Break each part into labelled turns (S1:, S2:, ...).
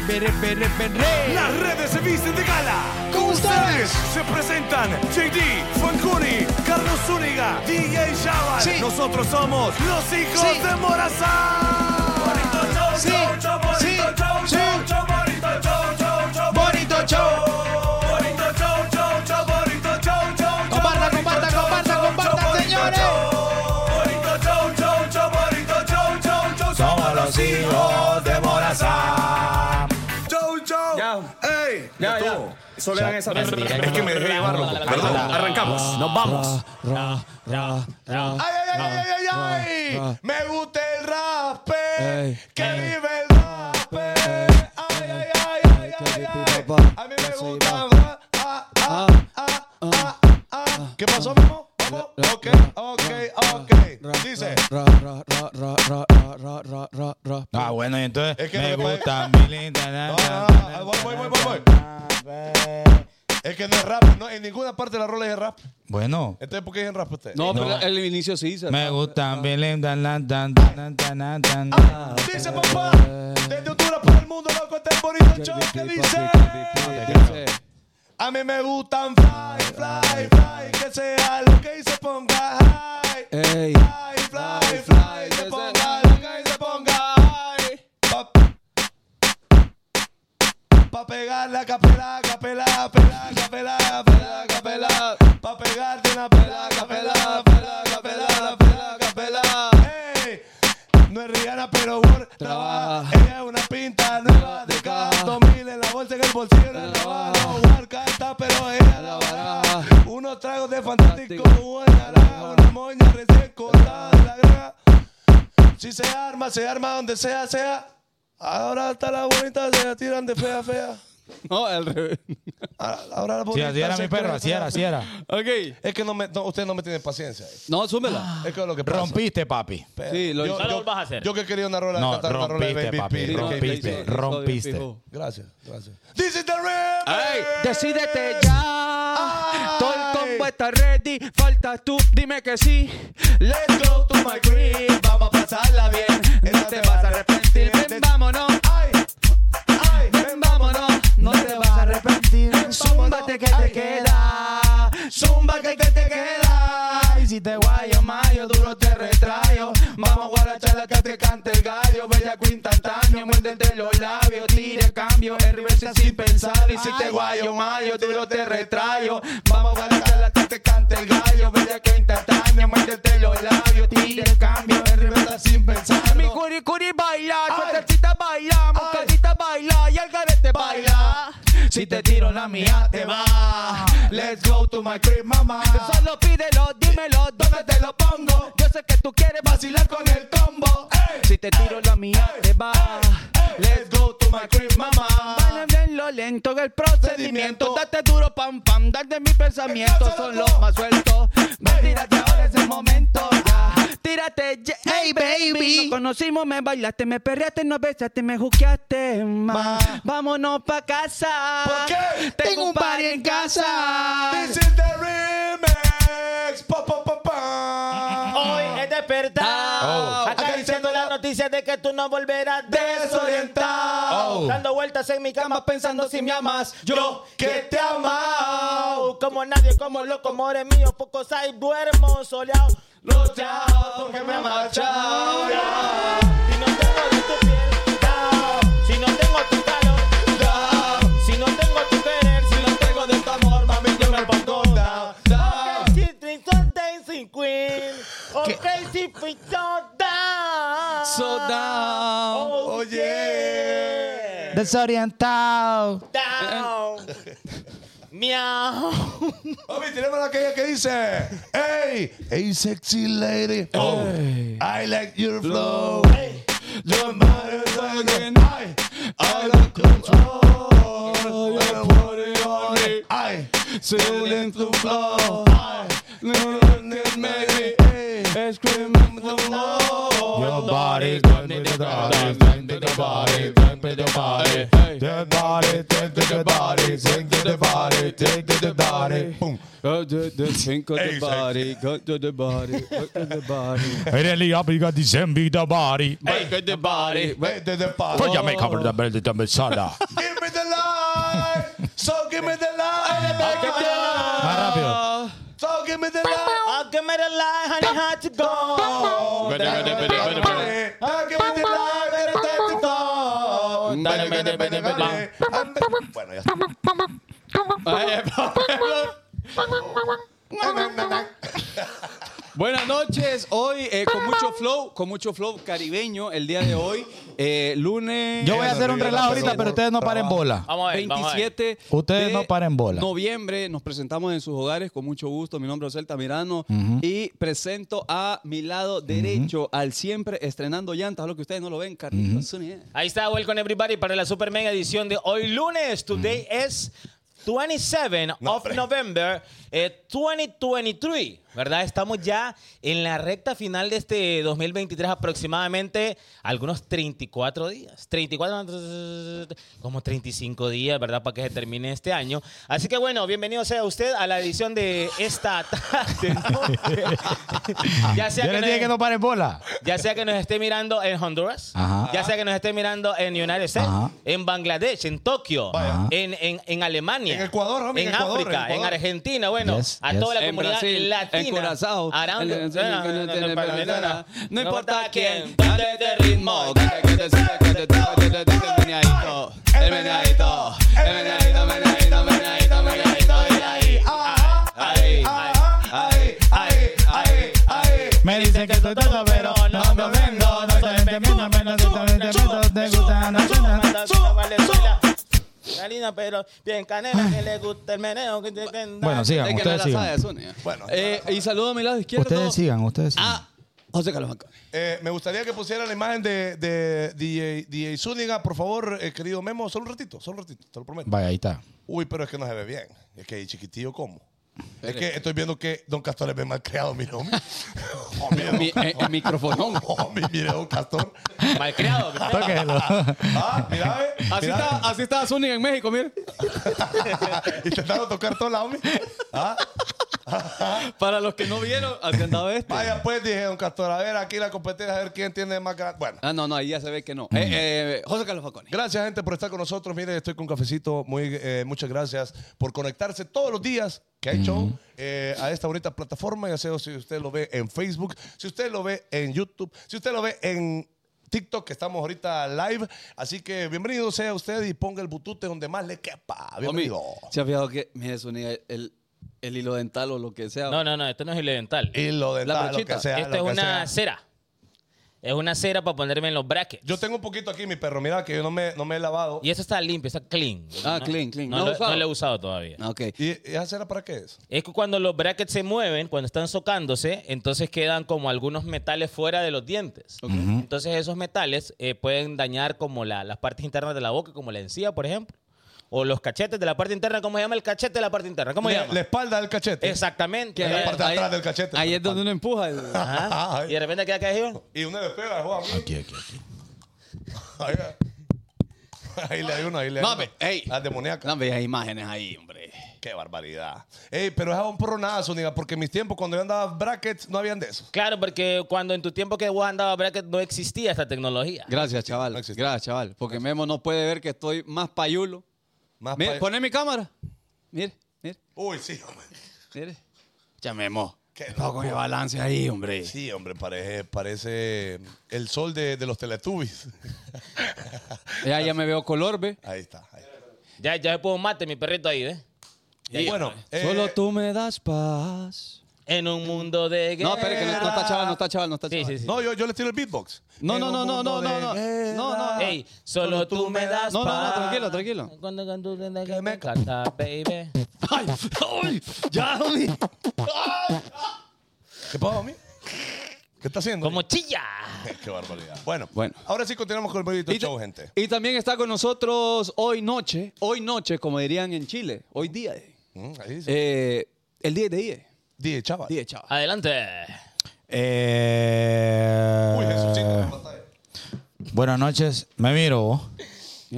S1: les vendré.
S2: Las redes se visten de gala.
S1: Con ustedes.
S2: Se presentan JD, Fancuni, Carlos Zúñiga, DJ Chaval.
S1: Sí.
S2: Nosotros somos los hijos
S1: Sí.
S2: de Morazán. Bonito show,
S1: Sí.
S2: show, show, bonito
S1: Sí.
S2: show,
S1: Sí.
S2: show, show, bonito show, show, show,
S1: Bonito show.
S2: bonito show, show, show, bonito show, show, show,
S1: Compartan,
S2: bonito
S1: compartan,
S2: show,
S1: compartan,
S2: show,
S1: compartan,
S2: show, bonito
S1: señores.
S2: show. Bonito show, show, show, bonito show, show, show. Somos los hijos de Morazán. Chau, chau.
S3: Ya.
S2: Ey.
S3: Ya, ya.
S2: estuvo.
S3: Solo eran esas dos.
S2: Es que me dejé llevarlo. Perdón, arrancamos.
S3: Nos vamos.
S2: Ay, ay, ay, ay, ay, ay, ay. Me gusta el rap.
S4: Ey.
S2: Que vive el rap. Ay, ay, ay, ay, ay, ay. A mí me gusta. ah, ah, ah, ah, ah, ah. ¿Qué pasó, Memo? ¿Vamos? Ok, ok, ok. Dice.
S4: Ah, bueno, y entonces
S2: Es que
S4: me
S2: lo que
S4: gusta
S2: pasa-
S4: mi linda. na,
S2: No,
S4: na,
S2: no,
S4: na,
S2: no,
S4: na,
S2: Ah, voy, voy,
S4: na,
S2: voy, voy, voy.
S4: na.
S2: Es que no es rap. No, en ninguna parte de la rola es rap.
S4: Bueno,
S2: Entonces, ¿por qué es en rap usted?
S3: No,
S4: No.
S3: pero el inicio sí dice.
S4: me gusta mi linda. na, na, na, na, na, na, na.
S2: Dice papá, desde Honduras para el mundo, loco, este es bonito show que dice.
S3: Dice,
S2: A mí me gustan fly, fly, fly, que sea lo que y se ponga high.
S3: Ey.
S2: Fly, fly, fly, se ponga lo que y se ponga high. Pa, pa pegar la capela, capela, capela, capela, capela, capela. Pa pegarte una pela, capela, capela, capela, capela, capela. Ey. No es Rihanna, pero Word trabaja. Ella es una pinta nueva de cada dos mil en la bolsa, en el bolsillo en el trabajo. War canta, pero ella la baraja. Unos tragos de fantástico, una naranja, una moña recién cortada de la granja. Si se arma, se arma donde sea, sea. Ahora hasta la bonita se la tiran de fea, fea.
S3: No, al revés.
S2: Ahora ahora la
S4: Sí,
S2: bonita
S4: así era
S2: se
S4: mi perro,
S2: cree
S4: así
S2: fea,
S4: era,
S2: fea.
S4: así era.
S3: Ok.
S2: Es que no me, no, usted no me tiene paciencia. Es
S3: No, súmela.
S2: que es lo que pasa.
S4: Rompiste, papi.
S2: Pero
S3: Sí, lo-
S5: No lo volvas a hacer.
S2: Yo que quería una rola,
S4: No,
S2: cantar una rola de
S4: rompiste,
S2: Baby
S4: papi,
S2: P,
S3: Sí, no,
S2: Rocky
S4: rompiste,
S3: le hizo-
S4: rompiste.
S3: fijo.
S2: Gracias, gracias. This is the remix.
S3: ¡Ay! ¡Decídete
S2: Ay.
S3: ya! Todo el combo está ready. Faltas tú, dime que sí.
S2: Let's go to my crib. Vamos a pasarla bien.
S3: No te vas a arrepentir. Ven, vámonos.
S2: Ay, ay,
S3: Ven, vámonos. No te vas a arrepentir. Zúmbate que te queda.
S2: Zumba que que te queda.
S3: Y si te guayo, mayo, duro te retrayo. Vamos a guaracharla que te cante el gallo. Bella instantáneo, muérdete los labios. Tira el cambio, el reverse sin pensar. Y si te guayo, mayo, duro te retrayo. Vamos a guaracharla que te cante el gallo. Bella que instantáneo, muérdete los labios. Tira el cambio, el reverse sin pensar. Mi curi curi baila, suertecita baila, mocadita baila y el garete baila. Si te tiro la mía, te va.
S2: Let's go to my crib, mamá.
S3: Solo pídelo, dímelo,
S2: ¿Dónde te lo pongo?
S3: yo sé que tú quieres
S2: Vacilar con el combo. Ey,
S3: Si te tiro la mía,
S2: ey,
S3: te va.
S2: ey, ey. Let's go to my crib, mamá.
S3: Baila bien lo lento en el procedimiento. Date duro, pam, pam. Darte mis pensamientos. Son los más sueltos. Ven, tírate ahora es el momento. ya. Tírate, ya. hey baby. Nos conocimos, me bailaste, me perreaste, nos besaste, me juqueaste. Ma.
S2: Ma.
S3: Vámonos pa' casa.
S2: ¿Por qué?
S3: Tengo un party en casa.
S2: This is the remix. Pa, pa, pa, pa.
S5: Hoy es despertar.
S4: Oh.
S5: Acariciando las noticias de que tú no volverás desorientado.
S4: Oh.
S5: Dando vueltas en mi cama pensando si me amas.
S2: Yo que te amo.
S5: Oh, Como nadie, como loco, more mío, pocos hay, duermo soleado.
S2: Los chao, porque me amas, chao. ya.
S5: Si no tengo de tu piel,
S2: Chao,
S5: si no tengo tu calor,
S2: chao.
S5: si no tengo tu querer, si
S2: Si no tengo de tu amor, mami, yo me pongo down, down.
S5: Ok, si Tristan Dancing Queen. Ok, si fui soda.
S3: So down.
S5: Oh,
S2: Oye.
S5: yeah.
S4: Desorientado.
S5: Down. Miau.
S2: Mami, tenemos aquella que dice: Hey, hey, sexy lady. Oh, I like your flow. Your body is like an eye. I like control. Your body on it. I feeling to flow. I need me. Hey, screaming the flow.
S4: Your body, don't be the body, don't be the body, don't be the body. The body, take to the body, sing to the body, take to the body. Boom.
S3: Go to the think of
S2: Hey,
S3: the
S2: sexy.
S3: body, go to the body, go to the body,
S4: Really up, you got the same be the body.
S3: go to the body.
S2: Hey, the
S4: For Jamaica, for the belly, the masala.
S2: Give me the So give me the light.
S4: Más rápido.
S2: So give me the light.
S5: I'll give me the light, honey, how to go.
S3: Espérate, espérate, espérate, espérate.
S2: So give me the light. better time to go.
S3: Dale, vete, vete, vete.
S2: Bueno, ya está.
S3: Ay, Buenas noches, hoy eh, con mucho flow, con mucho flow caribeño el día de hoy, eh, lunes
S4: Yo voy a hacer un relajo ahorita, pero ustedes no paren bola.
S5: Vamos a ver, vamos a ver.
S3: 27
S4: Ustedes
S3: de
S4: no paren bola.
S3: Noviembre nos presentamos en sus hogares con mucho gusto. Mi nombre es Celta Mirano y presento a mi lado derecho al siempre estrenando llantas, lo que ustedes no lo ven, Carlitos Zúñiga.
S5: Ahí está, welcome everybody para la super mega edición de hoy lunes. Today is 27
S2: No,
S5: of
S2: hombre.
S5: November eh, 2023, ¿verdad? Estamos ya en la recta final de este 2023 aproximadamente, algunos 34 días, 34, como 35 días, ¿verdad? Para que se termine este año. Así que bueno, bienvenido sea usted a la edición de esta tarde. ya
S4: Yo
S5: sea
S4: les
S5: no-
S4: dije que no paren bola.
S5: ya sea que nos esté mirando en Honduras,
S4: Ajá.
S5: ya sea que nos esté mirando en United States,
S4: Ajá.
S5: en Bangladesh, en Tokio,
S4: Vaya.
S5: en, en, en Alemania,
S2: En Ecuador, homie,
S5: en
S2: en Ecuador, en
S5: África, en,
S2: Ecuador.
S5: Argentina, bueno,
S4: Yes,
S5: a
S4: yes.
S5: toda la
S3: En
S5: comunidad
S3: Brasil,
S5: latina.
S3: en Curazao,
S5: around-
S3: en- en-
S5: no, no, no, no, no, no, no, no.
S3: no importa quién,
S5: dale
S3: dale
S5: este
S3: de
S5: ritmo.
S3: ritmo, que te- que te siga, que te toque, que te toque el meneadito, el meneadito, el meneadito, meneadito, meneadito, meneadito, y ahí, ahí, ahí.
S4: Me dicen que estoy tonto, pero no me ofendo. No estoy entendiendo, menos que estoy entendiendo. Te gusta, no suena.
S5: Galina, pero bien canela, que le gusta el meneo. que- que- que-
S4: Bueno,
S3: Es
S4: sigan,
S3: que no
S4: ustedes
S3: la
S4: sigan.
S3: sabe, Zúñiga.
S2: Bueno.
S3: Eh, y saludo a mi lado izquierdo.
S4: Ustedes sigan, ustedes sigan.
S3: a José Carlos Macón.
S2: Eh, me gustaría que pusiera la imagen de, de DJ, DJ Zúñiga, por favor, eh, querido Memo, solo un ratito, solo un ratito, te lo prometo.
S4: Vaya, ahí está.
S2: Uy, pero es que no se ve bien. Es que ahí chiquitillo, ¿cómo? Es que estoy viendo que Don Castor es bien mal creado, mi hombre. Hombre, don-
S3: Mi, eh, el microfonón.
S2: hombre, mire, Don Castor.
S5: Malcriado. ¿verdad?
S4: Tóquelo.
S2: Ah, mira, ve.
S3: Así
S2: mira,
S3: está, así está Zúñiga en México, mire.
S2: ve. Intentaron tocar todo la hombre. Ah,
S3: Para los que no vieron, así andaba este.
S2: vaya, pues dije Don Castor, a ver, aquí la competencia, a ver quién tiene más gran- Bueno.
S3: Ah, no, no, ahí ya se ve que no. Eh, eh, José Carlos Facone.
S2: Gracias, gente, por estar con nosotros. Mire, estoy con un cafecito. Muy, eh, muchas gracias por conectarse todos los días que hay show eh, a esta bonita plataforma. Ya sea si usted lo ve en Facebook, si usted lo ve en YouTube, si usted lo ve en TikTok, que estamos ahorita live. Así que bienvenido sea usted y ponga el butute donde más le quepa.
S3: Homie,
S2: Bienvenido.
S3: ¿Se ha fijado que, mire, Zúñiga, el, el hilo dental o lo que sea?
S5: No, no, no, esto no es hilo dental.
S2: Y lo de
S3: La
S2: tal, lo
S3: brochita.
S2: que sea.
S5: Esto
S2: lo
S5: es
S2: que sea.
S5: una cera. Es una cera para ponerme en los brackets.
S2: Yo tengo un poquito aquí, mi perro. Mira que yo no me, no me he lavado.
S5: Y eso está limpio, está clean.
S3: Ah,
S5: No-
S3: clean, clean.
S5: No,
S3: No
S5: lo,
S3: he usado.
S5: no lo he usado todavía.
S3: Ah, Ok.
S2: ¿Y, y esa cera para qué es?
S5: Es que cuando los brackets se mueven, cuando están socándose, entonces quedan como algunos metales fuera de los dientes. Entonces esos metales eh, pueden dañar como la- las partes internas de la boca, como la encía, por ejemplo. O los cachetes de la parte interna. ¿Cómo se llama el cachete de la parte interna? ¿Cómo se
S2: La,
S5: llama?
S2: la espalda del cachete.
S5: Exactamente.
S2: Es la
S5: Eh,
S2: parte de atrás del cachete.
S3: Ahí es donde uno empuja. el-
S5: ajá.
S2: Ay.
S5: Y de repente queda caído.
S2: Y una despega, Juan.
S4: Aquí, aquí, aquí.
S2: Ahí, eh. ahí le hay uno, ahí le hay
S3: No,
S2: uno.
S3: ve, ey.
S2: La demoníaca.
S3: No veas imágenes ahí, hombre.
S2: Qué barbaridad. Ey, pero es un porro nada, Zúñiga, porque en mis tiempos cuando yo andaba brackets no habían de eso.
S5: Claro, porque cuando en tu tiempo que vos andabas bracket no existía esta tecnología.
S3: Gracias, chaval.
S2: no existe.
S3: Gracias, chaval. Porque Memo no puede ver que estoy más payulo.
S2: Más
S3: Mire,
S2: pa-
S3: poné mi cámara. Mire, mire,
S2: Uy, sí, hombre.
S3: mire. Ya, Memo.
S2: Qué
S3: No, con el balance ahí, hombre.
S2: Sí, hombre, parece, parece el sol de, de los Teletubbies.
S3: Ya, ya me veo color, ve.
S2: Ahí está. ahí está.
S5: Ya, ya se pudo mate mi perrito ahí, ¿ves?
S2: Y bueno, eh,
S3: Solo tú me das paz.
S5: En un mundo de guerra.
S3: No, espera, que no, no está chaval, no está chaval, no está
S5: Sí,
S3: chaval.
S5: sí, sí.
S2: No, yo, yo le tiro el beatbox.
S3: No,
S2: En
S3: no,
S2: un
S3: no, no, no, no,
S2: mundo
S3: no.
S2: de
S3: No, no.
S2: guerra.
S5: Ey, solo tú me das
S3: No, no, no,
S5: paz.
S3: tranquilo, tranquilo.
S5: Cuando cuando tú tengas que
S2: Que me
S5: me canta, baby.
S3: ¡Ay! ¡Ay! ¡Ya, hombre!
S2: ¿Qué pasa, homie? ¿Qué está haciendo?
S5: Como chilla.
S2: Qué barbaridad. Bueno,
S3: Bueno.
S2: ahora sí continuamos con el bonito
S3: Y, ta-
S2: show, gente.
S3: y también está con nosotros hoy noche, hoy noche, como dirían en Chile, hoy día. eh.
S2: Mm, ahí dice.
S3: Eh, el 10 de 10.
S2: Die, chaval.
S3: 10, chaval.
S5: Adelante.
S4: Eh,
S2: Uy, Jesucito de la pantalla.
S4: Buenas noches. Me miro. vos.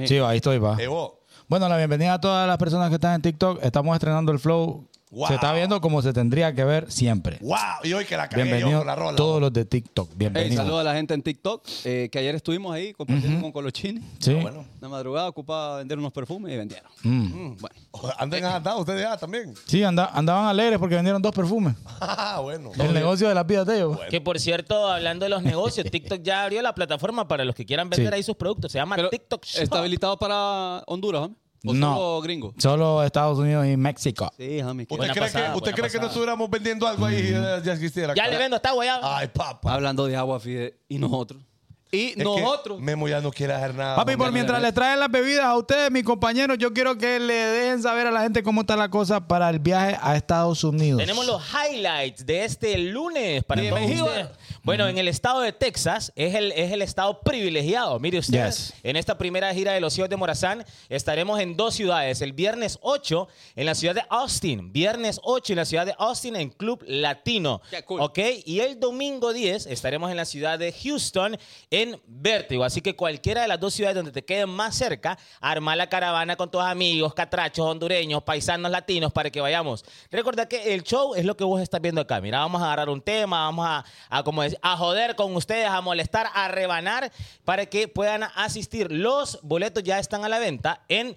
S4: Sí, oh. va, ahí estoy, va.
S2: Eh, vos.
S4: Bueno, la bienvenida a todas las personas que están en TikTok. Estamos estrenando el flow
S2: Wow.
S4: Se está viendo como se tendría que ver siempre.
S2: Wow, y hoy que la cagué yo
S4: Bienvenidos
S2: con la rola. Ah,
S4: todos los de TikTok.
S3: Hey,
S4: Bienvenidos.
S3: saludo a la gente en TikTok, eh, que ayer estuvimos ahí compartiendo con Colochini.
S4: Sí.
S5: Ah,
S2: bueno.
S3: Una madrugada ocupaba vender unos perfumes y vendieron.
S4: Mm.
S3: Bueno,
S2: Anden andado ustedes ya también.
S4: Sí, anda- andaban alegres porque vendieron dos perfumes.
S2: Ah, bueno.
S4: El negocio de las vidas de ellos.
S5: Que por cierto, hablando de los negocios, TikTok ya abrió la plataforma para los que quieran vender
S4: Sí.
S5: ahí sus productos. Se llama
S3: pero
S5: TikTok Shop.
S3: ¿Está habilitado para Honduras, homie? ¿O
S4: No.
S3: solo gringo?
S4: Solo Estados Unidos y México.
S3: Sí, homie. que-
S2: ¿Usted
S5: Buena
S2: cree,
S5: pasada,
S2: que, usted cree
S5: buena
S2: que no
S5: pasada.
S2: estuviéramos vendiendo algo ahí eh, ya existiera?
S5: Ya le vendo, está
S3: Ah,
S5: guayado.
S2: Ay, papá.
S3: Hablando de agua, fíjate. ¿Y nosotros? Ah, ¿Y
S2: Es que
S3: nosotros?
S2: Memo ya no quiere hacer nada.
S4: Papi,
S2: ah, hombre.
S4: por mientras les traen las bebidas a ustedes, mis compañeros, yo quiero que le dejen saber a la gente cómo está la cosa para el viaje a Estados Unidos.
S5: Tenemos los highlights de este lunes para
S3: Dime,
S5: todos
S3: Jíbaro.
S5: ustedes. Bueno, en el estado de Texas es el, es el estado privilegiado. Mire usted,
S4: Yes.
S5: en esta primera gira de los hijos de Morazán estaremos en dos ciudades. El viernes 8 en la ciudad de Austin. Viernes 8 en la ciudad de Austin en Club Latino.
S3: Qué cool.
S5: ¿Ok? Y el domingo 10 estaremos en la ciudad de Houston en Vértigo. Así que cualquiera de las dos ciudades donde te queden más cerca, arma la caravana con tus amigos, catrachos, hondureños, paisanos latinos para que vayamos. Recuerda que el show es lo que vos estás viendo acá. Mira, vamos a agarrar un tema, vamos a, a, como es- a joder con ustedes, a molestar, a rebanar para que puedan asistir. Los boletos ya están a la venta en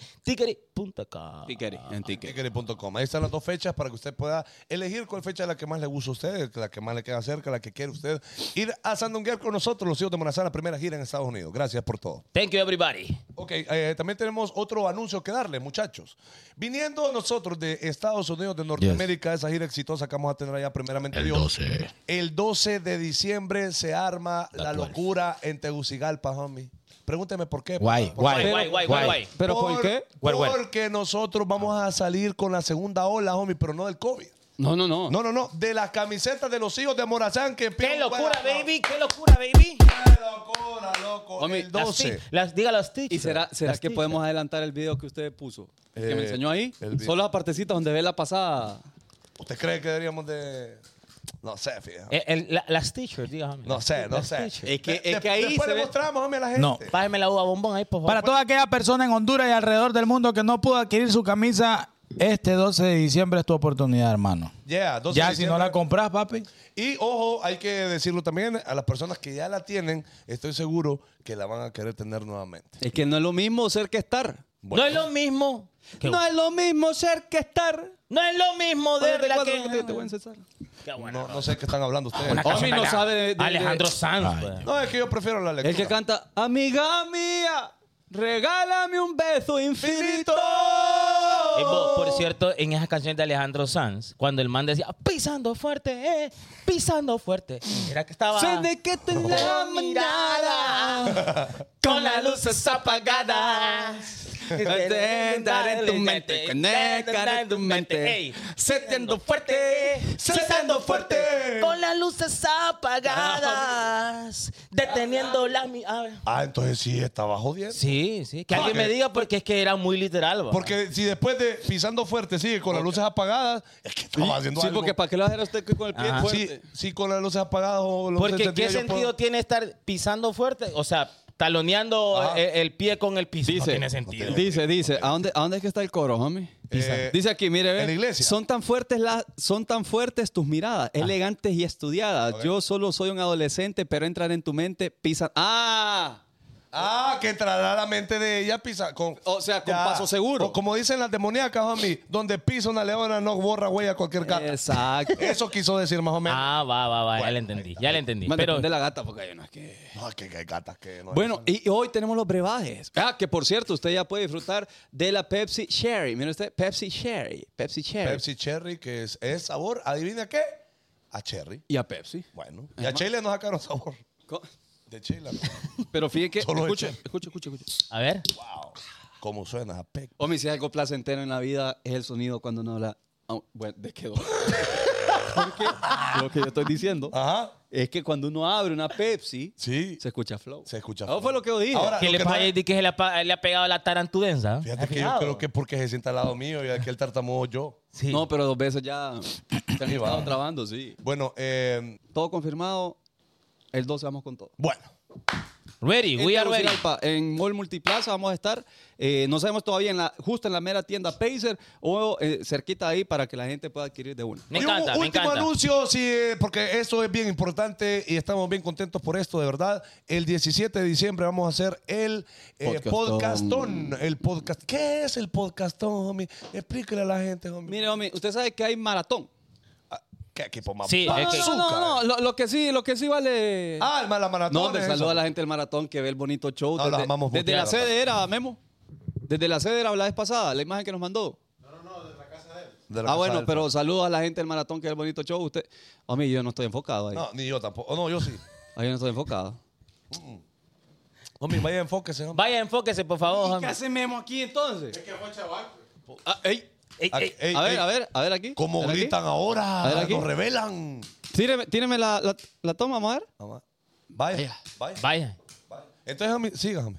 S5: ticket.com.
S3: Tiqueri, en Tiqueri.
S2: Tiquere.com. Ahí están las dos fechas para que usted pueda elegir cuál fecha es la que más le gusta a usted, la que más le queda cerca, la que quiere usted. Ir a Sandunguear con nosotros, los hijos de Morazán, la primera gira en Estados Unidos. Gracias por todo.
S5: Thank you, everybody.
S2: Ok, eh, también tenemos otro anuncio que darle, muchachos. Viniendo nosotros de Estados Unidos, de Norteamérica, esa gira exitosa que vamos a tener allá primeramente. Dios. El 12 de diciembre se arma la, locura en Tegucigalpa, homie. Pregúnteme por qué.
S4: Guay,
S2: papá, por
S4: guay,
S5: Guay, guay, guay, guay, guay.
S3: ¿Pero por qué?
S4: Guay, guay.
S2: Porque nosotros vamos a salir con la segunda ola, homie, pero no del COVID.
S3: No, no, no.
S2: No, no, no. De las camisetas de los hijos de Morazán que
S5: ¡Qué
S2: piden-
S5: locura, baby! ¡Qué locura, baby!
S2: ¡Qué locura, loco!
S3: Homie,
S2: el
S3: las
S2: 12.
S5: Las, las- diga las
S3: ¿Y
S5: teachers.
S3: será, será
S5: Las
S3: que
S5: teachers.
S3: podemos adelantar el video que usted puso? El que me
S2: Eh,
S3: enseñó ahí.
S2: el video.
S3: Solo las partecitas donde ve la pasada.
S2: ¿Usted cree que deberíamos de.? No sé, fíjate.
S5: Eh, el- la- las t-shirts, dígame.
S2: No sé, no
S5: Las
S2: sé.
S5: teachers.
S3: Es que-
S2: De-
S3: es que
S2: de-
S3: ahí
S2: Después
S3: se
S2: le
S3: ve-
S2: mostramos homie, a la gente.
S4: No.
S5: Págame la uva bombón ahí, por favor.
S4: Para toda aquella persona en Honduras y alrededor del mundo que no pudo adquirir su camisa, este 12 de diciembre es tu oportunidad, hermano.
S2: Yeah, 12
S4: ya
S2: de
S4: si no la
S2: diciembre.
S4: compras, papi.
S2: Y ojo, hay que decirlo también a las personas que ya la tienen, estoy seguro que la van a querer tener nuevamente.
S3: Es que no es lo mismo ser que estar.
S5: No es lo mismo. que-
S3: No
S5: no, es,
S3: es lo mismo ser que estar.
S5: lo mismo de
S3: Ponete
S5: la
S3: cuatro
S5: que.
S3: que te- te voy a encesar.
S5: Qué Ah, bueno.
S2: No, no sé qué están hablando ustedes.
S5: Una canción
S3: Homie no
S5: acá.
S3: sabe de- de-
S5: Alejandro
S3: de-
S5: Sanz. pues.
S2: No, es que yo prefiero la lectura.
S3: El que canta, amiga mía, regálame un beso infinito.
S5: Eh, vos, por cierto, en esas canciones de Alejandro Sanz, cuando el man decía pisando fuerte, eh, pisando fuerte, era que estaba
S3: Sé de que te la mirada
S5: con las luces apagadas.
S3: Intentar en tu mente, conectar en tu mente.
S5: Ey.
S3: Setiendo fuerte, setiendo fuerte.
S5: Con las luces apagadas, deteniendo la mi- ah,
S2: Ah, entonces sí, estaba jodiendo.
S5: Sí, sí. Que
S2: Ok.
S5: alguien me diga porque es que era muy literal. va.
S2: Porque si después de pisando fuerte sigue con las luces apagadas, es que estaba haciendo
S3: Sí,
S2: algo.
S3: porque para qué lo hacer usted con el pie
S5: Ajá.
S2: sí,
S3: fuerte.
S2: sí, con las luces apagadas o las luces
S5: Porque qué
S2: encendidas, yo
S5: sentido
S2: puedo-
S5: tiene estar pisando fuerte, o sea, taloneando
S2: Ajá.
S5: el, el pie con el piso. no
S3: Dice,
S5: tiene sentido.
S3: Dice, dice, ¿a dónde, ¿a dónde es que está el coro, homie?
S2: Eh,
S3: dice aquí, mire, ve,
S2: en la iglesia.
S3: Son tan fuertes las, son tan fuertes tus miradas, elegantes y estudiadas. Yo solo soy un adolescente, pero entrar en tu mente, pisa. ¡Ah!
S2: Ah, que entrará a la mente de ella pisa con.
S3: O sea, con paso seguro.
S2: O como dicen las demoníacas, homie, donde pisa una leona no borra huella a cualquier gata.
S3: Exacto.
S2: Eso quiso decir más o menos.
S5: Ah, va, va, va, ya le entendí, ya le entendí.
S3: Bueno,
S5: Pero
S3: depende de la gata, porque hay unas que.
S2: No, que, que hay gatas que no.
S3: Bueno, y hoy tenemos los brebajes. Ah, que por cierto, usted ya puede disfrutar de la Pepsi Sherry. Mire usted, Pepsi Sherry, Pepsi Sherry.
S2: Pepsi Cherry, que es, es sabor, adivina qué? A Cherry.
S3: Y a Pepsi.
S2: Bueno. Y a Chile nos sacaron sabor.
S3: Co-
S2: De Chile. ¿no?
S3: Pero fíjate que.
S2: Solo de
S3: Escuche,
S2: Sherry.
S3: escuche, escuche, escuche.
S5: a ver,
S2: wow. ¿Cómo suena? A pec.
S3: Hombre, si es algo placentero en la vida, es el sonido cuando uno habla. Ah, bueno, ¿de qué dolor? Porque lo que yo estoy diciendo
S2: Ajá.
S3: es que cuando uno abre una Pepsi,
S2: Ah. Sí.
S3: se escucha flow.
S2: Se escucha
S3: Eso
S2: flow.
S3: fue lo que yo dije.
S2: Ahora-
S5: ¿qué
S2: lo
S5: le
S2: que no
S5: pasa
S2: es-
S5: a que se le, ha pa- le ha pegado la tarantudenza?
S2: Fíjate que yo
S5: Fijado.
S2: creo que porque se sienta al lado mío y aquel tartamudo yo.
S5: Sí.
S3: No, pero dos veces ya se han
S2: Sí, va.
S3: estado trabando, sí.
S2: Bueno, eh,
S3: Todo confirmado. El 12 vamos con todo.
S2: bueno.
S5: Ready,
S3: en
S5: we are ready.
S3: Tegucigalpa, En Mall Multiplaza vamos a estar. eh, no sabemos todavía en la, justo en la mera tienda Pacer o eh, cerquita ahí para que la gente pueda adquirir de una.
S5: Me
S2: Y
S5: encanta,
S2: un
S5: me
S2: último
S5: encanta.
S2: anuncio, sí, eh, porque esto es bien importante y estamos bien contentos por esto, de verdad. El 17 de diciembre vamos a hacer el eh,
S3: Podcastón.
S2: podcastón. El podcast. ¿Qué es el podcastón, homie? Explíquele a la gente, homie.
S3: Mire, homie, usted sabe que hay maratón.
S2: ¿Qué, qué poma-
S5: Sí,
S3: No,
S5: es que-
S3: no, no, no, no, Lo, lo que sí, lo que sí vale.
S2: Ah, el mala maratón.
S3: no, hombre,
S2: es
S3: saludo
S2: eso.
S3: a la gente del maratón que ve el bonito show.
S2: No, los
S3: desde,
S2: amamos
S3: desde
S2: mucho.
S3: la sede era, Memo. Desde la sede era la vez pasada, la imagen que nos mandó.
S2: De la
S3: Ah,
S2: Casa
S3: bueno,
S2: del-
S3: pero saludos a la gente del maratón que ve el bonito show. Usted, homie, yo no estoy enfocado ahí.
S2: No, ni yo tampoco. Oh, no, yo sí.
S3: Ahí yo no estoy enfocado.
S2: Homie, vaya, enfóquese, homie.
S5: Vaya, enfóquese, por favor. hombre.
S3: hace Memo aquí entonces?
S5: Ah, ey, ey,
S2: Ah,
S5: ey.
S2: ey,
S3: a ver,
S2: ey,
S3: a ver, a ver aquí.
S2: ¿Cómo
S3: a ver aquí.
S2: gritan ahora?
S3: A ver aquí.
S2: Nos revelan.
S3: Tíreme, tíreme la, la, la toma, vamos a ver.
S2: Vamos. Vaya,
S3: Vaya.
S2: vaya,
S5: Vaya.
S2: vaya. Entonces, homie, siga, homie.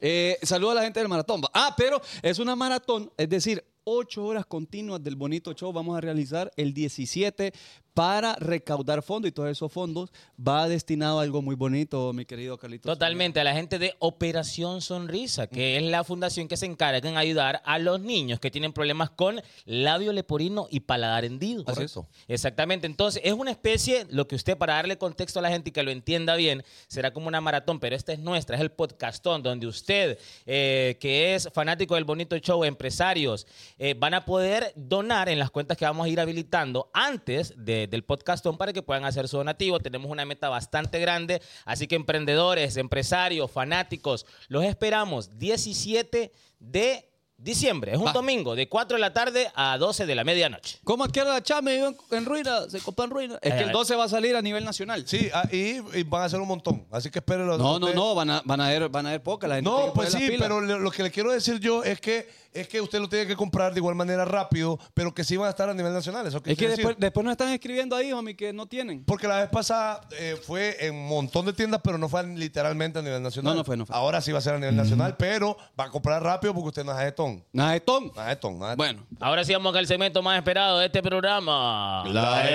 S3: Eh, saludo a la gente del maratón. Ah, pero es una maratón, es decir, ocho horas continuas del bonito show vamos a realizar el 17 para recaudar fondos y todos esos fondos va destinado a algo muy bonito, mi querido Carlitos.
S5: Totalmente, a la gente de Operación Sonrisa, que es la fundación que se encarga en ayudar a los niños que tienen problemas con labio leporino y paladar hendido.
S3: Así es.
S5: Correcto. Exactamente, entonces es una especie, lo que usted, para darle contexto a la gente y que lo entienda bien, será como una maratón, pero esta es nuestra, es el podcastón, donde usted, eh, que es fanático del bonito show, empresarios, eh, van a poder donar en las cuentas que vamos a ir habilitando antes de- del podcastón para que puedan hacer su donativo. Tenemos una meta bastante grande, así que emprendedores, empresarios, fanáticos, los esperamos 17 de diciembre, es un
S3: Va.
S5: domingo, de 4 de la tarde a 12 de la medianoche.
S3: ¿Cómo adquiere la chame? Vivo en, en ruina, se compró en ruina. Es
S5: Eh,
S3: que
S5: eh.
S3: el 12 va a salir a nivel nacional.
S2: Sí, ah, y, y van a hacer un montón. Así que espérenlo.
S3: No, no,
S2: Ustedes-
S3: no, van a, van a ver, van a ver poca la gente. tiene
S2: No,
S3: que
S2: pues
S3: poner las
S2: sí,
S3: pilas.
S2: pero le- lo que le quiero decir yo es que es que usted lo tiene que comprar de igual manera rápido, pero que sí van a estar a nivel nacional. Eso
S3: Es
S2: quise
S3: que
S2: decir.
S3: después, después nos están escribiendo ahí, homie, que no tienen.
S2: Porque la vez pasada eh, fue en un montón de tiendas, pero no fue literalmente a nivel nacional.
S3: No, no fue, no fue.
S2: Ahora sí va a ser a nivel nacional, pero va a comprar rápido porque usted no es ajetón.
S3: Najetón.
S2: No es ajetón, no es ajetón.
S3: Bueno.
S5: Ahora sí vamos al segmento más esperado de este programa.
S4: La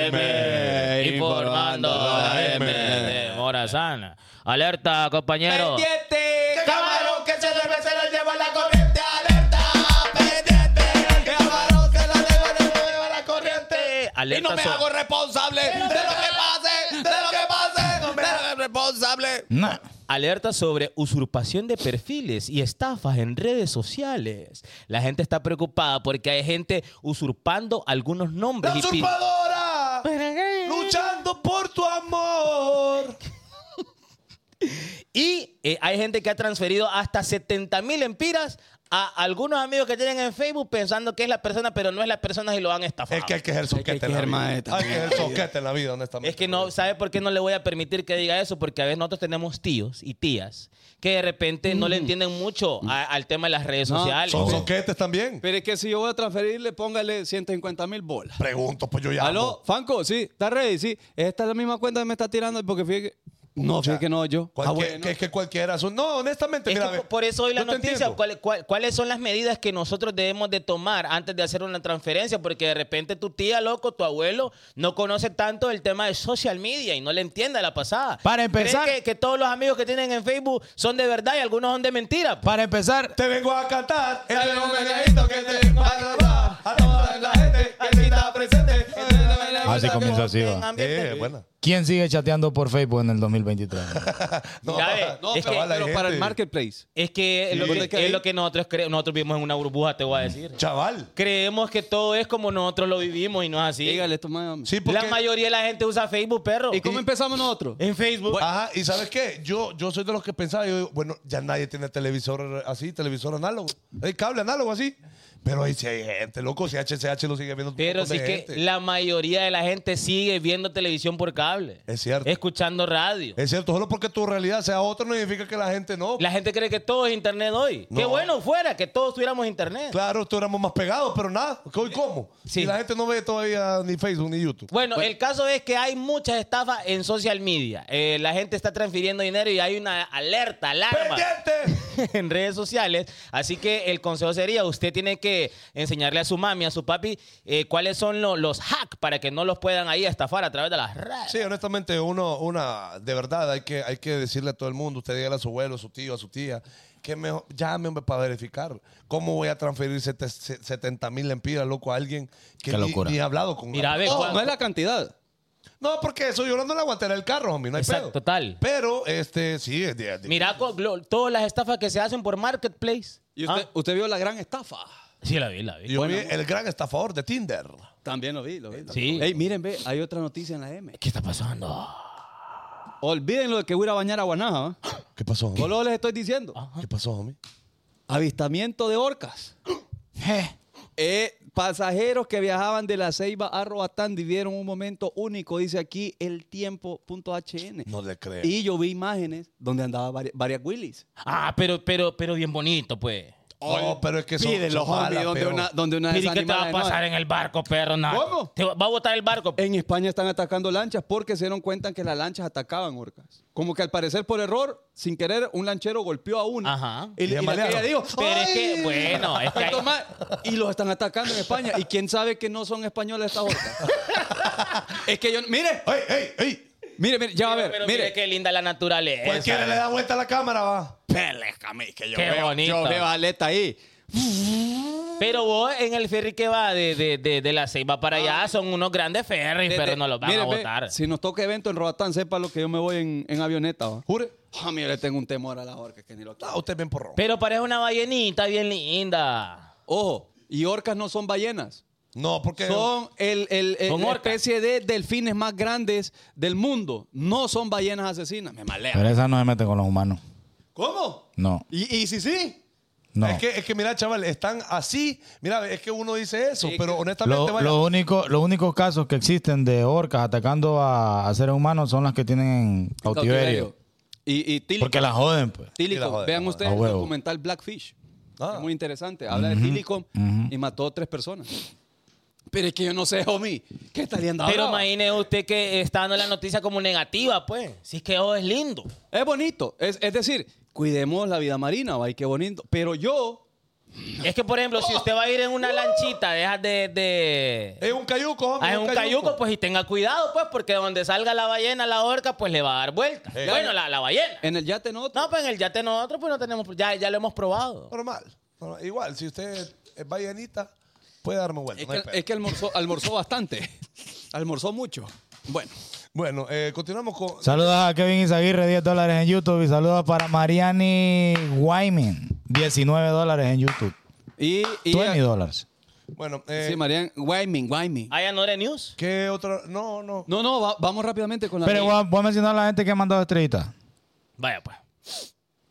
S4: M,
S5: Informando la M de Morazán. Alerta, compañero.
S1: Camarón que se duerme se lo lleva la corriente. Alerta, pendiente. Camarón que lo lleva, se lo lleva la corriente.
S5: Alerta
S1: Y no me
S5: so-
S1: hago responsable de lo que pase, de lo que pase. No me hago responsable.
S5: Alerta sobre usurpación de perfiles y estafas en redes sociales. La gente está preocupada porque hay gente usurpando algunos nombres.
S2: ¡La
S5: y pin-
S2: usurpadora! ¡Luchando por tu amor!
S5: Y eh, hay gente que ha transferido hasta 70 mil empiras a algunos amigos que tienen en Facebook pensando que es la persona, pero no es la persona y lo han estafado.
S2: Es que hay que ser
S3: que eh,
S2: soquete en la
S3: ser
S2: vida. Hay
S3: maestro.
S2: que ser soquete en la vida, honestamente.
S5: Es que no, ¿sabe por qué no le voy a permitir que diga eso? Porque a veces nosotros tenemos tíos y tías que de repente no le entienden mucho a- al tema de las redes
S3: No,
S5: sociales.
S2: Son soquetes también.
S3: Pero es que si yo voy a transferirle, póngale 150 mil bolas.
S2: Pregunto, pues yo ya.
S3: Aló, Fanco, sí, está ready, sí. Esta es la misma cuenta que me está tirando porque fíjate que. No, fíjate que no, yo. Ah,
S2: Cualquier,
S3: bueno.
S2: que, que cualquiera. su- No, honestamente,
S5: Es
S2: mira,
S5: que
S2: ve,
S5: po- por eso hoy la
S2: yo te
S5: noticia,
S2: entiendo.
S5: ¿cuál- cuál- cuáles son las medidas que nosotros debemos de tomar antes de hacer una transferencia? Porque de repente tu tía, loco, tu abuelo, no conoce tanto el tema de social media y no le entiende a la pasada.
S1: Para
S5: Cree
S1: empezar-
S5: Que, que todos los amigos que tienen en Facebook son de verdad y algunos son de mentira.
S1: Para empezar,
S2: Te vengo a cantar el
S3: Dale un
S2: homenajeito que te va a cantar a toda la gente que sí está
S5: eh,
S2: presente. Ah,
S5: Ah,
S4: Así comienza así, va.
S2: Eh, buena.
S4: ¿Quién sigue chateando por Facebook en el 2023?
S2: No,
S5: Ya ve,
S3: No,
S5: es
S3: pero,
S5: que-
S2: chaval, hay
S3: pero para
S2: gente.
S3: el marketplace.
S5: Es que, es lo,
S2: Sí.
S5: que, es lo que nosotros cre- nosotros vivimos en una burbuja, te voy a decir.
S2: Chaval.
S5: creemos que todo es como nosotros lo vivimos y no es así.
S3: Dígale esto, mami.
S2: Sí, porque...
S5: la mayoría de la gente usa Facebook, perro.
S3: ¿Y cómo empezamos nosotros?
S1: Eh,
S5: En Facebook.
S2: Ajá, y ¿sabes qué? Yo, yo soy de los que pensaba, yo digo, bueno, ya nadie tiene televisor así, televisor análogo. Hay cable análogo así. Pero ahí sí hay gente, loco, si HCH lo sigue viendo un
S5: pero
S2: montón
S5: sí
S2: de
S5: que
S2: gente.
S5: la mayoría de la gente sigue viendo televisión por cable.
S2: Es cierto. Eh,
S5: Escuchando radio.
S2: Es cierto, solo porque tu realidad sea otra no significa que la gente no.
S5: La gente cree que todo es internet hoy.
S2: No.
S5: Qué bueno fuera que todos tuviéramos internet.
S2: Claro, tú éramos más pegados, pero nada, que hoy cómo.
S5: Sí.
S2: Y la gente no ve todavía ni Facebook ni YouTube.
S5: Bueno, el caso es que hay muchas estafas en social media. Eh, la gente está transfiriendo dinero y hay una alerta, alarma.
S2: ¡Pendiente!
S5: en redes sociales. Así que el consejo sería, usted tiene que enseñarle a su mami, a su papi, eh, cuáles son lo- los hacks para que no los puedan ahí estafar a través de las redes.
S2: Sí, honestamente, uno, una, de verdad, hay que, hay que decirle a todo el mundo, usted dígale a su abuelo, a su tío, a su tía, que mejor, llámeme para verificar. ¿Cómo voy a transferir 70 mil lempiras, loco, a alguien que
S4: Qué
S2: ni,
S4: locura.
S2: ni he hablado con
S5: Mira, a ver,
S3: Ojo,
S5: ¿cuál-
S3: no es la cantidad.
S2: No, porque eso yo no la aguantaré el carro, homie, no hay
S5: Exacto,
S2: pedo.
S5: total.
S2: Pero, este, sí, es de- de-
S5: Mira co- lo- todas las estafas que se hacen por Marketplace.
S3: Y usted,
S5: Ah,
S3: usted vio la gran estafa.
S5: Sí, la vi, la vi.
S2: yo vi el gran estafador de Tinder.
S3: También lo vi, lo vi.
S5: Sí.
S3: Ey, miren, ve, hay otra noticia en la M.
S5: ¿Qué está pasando?
S3: Olviden lo de que voy a ir a bañar a Guanaja. ¿va?
S2: ¿Qué pasó, homie?
S3: Solo les estoy diciendo.
S2: ¿Qué pasó, homie?
S3: Avistamiento de orcas. Eh, pasajeros que viajaban de la Ceiba a Roatán vivieron un momento único, dice aquí el tiempo.hn.
S2: No le creo.
S3: Y yo vi imágenes donde andaba vari- varias Willys.
S5: Ah, pero, pero, pero bien bonito, pues.
S2: No, Oh, pero es que son,
S3: Pídelo,
S2: son malas,
S3: homie, donde
S2: pero-
S3: una, donde una de
S5: Piri,
S3: esas
S5: ¿qué te va a
S3: animales no-
S5: pasar en el barco, perro? Nada.
S3: ¿Cómo? Eh,
S5: Te va va a botar el barco.
S3: En España están atacando lanchas porque se dieron cuenta que las lanchas atacaban orcas. Como que al parecer por error, sin querer, un lanchero golpeó a una.
S5: Ajá.
S3: Y, y
S2: Le
S3: la
S2: malearon.
S3: aquella dijo,
S5: Pero es que,
S3: "Ay".
S5: bueno, es que hay-
S3: Toma- Y los están atacando en España. Y quién sabe que no son españoles estas orcas. es que yo... Mire,
S2: ¡Ey, ey, ey!
S3: mire, mire, ya va a ver.
S5: Pero
S3: mire,
S5: mire qué linda la naturaleza.
S2: Cualquiera le da vuelta a la cámara, va.
S3: Pelejame, que yo
S5: Qué
S3: veo,
S5: bonito.
S3: yo veo aleta ahí.
S5: Pero vos en el ferry que va de, de, de, de la Ceiba para allá son unos grandes ferries, pero
S3: Desde-
S5: no los van
S3: mire,
S5: a
S3: Ah. ve,
S5: botar.
S3: si nos toca evento en Roatán, sepa lo que yo me voy en, en avioneta. ¿va?
S2: Jure.
S3: Ah, mira, le tengo un temor a las orcas que ni lo
S2: No, usted es bien porrón.
S5: Pero parece una ballenita bien linda.
S3: Ojo, y orcas no son ballenas.
S2: No, porque...
S3: Son el, el, el-
S5: Son
S3: la
S5: orcas.
S3: especie de delfines más grandes del mundo. No son ballenas asesinas. Me malea.
S4: Pero esa no se mete con los humanos.
S3: ¿Cómo?
S4: No,
S3: ¿Y, y si sí?
S4: no.
S2: Es, que, es que, mira, chaval, están así. Mira, es que uno dice eso,
S3: Sí,
S2: pero
S3: que-
S2: honestamente,
S4: Lo-
S2: vaya,
S4: lo único- los únicos casos que existen de orcas atacando a, a seres humanos son las que tienen en cautiverio.
S3: Y, y tílico.
S4: Porque las joden, pues.
S3: Tílico.
S2: Y la joder,
S3: Vean
S2: la
S3: ustedes
S4: joder.
S3: el
S4: A huevo.
S3: documental Blackfish.
S2: Ah.
S3: Es muy interesante. Habla de Tílico y mató a tres personas. Pero es que yo no sé, homie. ¿Qué estarían dando?
S5: Pero imagine usted que está dando la noticia como negativa, pues. Si es que oh, es lindo.
S3: Es bonito. Es, es decir, cuidemos la vida marina, va, y qué bonito. Pero yo,
S5: Es que, por ejemplo, si usted va a ir en una lanchita, deja de... de...
S2: es un cayuco, hombre.
S5: Ah, es un Eh, cayuco, pues, y tenga cuidado, pues, porque donde salga la ballena, la orca, pues le va a dar vuelta. Bueno, la, la ballena.
S3: en el yate no.
S5: No, pues en el yate nosotros, pues no tenemos. Ya, ya lo hemos probado.
S2: Normal. Normal. Igual, si usted es vallenita, puede darme vuelta.
S3: Es
S2: no hay
S3: que,
S2: pedo.
S3: es que almorzó, almorzó bastante. almorzó mucho. Bueno.
S2: Bueno, eh, continuamos con...
S4: Saludos a Kevin Izaguirre, 10 dólares en YouTube. Y saludos para Mariani Wyman, 19 dólares en YouTube.
S3: Y, y
S4: 20 dólares.
S2: Bueno, eh,
S3: sí, Marian, Wyoming, Wyoming.
S5: Hay Anore News.
S2: ¿qué otra...? No, no.
S3: No, no, va- vamos rápidamente con la.
S4: Pero voy a, voy a mencionar a la gente que ha mandado estrellitas.
S5: Vaya, pues.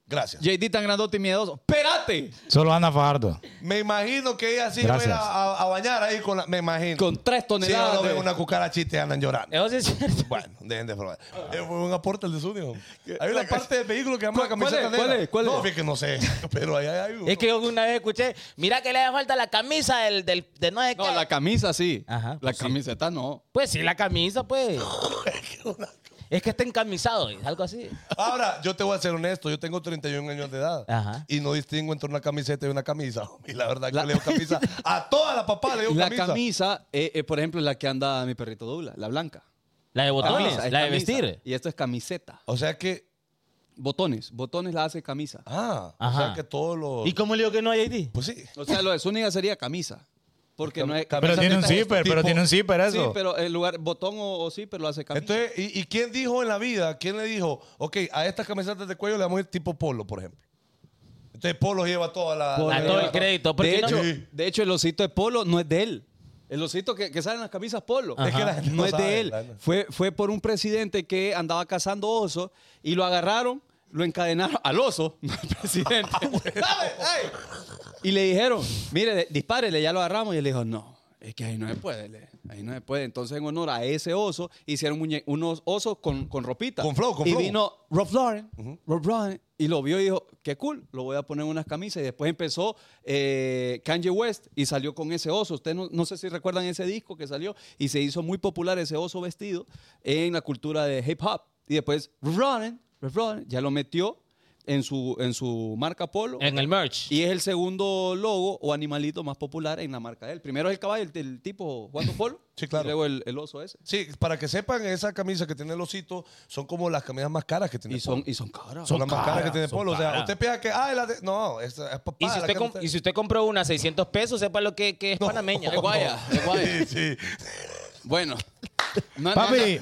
S2: Gracias.
S3: JD tan grandote y miedoso. ¡Espérate!
S4: Solo Ana Fajardo.
S2: Me imagino que ella sí va a ir
S4: Gracias.
S2: a, a- a bañar ahí con la... Me imagino.
S3: Con tres
S2: si yo
S3: toneladas.
S2: no
S3: de-
S2: veo una cucarachita y andan llorando.
S5: Eso sí es cierto.
S2: Bueno, dejen de probar. Eh, Fue un aporte el de Zunio. Hay una parte del vehículo que llama la
S3: ¿Cuál-
S2: camiseta
S3: cuál es?
S2: negra.
S3: ¿Cuál es? ¿Cuál es?
S2: No, fíjate que no sé. Pero ahí hay uno.
S5: Es que yo una vez escuché, mira que le hace falta la camisa del, del de no sé
S3: No,
S5: qué.
S3: la camisa sí.
S5: Ajá,
S3: la camiseta no.
S5: pues sí, la camisa, pues. es que está encamisado, es algo así.
S2: Ahora, yo te voy a ser honesto, yo tengo 31 años de edad
S5: Ajá.
S2: y no distingo entre una camiseta y una camisa. Y la verdad que le digo camisa a toda la papá le digo
S3: La
S2: camisa.
S3: camisa, eh, eh, por ejemplo, la que anda mi perrito Dula, la blanca.
S5: La de botones,
S3: Camisa, es
S5: la de
S3: camisa.
S5: vestir.
S3: Y esto es camiseta.
S2: O sea que,
S3: Botones, botones la hace camisa.
S2: ah, o
S5: Ajá.
S2: sea que todos los
S5: ¿Y cómo le digo que no hay ID?
S2: pues sí.
S3: O sea, lo de Zúñiga sería camisa. Porque no es
S4: Pero tiene un
S3: sí,
S4: zipper, pero
S2: tipo-
S4: tiene un zipper eso.
S3: Sí, pero en lugar botón o, o sí, pero lo hace camisa.
S2: Entonces, ¿y, y quién dijo en la vida? ¿Quién le dijo, ok, a estas camisetas de cuello le vamos a ir tipo polo, por ejemplo? Entonces, polo lleva toda la.
S3: Polo.
S5: A
S2: la-
S5: todo el crédito. porque
S3: de,
S5: no-
S3: hecho,
S2: Sí.
S3: de hecho, el osito de polo no es de él. El osito que, que sale en las camisas polo.
S2: Es que la gente
S3: no,
S2: no
S3: es
S2: sabe,
S3: de él.
S2: claro.
S3: Fue, fue por un presidente que andaba cazando osos y lo agarraron, lo encadenaron al oso, no al presidente. ¿Sabe? Ay. Y le dijeron, mire, de- dispárele, ya lo agarramos. Y él dijo, no, es que ahí no se puede, le- ahí no se puede. Entonces, en honor a ese oso, hicieron muñe- unos osos con, con ropita.
S2: Con flow, con
S3: Y
S2: flow.
S3: vino Rob Lauren, Rob Lauren, y lo vio y dijo, qué cool, lo voy a poner en unas camisas. Y después empezó eh, Kanye West y salió con ese oso. Ustedes no, no sé si recuerdan ese disco que salió y se hizo muy popular ese oso vestido en la cultura de hip hop. Y después Rob Lauren, Rob Lauren ya lo metió en su, en su marca Polo.
S5: En el merch.
S3: Y es el segundo logo o animalito más popular en la marca de él. Primero es el caballo, el, el tipo jugando polo.
S2: Sí, claro.
S3: Y luego el, el oso ese.
S2: Sí, para que sepan, esa camisa que tiene el osito son como las camisas más caras que tiene
S3: Y son,
S2: Polo.
S3: y son caras.
S2: Son las más caras que tiene
S5: son
S2: Polo. O sea,
S5: caras.
S2: usted piensa que, ah, es la de- No, es, es papá.
S5: Y si,
S2: la
S5: usted
S2: que
S5: com-
S2: usted-
S5: y si usted compró una a 600 pesos, sepa lo que, que es panameña.
S3: Es guaya, es guaya.
S2: Sí, sí.
S3: Bueno. No, no,
S4: Papi,
S2: No
S4: eh,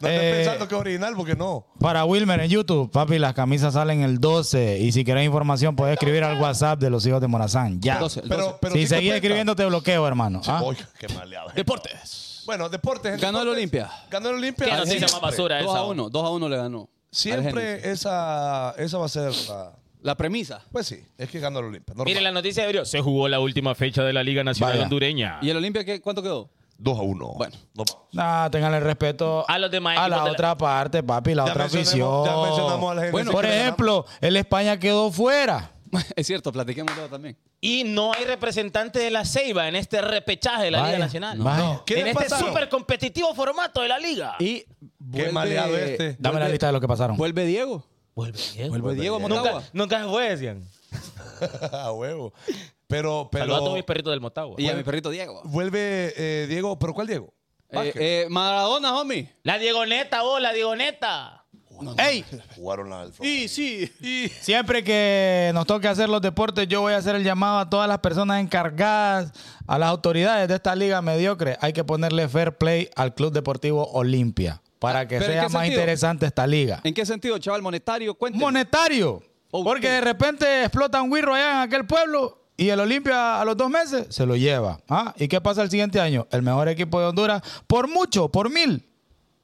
S2: estén pensando que es original porque no.
S4: para Wilmer en YouTube, papi, las camisas salen el 12. Y si querés información, puedes escribir al WhatsApp de los hijos de Morazán. Ya.
S3: El 12, el
S2: Pero,
S3: 12.
S2: pero
S4: si
S2: sí
S4: seguís
S2: contenta.
S4: escribiendo, te bloqueo, hermano. ¿ah?
S2: Uy, qué maleado.
S3: Deportes.
S2: Bueno, deportes. en
S3: Ganó el
S2: deportes,
S3: Olimpia.
S2: Ganó el Olimpia.
S5: Qué noticia
S2: Siempre-
S5: más basura
S3: 2 a
S5: esa.
S3: 1, 2 a 1 le ganó. al Género.
S2: Siempre esa, esa va a ser la...
S3: La premisa.
S2: Pues sí, es que ganó el Olimpia. normal.
S5: Miren la noticia de Brio. Se jugó la última fecha de la Liga Nacional
S4: Vaya.
S5: Hondureña.
S3: ¿Y el Olimpia qué, cuánto quedó?
S2: 2 a 1.
S3: Bueno.
S2: Ah. No-
S4: Nah, tenganle respeto
S5: A los demás
S4: a la
S5: equipos de la-
S4: otra parte, papi, la
S2: Ya
S4: otra afición.
S2: mencionamos- ya mencionamos a la gente
S4: Bueno,
S2: que
S4: por
S2: le
S4: ejemplo, el España quedó fuera.
S3: es cierto, platiquémoslo también.
S5: Y no hay representante de la Ceiba en este repechaje de la
S4: Vaya,
S5: Liga Nacional.
S4: vaya.
S5: En
S2: ¿Quiénes
S5: este
S2: pasaron?
S5: súper competitivo formato de la Liga.
S3: Y vuelve-
S2: Ah. maleado este.
S4: Dame la
S3: vuelve-
S4: lista de lo que pasaron.
S3: Vuelve Diego.
S5: Vuelve Diego.
S3: Vuelve Diego a Motagua.
S5: Nunca, nunca se fue, decían.
S2: a huevo. Pero,
S5: Saludos a todos
S2: pero...
S5: mis perritos del Motagua.
S3: Y a mi perrito Diego.
S2: Vuelve eh, Diego... ¿Pero cuál Diego?
S3: Eh,
S2: Vázquez.
S3: eh, Maradona, homie.
S5: La Diegoneta, vos, la Diegoneta.
S4: ¡Ey!
S2: Jugaron la del
S3: Y sí.
S4: Siempre que nos toque hacer los deportes, yo voy a hacer el llamado a todas las personas encargadas, a las autoridades de esta liga mediocre. Hay que ponerle fair play al Club Deportivo Olimpia para que
S3: ¿Pero en
S4: sea
S3: qué
S4: más
S3: sentido?
S4: interesante esta liga.
S3: ¿En qué sentido, chaval? Monetario, cuéntame.
S4: Monetario.
S3: Ok.
S4: Porque de repente explota un guirro allá en aquel pueblo y el Olimpia a los dos meses se lo lleva. ¿Ah? ¿Y qué pasa el siguiente año? El mejor equipo de Honduras por mucho, por mil.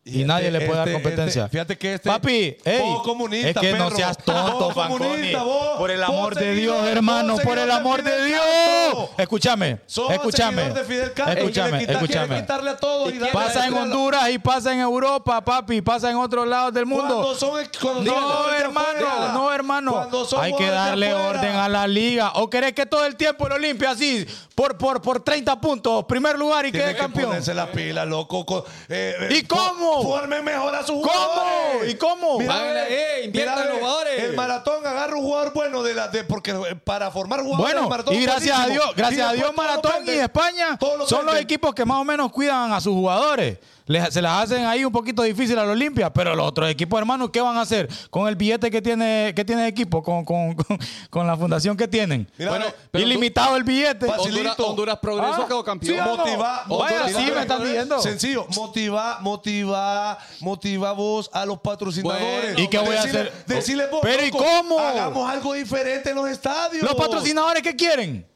S4: Y,
S2: Y
S4: nadie
S2: este-
S4: le puede dar
S2: este-
S4: competencia.
S2: este- fíjate que este-
S4: Papi, ey,
S2: Vos comunista,
S4: es que no
S2: perro.
S4: seas
S2: Vos
S4: tonto, Fanconi.
S2: comunista, vos-
S4: Por el
S2: vos
S4: amor de
S2: seguidor-
S4: Dios,
S2: vos
S4: hermano, por
S2: seguidor
S4: el
S2: de
S4: amor de
S2: Fidel
S4: Dios.
S2: Castro.
S4: Escúchame,
S2: Sos
S4: escúchame.
S2: seguidor de Fidel Castro.
S4: Escúchame,
S2: Quiere quitar- quiere
S4: escúchame.
S2: quitarle a este todos y darle
S4: Pasa
S2: la
S4: en
S2: estrella.
S4: Honduras y pasa en Europa, papi, pasa en otros lados del mundo.
S2: Cuando son ex- cuando son
S4: No,
S2: jugadores de afuera.
S4: hermano, no, hermano.
S2: Cuando son
S4: Hay que
S2: jugadores de
S4: darle
S2: afuera.
S4: orden a la liga. ¿O querés que todo el tiempo el Olimpia así, por, por, por 30 puntos, primer lugar y
S2: Tiene
S4: quede
S2: que
S4: campeón?
S2: ponerse la pila, loco. co- eh, eh,
S4: ¿Y
S2: fo-
S4: cómo?
S2: Forme mejor a sus
S4: ¿Cómo?
S2: jugadores.
S4: ¿Y cómo?
S3: Págale,
S2: ve,
S3: eh, inviertan
S2: mira,
S3: los
S2: ve,
S3: jugadores.
S2: El maratón agarra un jugador bueno de la de porque eh, para formar jugadores el
S4: Bueno,
S2: maratón
S4: y
S2: es
S4: gracias a
S2: buenísimo.
S4: Dios,
S2: Y
S4: gracias a
S2: después todos
S4: Dios
S2: los
S4: Maratón y
S2: venden.
S4: España
S2: Todos los
S4: son los
S2: venden.
S4: equipos que más o menos cuidan a sus jugadores. Les- se las hacen ahí un poquito difícil a los Olimpia, pero los otros equipos, hermanos, ¿qué van a hacer con el billete que tiene, que tiene el equipo, con, con- con- con la fundación que tienen?
S2: Mira,
S3: Bueno,
S2: ve,
S3: pero
S4: Ilimitado el billete.
S2: Fácil.
S3: Honduras,
S2: facilito.
S3: Honduras progreso
S4: Ah,
S3: quedó
S4: ¿sí o
S3: campeón.
S4: no?
S2: Motiva,
S4: Vaya,
S2: motiva-
S4: sí, me estás viendo.
S2: Sencillo, motiva, motiva, motiva vos a los patrocinadores.
S3: Bueno,
S4: ¿Y qué voy a
S2: Decirle-
S4: hacer?
S2: Decirle vos,
S4: Pero, ¿y
S2: loco,
S4: cómo?
S2: Hagamos algo diferente en los estadios.
S4: ¿Los patrocinadores qué quieren?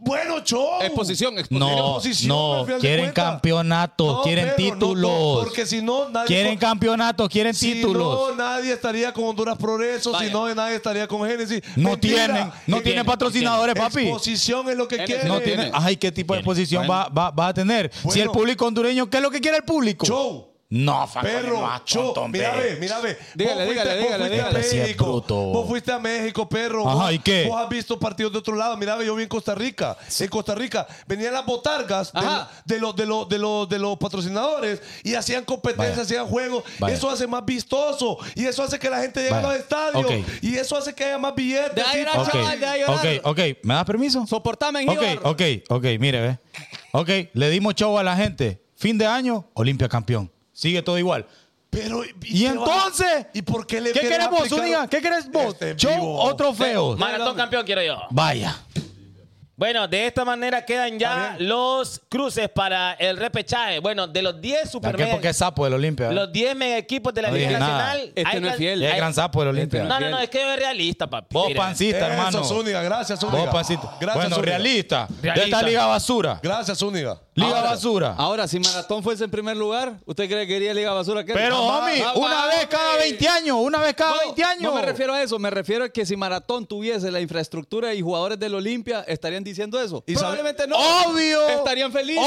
S2: Bueno, show.
S3: Exposición, exposición.
S4: No,
S2: oposición, al
S4: no,
S2: final de
S4: quieren
S2: cuentas.
S4: campeonatos,
S2: No,
S4: quieren
S2: pero no, no,
S4: títulos.
S2: porque si no, nadie.
S4: quieren
S2: con-
S4: campeonatos, quieren
S2: si
S4: títulos.
S2: no, nadie estaría con Honduras Progreso, si
S3: Vaya.
S2: no, nadie estaría con Génesis.
S4: No,
S2: Mentira. Eh,
S4: tienen, no tienen patrocinadores, papi.
S2: Exposición es lo que
S3: Génesis
S2: quieren.
S4: No tiene. Ay, ¿qué tipo de exposición va, va- va a tener? si
S2: Bueno.
S4: el público hondureño, ¿qué es lo que quiere el público?
S2: Show.
S4: No, Fanconi,
S2: Perro,
S4: no,
S2: show.
S4: tonto, hombre.
S2: Mira, ve, mira, ve.
S3: Dígale,
S2: Vos fuiste-
S3: dígale, dígale,
S2: vos fuiste a
S3: dígale.
S4: Sí, es
S2: México.
S4: bruto.
S2: Vos fuiste a México, perro.
S4: Ajá,
S2: Vos-
S4: ¿y qué?
S2: Vos has visto partidos de otro lado. Mira, ve, yo vi en Costa Rica. En Costa Rica venían las botargas de,
S3: Ajá.
S2: de los, de, los, de, los, de los patrocinadores y hacían competencias,
S4: Vaya.
S2: hacían juegos.
S4: Vaya.
S2: Eso hace más vistoso y eso hace que la gente llegue a
S4: Vaya.
S2: los estadios
S4: Ok.
S2: y eso hace que haya más billetes.
S3: De ahí era
S2: tipo.
S4: Ok,
S3: chaval, ya
S4: ok,
S3: lloraron.
S4: ok. ¿Me das permiso?
S3: Soportame en
S4: Ok, ok, ok, mire, ve. Ok, le dimos show a la gente. Fin de año, Olimpia campeón. Sigue todo igual.
S2: Pero, ¿y,
S4: ¿Y
S2: qué va-
S4: entonces?
S2: ¿Y por qué le
S4: ¿Qué
S2: querés
S4: querés vos,
S2: aplicar-
S4: Zúñiga? ¿Qué querés vos?
S2: Este
S4: ¿Show
S2: vivo.
S4: o trofeo?
S5: Maratón campeón quiero yo.
S4: Vaya.
S5: Bueno, de esta manera quedan ya los cruces para el repechaje. Bueno, de los 10
S4: ¿Por
S5: super
S4: qué?
S5: mega-
S4: Porque es sapo del Olimpia. ¿eh?
S5: los 10 mega equipos de la
S4: No
S5: Liga
S4: dije nada.
S5: Nacional.
S3: Este
S5: hay
S3: no es
S5: can-
S3: fiel.
S4: Y es
S5: hay-
S4: gran sapo del
S3: Este,
S4: Olimpia.
S5: No, no, no, es que yo es realista, papi.
S4: Vos
S5: Mira.
S4: pancita,
S2: Eso,
S4: hermano.
S2: Zúñiga, gracias, Zúñiga.
S4: Vos pancita.
S2: Gracias,
S4: bueno,
S2: Zúñiga.
S4: realista. De
S5: Realista.
S4: esta liga basura.
S2: Gracias, Zúñiga.
S4: Liga basura.
S3: Ahora, si Maratón fuese en primer lugar, ¿usted cree que iría a Liga Basura? ¿Qué?
S4: Pero,
S3: Jamás,
S4: homie,
S3: jamás,
S4: una vez cada
S3: homie.
S4: 20 años, una vez cada
S3: No,
S4: 20 años.
S3: No me refiero a eso, me refiero a que si Maratón tuviese la infraestructura y jugadores del Olimpia, estarían diciendo eso?
S2: ¿Y sabe-
S3: Probablemente no.
S2: Obvio.
S3: Estarían felices.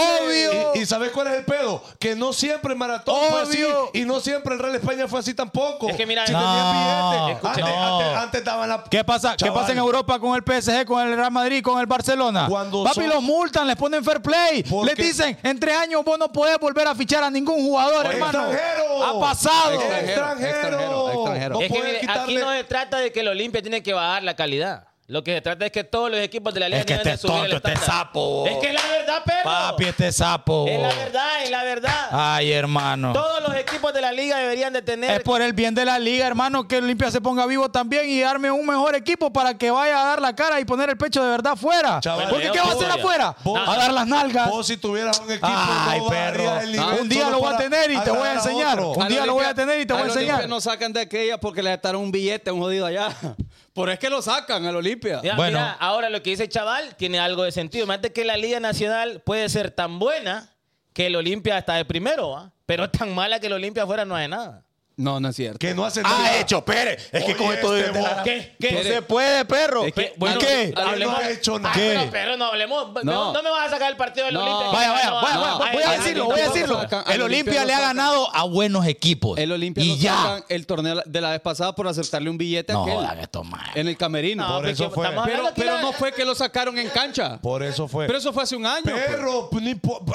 S2: ¿Y, y sabes cuál es el pedo? Que no siempre el maratón fue así
S3: Obvio.
S2: y no siempre el Real España fue así tampoco.
S5: Es que mira,
S2: si
S5: no,
S2: tenían billete,
S4: escucha,
S2: antes,
S4: no.
S2: antes- antes daban la.
S4: ¿Qué pasa? ¿Qué
S2: Chaval,
S4: pasa en Europa con el PSG, con el Real Madrid, con el Barcelona?
S2: Cuando
S4: Papi,
S2: son-
S4: los multan, les ponen fair play.
S2: ¿Por
S4: Les
S2: qué?
S4: dicen, en tres años vos no podés volver a fichar a ningún jugador,
S2: Oye,
S4: hermano.
S2: extranjero.
S4: Ha pasado.
S2: Extranjero.
S3: extranjero.
S2: No
S5: es que
S2: pueden
S5: mire, aquí
S2: quitarle-
S5: no se trata de que el Olimpia tiene que bajar la calidad. Lo que se trata es que todos los equipos de la liga
S4: Es que
S5: deben de
S4: este
S5: subir el
S4: tonto, este
S5: estándar.
S4: sapo.
S5: Es que es la verdad, perro.
S4: Papi, este sapo.
S5: Es la verdad, es la verdad.
S4: Ay, hermano.
S5: Todos los equipos de la liga deberían de tener...
S4: Es por el bien de la liga, hermano, que Olimpia se ponga vivo también y darme un mejor equipo para que vaya a dar la cara y poner el pecho de verdad afuera.
S2: Chaval,
S4: Porque
S5: yo
S4: ¿qué va a
S5: voy
S4: hacer
S5: a-
S4: afuera?
S5: Vos-
S4: a dar las nalgas.
S2: Vos si tuvieras un equipo
S4: Ay,
S2: no bajarías
S4: perro.
S2: el nivel
S4: Un día
S2: solo
S4: lo voy a
S2: para
S4: tener y te voy a
S2: agradar
S4: enseñar.
S2: otro.
S4: Un día lo voy a tener y te voy a
S3: Al
S4: enseñar.
S3: Olimpia no sacan de aquella porque le gastaron un billete a un jodido allá. Por es que lo sacan al Olimpia.
S5: Mira,
S4: Bueno.
S5: mira, ahora lo que dice el chaval tiene algo de sentido. Imagínate que la Liga Nacional puede ser tan buena que el Olimpia está de primero, ¿va? pero tan mala que el Olimpia afuera no hace nada.
S3: No, no es cierto.
S2: Que no
S4: Ah,
S2: hace
S1: Ha
S2: nada.
S1: hecho, Pérez. Es que
S2: Oye,
S1: con esto de.
S2: este
S1: de la-
S2: bobo.
S5: ¿Qué?
S4: No
S5: ¿Qué?
S4: se puede, perro.
S3: Es que-
S4: ¿Y
S3: bueno,
S4: qué?
S2: Él no ha hecho nada.
S4: ¿Qué?
S5: Ah, pero, pero no hablemos. No.
S3: No.
S5: no me vas a sacar el partido del
S3: No.
S5: Olimpia.
S4: Vaya, vaya,
S5: No,
S4: vaya,
S5: no,
S4: vaya,
S5: ay,
S4: voy a
S5: ay,
S4: decirlo,
S5: ay,
S4: voy a
S5: tampoco.
S4: decirlo.
S3: sacan, al
S4: El Olimpia
S3: Olimpia
S4: le
S3: lo
S4: ha
S3: sacan.
S4: ganado a buenos equipos.
S3: El Olimpia
S4: y
S3: lo
S4: ya.
S3: sacan el torneo de la vez pasada por aceptarle un billete a
S4: No
S3: aquel.
S4: jodan esto, man.
S3: en el camerino.
S5: No,
S2: Por
S5: pero
S2: eso
S5: que-
S2: fue.
S5: estamos
S3: pero
S5: hablando que
S3: pero
S5: la-
S3: no fue que lo sacaron en cancha.
S2: Por eso fue.
S3: Pero eso fue hace un año. pues.
S2: Perro, ni po-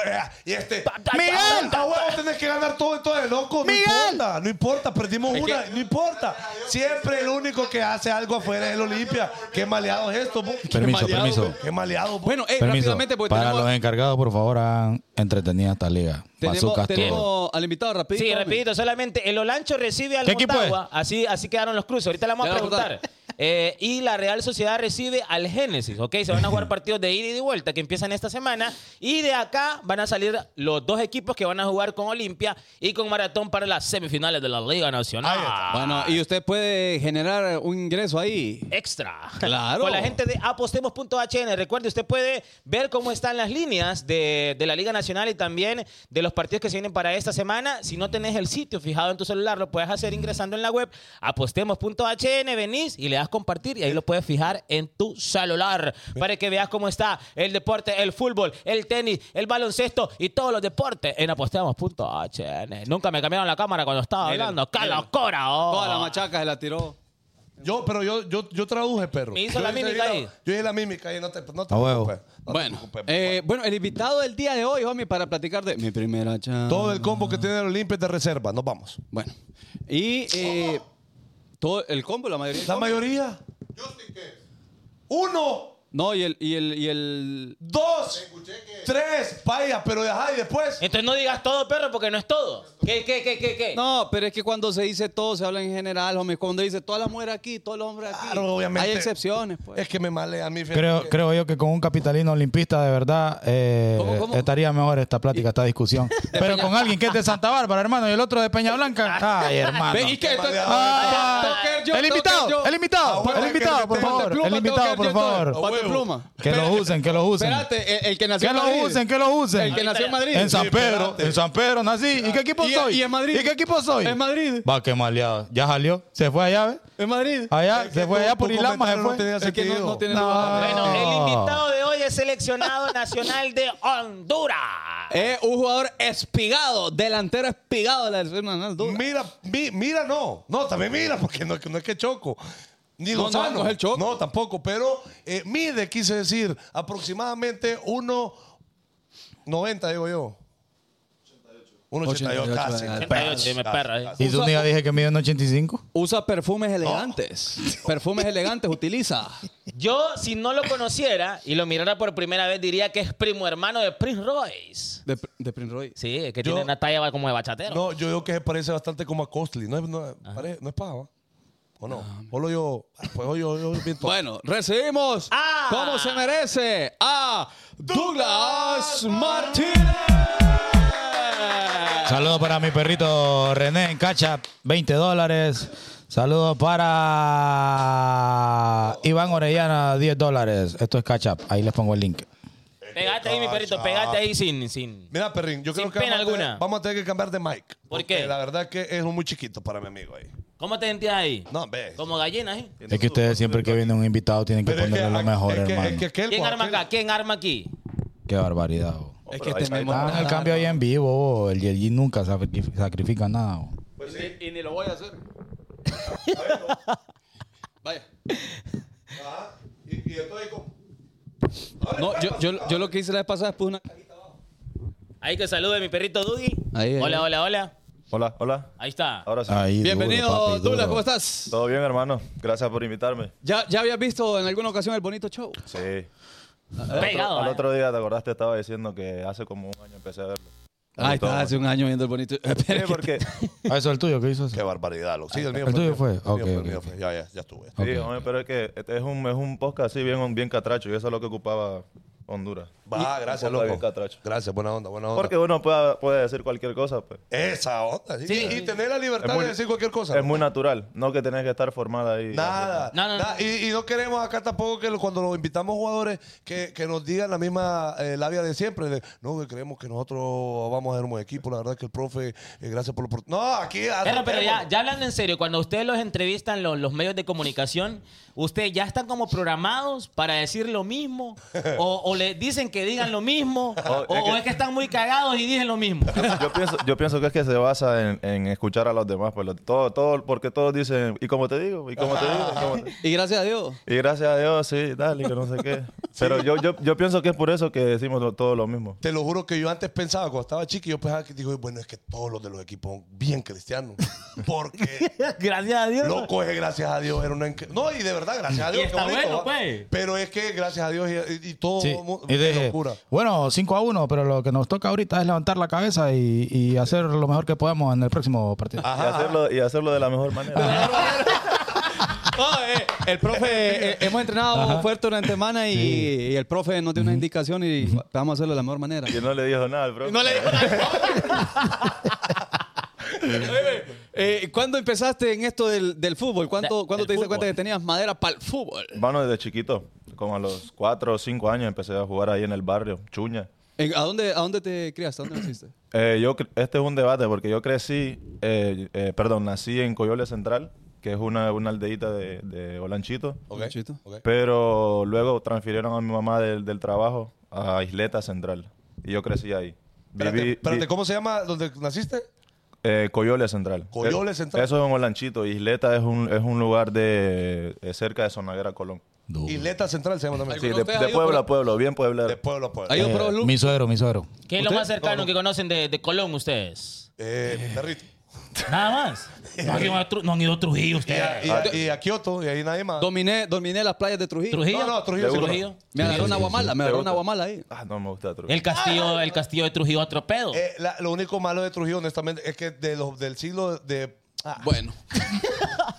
S2: y este.
S4: Miguel.
S2: A huevo tenés que ganar todo y todo de loco. No
S4: Miguel.
S2: importa, no importa, perdimos
S3: Es
S2: una,
S3: que-
S2: no importa. Siempre el único que hace algo afuera es el Olimpia. Qué maleado es esto, bo.
S4: Permiso,
S3: maleado,
S4: permiso.
S3: güey.
S2: Qué maleado, bo.
S3: Bueno, eh,
S4: Permiso.
S3: rápidamente, porque
S4: Para
S3: tenemos,
S4: los encargados, por favor, hagan entretenida esta liga.
S3: tenemos,
S4: Bazucas todo.
S3: tenemos al invitado rapidito.
S5: Sí,
S3: homie.
S5: repito, solamente el Olancho recibe al
S4: ¿Qué equipo
S5: Motagua. Así, así quedaron los cruces. Ahorita le vamos a
S3: Ya le voy a
S5: preguntar. Eh, y la Real Sociedad recibe al Génesis, ¿ok? Se van a jugar partidos de ida y de vuelta que empiezan esta semana. Y de acá van a salir los dos equipos que van a jugar con Olimpia y con Maratón para las semifinales de la Liga Nacional.
S3: Bueno, y usted puede generar un ingreso ahí.
S5: Extra.
S3: Claro.
S5: Con la gente de apostemos.hn. Recuerde, usted puede ver cómo están las líneas de, de la Liga Nacional y también de los partidos que se vienen para esta semana. Si no tenés el sitio fijado en tu celular, lo puedes hacer ingresando en la web apostemos.hn. Venís y le das compartir y ahí lo puedes fijar en tu celular para que veas cómo está el deporte, el fútbol, el tenis, el baloncesto y todos los deportes en apostemos.hn. Nunca me cambiaron la cámara cuando estaba
S3: Miren,
S5: hablando. ¡Qué
S3: miren.
S5: locura! oh!
S3: Toda la machaca se la tiró.
S2: yo, pero yo, yo, yo traduje, perro.
S5: Me hizo
S2: Yo
S5: la
S2: hice
S5: mímica ahí.
S2: Yo hice la mímica ahí, no te, no te
S4: A huevo.
S2: preocupes. no te
S3: bueno,
S2: preocupes,
S3: eh, bueno, el invitado del día de hoy, homie, para platicar de mi primera chamba.
S2: Todo el combo que tiene el Olimpia es de reserva. Nos vamos.
S3: Bueno, y eh, todo el combo, la mayoría. del
S2: La
S3: combo.
S2: mayoría. Uno,
S3: No, y el, y el, y el.
S2: dos, tres, vaya, pero ajá, y después.
S5: Entonces no digas todo, perro, porque no es todo. ¿Qué, qué, qué, qué, qué?
S3: No, pero es que cuando se dice todo, se habla en general, homie. Cuando dice todas las mujeres aquí, todos los hombres aquí.
S2: Claro, obviamente.
S3: Hay excepciones, pues.
S2: Es que me malea a mí. fíjate
S4: Creo,
S2: que-
S4: creo yo que con un capitalino olimpista de verdad eh,
S3: ¿Cómo, cómo?
S4: estaría mejor esta plática, esta discusión. Pero con alguien que es de Santa Bárbara, hermano, y el otro de Peña Blanca. Ay, hermano.
S3: Ve, y que entonces-
S4: Ah,
S3: tengo que ir yo, tengo
S4: el
S3: que ir yo.
S4: invitado, el
S2: Ah,
S4: invitado,
S2: bueno,
S4: el
S2: que
S4: invitado,
S2: te-
S4: por
S2: te- te
S4: favor,
S3: pluma,
S4: el
S3: tengo
S4: invitado,
S3: que ir
S4: por
S3: yo entonces.
S4: favor.
S3: Pate pluma.
S4: Que lo usen, que lo usen.
S3: Espérate, el, el que nació
S4: Que
S3: en
S4: lo
S3: Madrid.
S4: usen, que lo
S3: El
S4: usen.
S3: que nació en Madrid. Ah.
S4: En San
S2: Sí,
S4: Pedro,
S2: espérate.
S4: en San Pedro nací. ¿Y qué equipo
S3: Y-
S4: soy?
S3: y en Madrid.
S4: ¿Y qué equipo soy?
S3: En Madrid.
S4: Va, qué maleado. Ya salió, se fue allá, ¿ves?
S3: En Madrid.
S4: Allá,
S2: Es que
S4: se fue
S2: tu-
S4: allá
S2: tu
S4: por Ilama, se
S2: comentario no tenía
S4: fue.
S3: Es que no, no tiene
S4: No.
S3: lugar.
S5: Bueno,
S4: No.
S5: el invitado de hoy es seleccionado nacional de Honduras.
S3: Es un jugador espigado, delantero espigado de la selección nacional. duda.
S2: Mira, mi- mira, no. No, también mira, porque no, no es que choco. Ni
S3: No, no,
S2: Lozano.
S3: no es el Choco.
S2: No, tampoco. Pero eh, mide, quise decir, aproximadamente 1.90, digo yo. 1.88 casi.
S5: 88, me perra, eh.
S4: Y su día dije que mide un 85.
S3: Usa perfumes elegantes. Perfumes elegantes utiliza.
S5: Yo, si no lo conociera y lo mirara por primera vez, diría que es primo hermano de Prince Royce.
S3: De, de Prince Royce.
S5: Sí, es que
S2: Yo-
S5: tiene una talla como de bachatero.
S2: No, yo digo que se parece bastante como a Costly. No es, no, pare- no es paja, ¿va? ¿O no? Solo yo. Pues yo, yo, yo bien tonto.
S3: Bueno, recibimos
S5: Ah.
S3: como se merece a Douglas Martínez.
S4: Saludos para mi perrito René en Cacha, 20 dólares. Saludos para Iván Orellana, 10 dólares. Esto es Cacha, ahí les pongo el link.
S5: pegate ahí, mi perrito, pegate ahí sin. sin.
S2: Mira, Perrín, yo
S5: Sin
S2: creo que
S5: pena
S2: vamos a, tener,
S5: alguna.
S2: vamos a tener que cambiar de mic.
S5: ¿Por
S2: Porque
S5: qué?
S2: La verdad que es muy chiquito para mi amigo ahí.
S5: ¿Cómo te sentías ahí?
S2: No, ve.
S5: Como gallina, ¿eh?
S4: Es que ustedes siempre que viene un invitado tienen que
S2: Pero es
S4: ponerle lo
S2: a-
S4: mejor,
S2: es que-
S4: hermano.
S2: es que aquel,
S5: ¿Quién
S2: pues,
S5: arma
S2: aquel-
S5: acá? ¿Quién arma aquí?
S4: Qué barbaridad, bo.
S3: Es que
S2: Pero ahí
S3: este
S2: está, ahí
S3: memo
S4: Hagan el cambio ahí Ah, en vivo, bo. el Yelgi nunca sacri- sacrifica nada. bo.
S3: Pues Y ni lo voy a hacer. Vaya.
S2: Ajá. Y, y yo estoy con...
S3: No, yo, yo, yo lo que hice la vez pasada es puse una cajita abajo.
S5: Ahí que salude mi perrito Dugi.
S3: Ahí, ahí.
S5: hola, hola, hola.
S6: Hola, hola.
S5: Ahí está.
S6: Ahora sí.
S4: Ahí, duro,
S3: Bienvenido,
S4: papi, duro.
S3: Douglas, ¿cómo estás?
S6: Todo bien, hermano. Gracias por invitarme.
S3: ¿Ya, ¿Ya habías visto en alguna ocasión el bonito show?
S6: Sí.
S5: Pegado.
S6: Al
S5: ¿eh?
S6: otro día, ¿te acordaste? Estaba diciendo que hace como un año empecé a verlo.
S3: Ahí está,
S6: Todo.
S3: hace un año viendo el bonito.
S6: Sí,
S3: Espera, que-
S6: porque...
S4: Ah, eso es el tuyo, ¿qué hizo
S2: Qué
S4: eso?
S2: barbaridad, loco. Sí, el mío
S4: ¿El
S2: fue.
S4: tuyo fue?
S2: El mío
S4: Ok,
S2: fue, el
S4: ok.
S2: mío fue. Ya, ya, ya estuve.
S6: Sí,
S4: Ok,
S6: hombre, pero es que este es un, es un podcast así bien, bien catracho y eso es lo que ocupaba Honduras.
S2: Va, gracias,
S6: Un podcast bien
S2: loco.
S6: catracho.
S2: Gracias, buena onda, buena onda.
S6: Porque uno puede, puede decir cualquier cosa, pues.
S2: Esa onda, sí. Y, y tener la libertad
S6: Es muy-
S2: de decir cualquier cosa.
S6: Es muy natural, no que tenés que estar formada ahí.
S2: Nada.
S5: No, no,
S2: nada.
S5: no.
S2: Y, y no queremos acá tampoco que lo- cuando los invitamos jugadores que, que nos digan la misma eh, labia de siempre. de, no, que creemos que nosotros vamos a ser un buen equipo. La verdad es que el profe, eh, gracias por la oportunidad. No, aquí.
S5: Pero, pero ya,
S2: hacemos.
S5: ya hablando en serio, cuando ustedes los entrevistan, los, los medios de comunicación, ¿ustedes ya están como programados para decir lo mismo? ¿O, o les dicen que digan lo mismo?
S6: Oh,
S5: ¿O o
S6: es
S5: es que,
S6: que-
S5: están muy cagados y dicen lo mismo?
S6: Yo pienso, yo pienso que es que se basa en, en escuchar a los demás, pues, lo- todo, todo, porque todos dicen, ¿y como te digo? ¿Y como te digo? ¿Y cómo te-?"
S3: Y gracias a Dios.
S6: Y gracias a Dios, sí, dale, que no sé qué. Pero yo, yo, yo pienso que es por eso que decimos lo- todo lo mismo.
S2: Te lo juro que yo antes pensaba, cuando estaba chiqui, yo pensaba que digo, bueno, es que todos los de los equipos son bien cristianos. Porque
S5: Gracias a Dios.
S2: Loco es, gracias a Dios. Era una enc- No, y de verdad, gracias a Dios.
S5: Y
S2: qué
S5: está
S2: bonito,
S5: bueno,
S2: ¿va?
S5: pues.
S2: Pero es que, gracias a Dios, y, y todo.
S4: Sí.
S2: mu-
S4: Y
S2: qué
S4: dije,
S2: locura.
S4: bueno, 5 a 1, pero lo que nos toca ahorita es levantar la cabeza y, y hacer lo mejor que podamos en el próximo partido.
S3: Ah,
S6: y, hacerlo, y hacerlo de la mejor manera.
S3: No, eh, el profe, eh, hemos entrenado fuerte durante semana y, y el profe nos dio una indicación y vamos a hacerlo de la mejor manera.
S6: Y no le dijo nada al profe.
S3: No le dijo nada. Oye, eh, ¿Cuándo empezaste en esto del, del fútbol? ¿Cuándo,
S5: De-
S3: ¿cuándo
S5: del
S3: te diste
S5: fútbol.
S3: cuenta que tenías madera para el fútbol?
S6: Bueno, desde chiquito, como a los 4 o 5 años empecé a jugar ahí en el barrio, Chuña.
S3: ¿En- Eh, ¿A dónde, ¿A dónde te criaste? ¿A dónde naciste?
S6: Eh, yo, cre- este es un debate porque yo crecí, eh, eh, perdón, nací en Coyole Central, que es una, una aldeíta de, de Olanchito,
S2: Ok,
S3: Nachito.
S2: ok.
S6: pero luego transfirieron a mi mamá del, del trabajo a Isleta Central y yo crecí ahí.
S2: Espérate,
S6: Viví-
S2: espérate,
S6: vi-
S2: ¿cómo se llama donde naciste?
S6: eh, Coyole Central.
S2: Coyole
S6: Eh,
S2: Central.
S6: Eso es en Olanchito. Isleta es un, es un lugar de eh, cerca de Sonaguera, Colón.
S4: Duro.
S2: Isleta Central se llama también.
S6: Sí,
S3: ¿Alguno
S6: de,
S3: ustedes
S6: de
S3: ha ido
S6: pueblo
S3: por-
S6: a pueblo, bien pueblero.
S2: De pueblo pues. a pueblo.
S3: Ahí- Yo,
S4: Eh,
S3: pero, Lu-
S4: mi suegro, mi suegro.
S5: ¿Qué es lo más cercano que conocen de, de Colón ustedes?
S2: Eh, perrito.
S5: Nada más. No han ido a, Tru- no han ido a
S2: Y
S5: Trujillo
S2: a,
S5: ustedes.
S2: y a- y a Kioto, y ahí nadie más.
S3: Dominé, dominé las playas de Trujillo.
S5: Trujillo.
S2: No, no, Trujillo sí
S5: Trujillo.
S3: Me agarró una
S4: sí,
S3: guamala, me agarró una
S6: gusta?
S3: guamala ahí.
S6: Ah, no me gusta Trujillo.
S5: El castillo, el castillo de Trujillo otro pedo.
S2: Eh, la- lo único malo de Trujillo, honestamente, es que de los, del siglo de. ah,
S3: Bueno,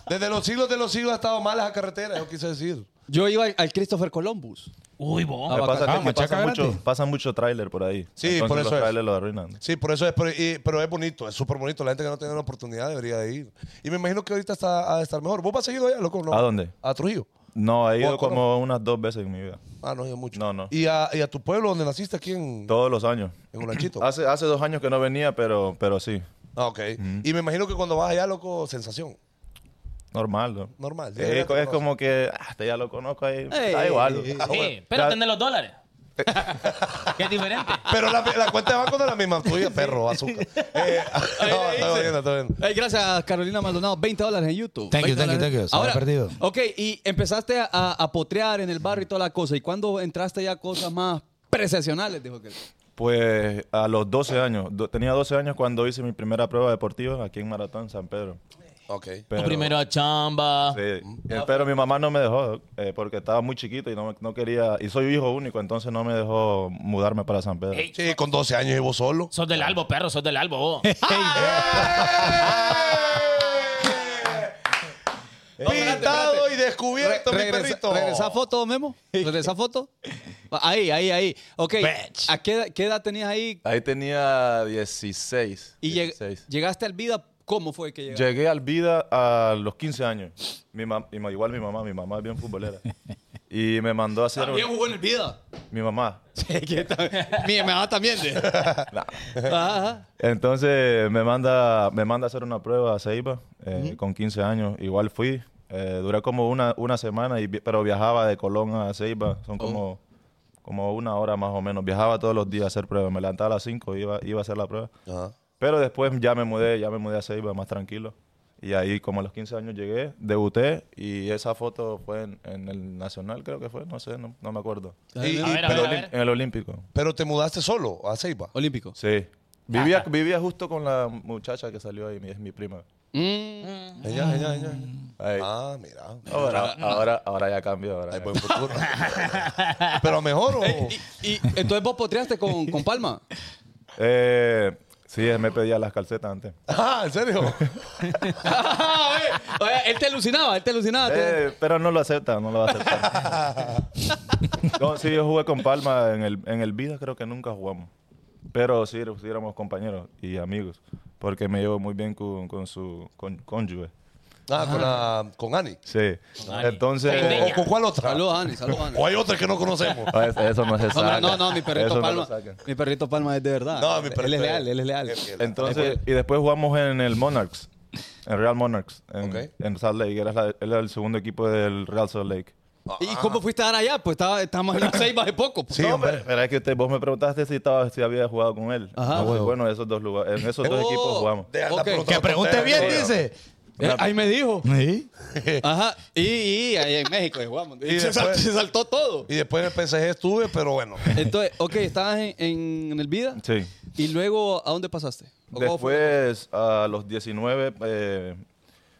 S2: desde los siglos de los siglos ha estado mala esa carretera, yo quise decir.
S3: yo iba al, al Christopher Columbus.
S5: Uy, vos.
S6: Lo que pasa
S4: Ah,
S6: es que
S4: machaca
S6: pasa
S4: gratis.
S6: mucho, pasa mucho tráiler por ahí.
S2: Sí,
S6: Entonces
S2: por eso
S6: los
S2: es.
S6: trailers lo arruinan.
S2: Sí, por eso es, pero, y- pero es bonito, es súper bonito. La gente que no tiene la oportunidad debería de ir. Y me imagino que ahorita está, ha de estar mejor. ¿Vos vas seguido allá, loco? no?
S6: ¿A dónde?
S2: A Trujillo.
S6: No, he ido
S2: ¿Poco,
S6: como unas dos veces en mi vida.
S2: Ah, no, yo mucho.
S6: No, no.
S2: ¿Y a, y a tu pueblo donde naciste aquí en,
S6: Todos los años.
S2: en Olanchito?
S6: Hace, hace dos años que no venía, pero, pero sí.
S2: Ah, ok. Y me imagino que cuando vas allá, loco, sensación.
S6: Normal, ¿no?
S2: Normal.
S6: Sí, es, es como que, ah, este ya lo conozco ahí. Da igual. Ah,
S5: Sí,
S6: bueno.
S5: pero
S6: Ya-
S5: tener los dólares. que es diferente.
S2: Pero la, la cuenta de banco no es la misma tuya, perro, azúcar. Eh, no, está bien, está bien.
S3: Ay, gracias, Carolina Maldonado. 20 dólares en YouTube.
S4: Thank you,
S3: 20
S4: thank you,
S3: dólares.
S4: thank you. Se había perdido.
S3: Ok, y empezaste a, a- a potrear en el barrio y toda la cosa. ¿Y cuándo entraste ya a cosas más presesionales? Dijo que.
S6: Pues a los 12 años. Do- tenía 12 años cuando hice mi primera prueba deportiva aquí en Maratón San Pedro.
S2: Ok.
S6: Pero,
S5: Primero a chamba.
S6: sí. Eh, pero mi mamá no me dejó eh, porque estaba muy chiquito y no, me- no quería. Y soy hijo único, entonces no me dejó mudarme para San Pedro.
S5: Ey,
S2: Sí, con 12 años y vos solo. Eh,
S5: sos
S6: Ah.
S5: del albo, perro, sos del albo. vos.
S2: Pintado y descubierto, mi perrito.
S3: ¿Regresa foto, Memo? ¿Regresa foto? Ahí, ahí, ahí. Ok.
S2: Bitch.
S3: ¿A qué, edad- qué edad tenías ahí?
S6: Ahí tenía 16.
S3: Y lleg-
S6: 16.
S3: llegaste al vida. ¿Cómo fue que llegaste?
S6: Llegué al vida a los 15 años. Mi mam- y ma- igual mi mamá, mi mamá es bien futbolera. Y me mandó a hacer... un-
S3: jugó en el vida.
S6: mi mamá.
S3: Mi mamá también. de- Ajá.
S6: Entonces me manda, me manda a hacer una prueba a Ceiba. eh, con 15 años. Igual fui, eh, duré como una, una semana, y, vi- pero viajaba de Colón a Ceiba, son como, como una hora más o menos. Viajaba todos los días a hacer pruebas, me levantaba a las 5 y iba, iba a hacer la prueba.
S2: Ajá.
S6: Pero después ya me mudé, ya me mudé a Ceiba más tranquilo. Y ahí como a los 15 años llegué, debuté y esa foto fue en, en el Nacional creo que fue, no sé, no, no me acuerdo.
S2: Y- y-
S5: A ver, a
S2: pero,
S5: ver, a ver.
S6: En el Olímpico.
S2: pero te mudaste solo a Ceiba.
S3: Olímpico.
S6: Sí. Vivía, vivía justo con la muchacha que salió ahí, mi- es mi prima.
S2: Ella, ella, ella.
S6: Ahí.
S2: Ah, mira.
S6: Ahora, ahora, ahora ya cambió. Ahora
S2: Hay
S6: ya
S2: buen
S3: pues,
S2: futuro. pero mejor o.
S3: Y, y entonces vos potreaste con, con Palma.
S6: cambió. Eh, sí, él me pedía las calcetas antes.
S2: Ah, ¿en serio?
S3: Oye, oye, él te alucinaba, él te alucinaba. Ah, te-
S6: Eh, pero no lo acepta, no lo va a aceptar. No, sí, yo jugué con Palma en el, en el Vida, creo que nunca jugamos. Pero sí, er- sí éramos compañeros y amigos, porque me llevo muy bien con, con su con, cónyuge.
S2: Ah, con, la, con Ani.
S6: Sí. Entonces.
S2: ¿O, con- o con cuál otra?
S3: Saludos, Ani, saludos, Ani.
S2: O hay otra que no conocemos.
S6: Ah, es- Eso no se
S3: No,
S6: saca.
S3: no, no, mi perrito
S6: Eso no
S3: Palma.
S6: lo sacan.
S3: mi perrito Palma es de verdad.
S2: No, mi perrito
S3: Él es
S2: es-
S3: leal, él es leal.
S2: Es fiel.
S6: Entonces, y después jugamos en el Monarchs, en Real Monarchs, en,
S2: Ok.
S6: en Salt Lake. Era, la- era el segundo equipo del Real Salt Lake.
S3: ¿Y cómo fuiste a dar allá? Pues estaba, estábamos en Ceiba hace poco. pues.
S2: Sí,
S6: No,
S2: hombre.
S6: pero, pero es que usted, vos me preguntaste si, estaba, si había jugado con él.
S3: Ajá.
S6: No, pues, bueno, esos dos lugares, en esos dos
S3: Oh,
S6: equipos jugamos.
S2: Deja andar
S3: Ok.
S2: por otro
S4: Que pregunte
S2: tontería.
S4: bien,
S6: sí,
S4: dice.
S3: Eh, ahí me dijo.
S4: Sí.
S3: Ajá. Y, y ahí en México jugamos. Y,
S2: Y
S3: se, sal-
S2: después-
S3: se saltó todo.
S2: Y después en el PSG estuve, pero bueno.
S3: Entonces, ok, estabas en, en- en el Vida.
S6: Sí.
S3: ¿Y luego a dónde pasaste? ¿O cómo fue?
S6: Después, a los 19, eh,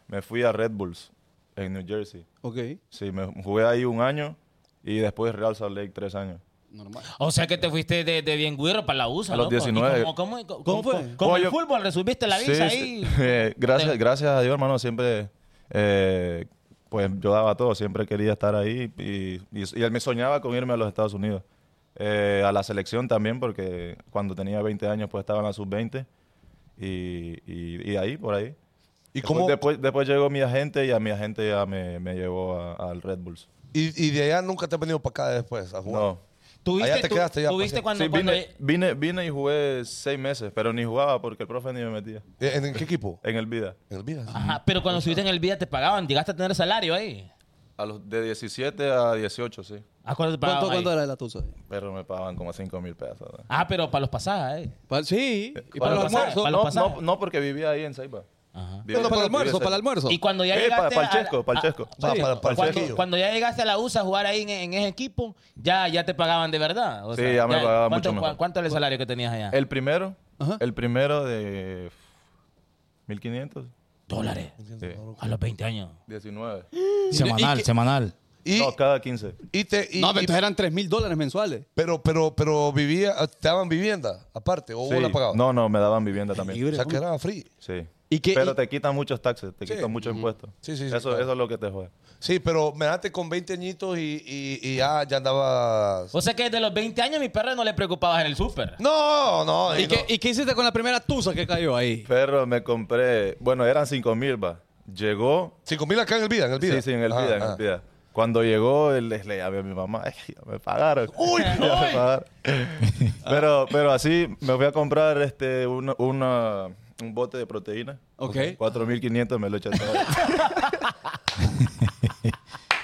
S6: me fui a Red Bulls, en New Jersey.
S3: Ok,
S6: Sí, me jugué ahí un año y después Real Salt Lake tres años.
S3: normal.
S5: O sea que te fuiste de, de bien güiro para la USA.
S6: A los
S5: loco. ¿Y
S6: 19.
S5: ¿Cómo, cómo, cómo,
S3: ¿Cómo fue?
S5: fue? Como
S6: Oh,
S5: el
S6: yo-
S5: fútbol, resumiste la
S6: Sí,
S5: visa
S6: sí.
S5: ahí.
S6: Eh, gracias,
S5: Te-
S6: gracias a Dios, hermano. Siempre, eh, pues yo daba todo. Siempre quería estar ahí y, y- y él me soñaba con irme a los Estados Unidos. Eh, a la selección también, porque cuando tenía 20 años, pues estaba en la sub-20. Y, y, y ahí, por ahí.
S2: ¿Y,
S6: Después-
S2: cómo,
S6: Después, después llegó mi agente y a mi agente ya me, me llevó a- al Red Bulls.
S2: y, y de allá nunca te has venido para acá después a jugar.
S6: No.
S5: ¿Tuviste,
S2: Allá te
S5: tú-
S2: quedaste ya,
S5: tuviste
S2: pues, sí.
S5: cuando,
S6: Sí,
S5: Ah, cuando-
S6: vine, vine, vine y jugué seis meses, pero ni jugaba porque el profe ni me metía
S2: ¿En, en qué equipo?
S6: en el vida.
S2: En el Vidas.
S6: Ah,
S5: Ajá, pero cuando estuviste en el vida te pagaban, llegaste a tener salario ahí.
S6: A los, de 17 a 18, sí.
S5: ¿A cuánto te pagaban
S3: ¿Cuánto,
S5: ahí?
S3: cuánto era de la tusa?
S6: Pero me pagaban como 5 mil pesos. ¿no?
S5: Ah, pero para los pasajes. eh.
S3: Pa- Sí. ¿Y para el
S5: para los pasajes,
S3: almuerzo?
S5: para los
S6: No,
S5: pasajes.
S6: no, no, porque vivía ahí en Saiba.
S5: Ajá.
S6: Vivía-
S3: ¿Para el almuerzo?
S6: vivía
S3: ¿Para el
S6: en Ceiba.
S3: almuerzo?
S5: Y cuando ya
S6: Eh,
S5: llegaste
S6: para el
S5: a-
S6: Chesco, para el Chesco.
S2: Ah, para, para el
S5: Cuando,
S2: cerquillo.
S5: cuando ya llegaste a la USA a jugar ahí en, en ese equipo, ya, ya te pagaban de verdad. O
S6: Sí,
S5: sea,
S6: ya me pagaban
S5: ¿cuánto,
S6: mucho mejor.
S5: cua- ¿Cuánto era el salario que tenías allá?
S6: El primero,
S3: Ajá.
S6: el primero de 1500,
S5: Dólares. A los 20 años.
S6: 19.
S4: Semanal, semanal.
S2: Y,
S6: No, cada 15.
S2: y te, y-
S3: No, pero
S2: y-
S3: entonces eran 3 mil dólares mensuales.
S2: pero, pero, pero vivía, te daban vivienda aparte, o vos
S6: Sí.
S2: Oh, la pagabas.
S6: No, no, me daban vivienda también.
S2: O sea que era free.
S6: Sí.
S3: ¿Y qué-
S6: Pero
S3: y-
S6: te quitan muchos taxes, te quitan muchos impuestos.
S2: Sí, sí, sí,
S6: eso,
S2: claro.
S6: eso es lo que te juega.
S2: Sí, pero me dejaste con 20 añitos y, y, y ya, ya andabas.
S5: O sea que desde los 20 años mi perro no le preocupabas en el súper.
S2: No, no.
S3: ¿Y,
S2: no.
S3: qué, ¿Y qué hiciste con la primera tusa que cayó ahí?
S6: Pero me compré, bueno, eran 5 mil, va. Llegó,
S2: Cinco mil acá en el vida, en el vida.
S6: sí, sí, en el
S2: Ajá,
S6: vida, en el
S2: ajá.
S6: vida. Cuando llegó, él les le llamé a mi mamá, "Ay, ya me pagaron.
S2: Uy,
S6: Ya me pagaron. pero, pero así me fui a comprar este una, una- un bote de proteína.
S3: Ok.
S6: 4.500 me lo eché todo.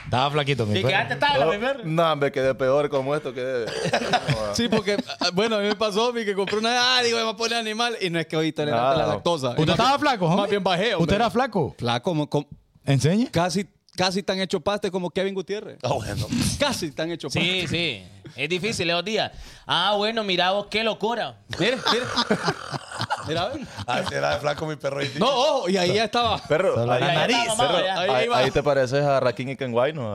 S4: Estaba flaquito, mi
S5: Y
S4: perro.
S5: quedaste tabla, mi perro.
S6: no, me quedé peor como esto que...
S3: Sí, porque, ah, bueno, a mí me pasó, mi que compré una. Ah, digo, me voy a poner animal. Y no es que hoy tolerante a la
S6: Nada.
S3: lactosa.
S4: ¿Usted estaba flaco, hombre?
S3: Más bien bajé. hombre.
S4: ¿Usted era flaco?
S3: flaco, como- como-
S4: ¿Enseñe?
S3: casi, casi tan hecho paste como Kevin Gutiérrez. Ah, bueno. Casi tan hecho paste.
S5: Sí, sí. Es difícil esos días. Ah, bueno, mira vos, qué locura.
S3: Mira, mira. Mira, ve.
S2: Ah, sí, era de flaco mi perro. y tío.
S3: No, ojo, y ahí ya estaba.
S6: Pero ahí,
S5: Ya, ya
S4: nariz,
S5: estaba mamado,
S3: perro.
S5: ya.
S3: Ahí
S6: ahí-
S3: va.
S6: ahí te pareces a Rakim y Kenway, ¿no?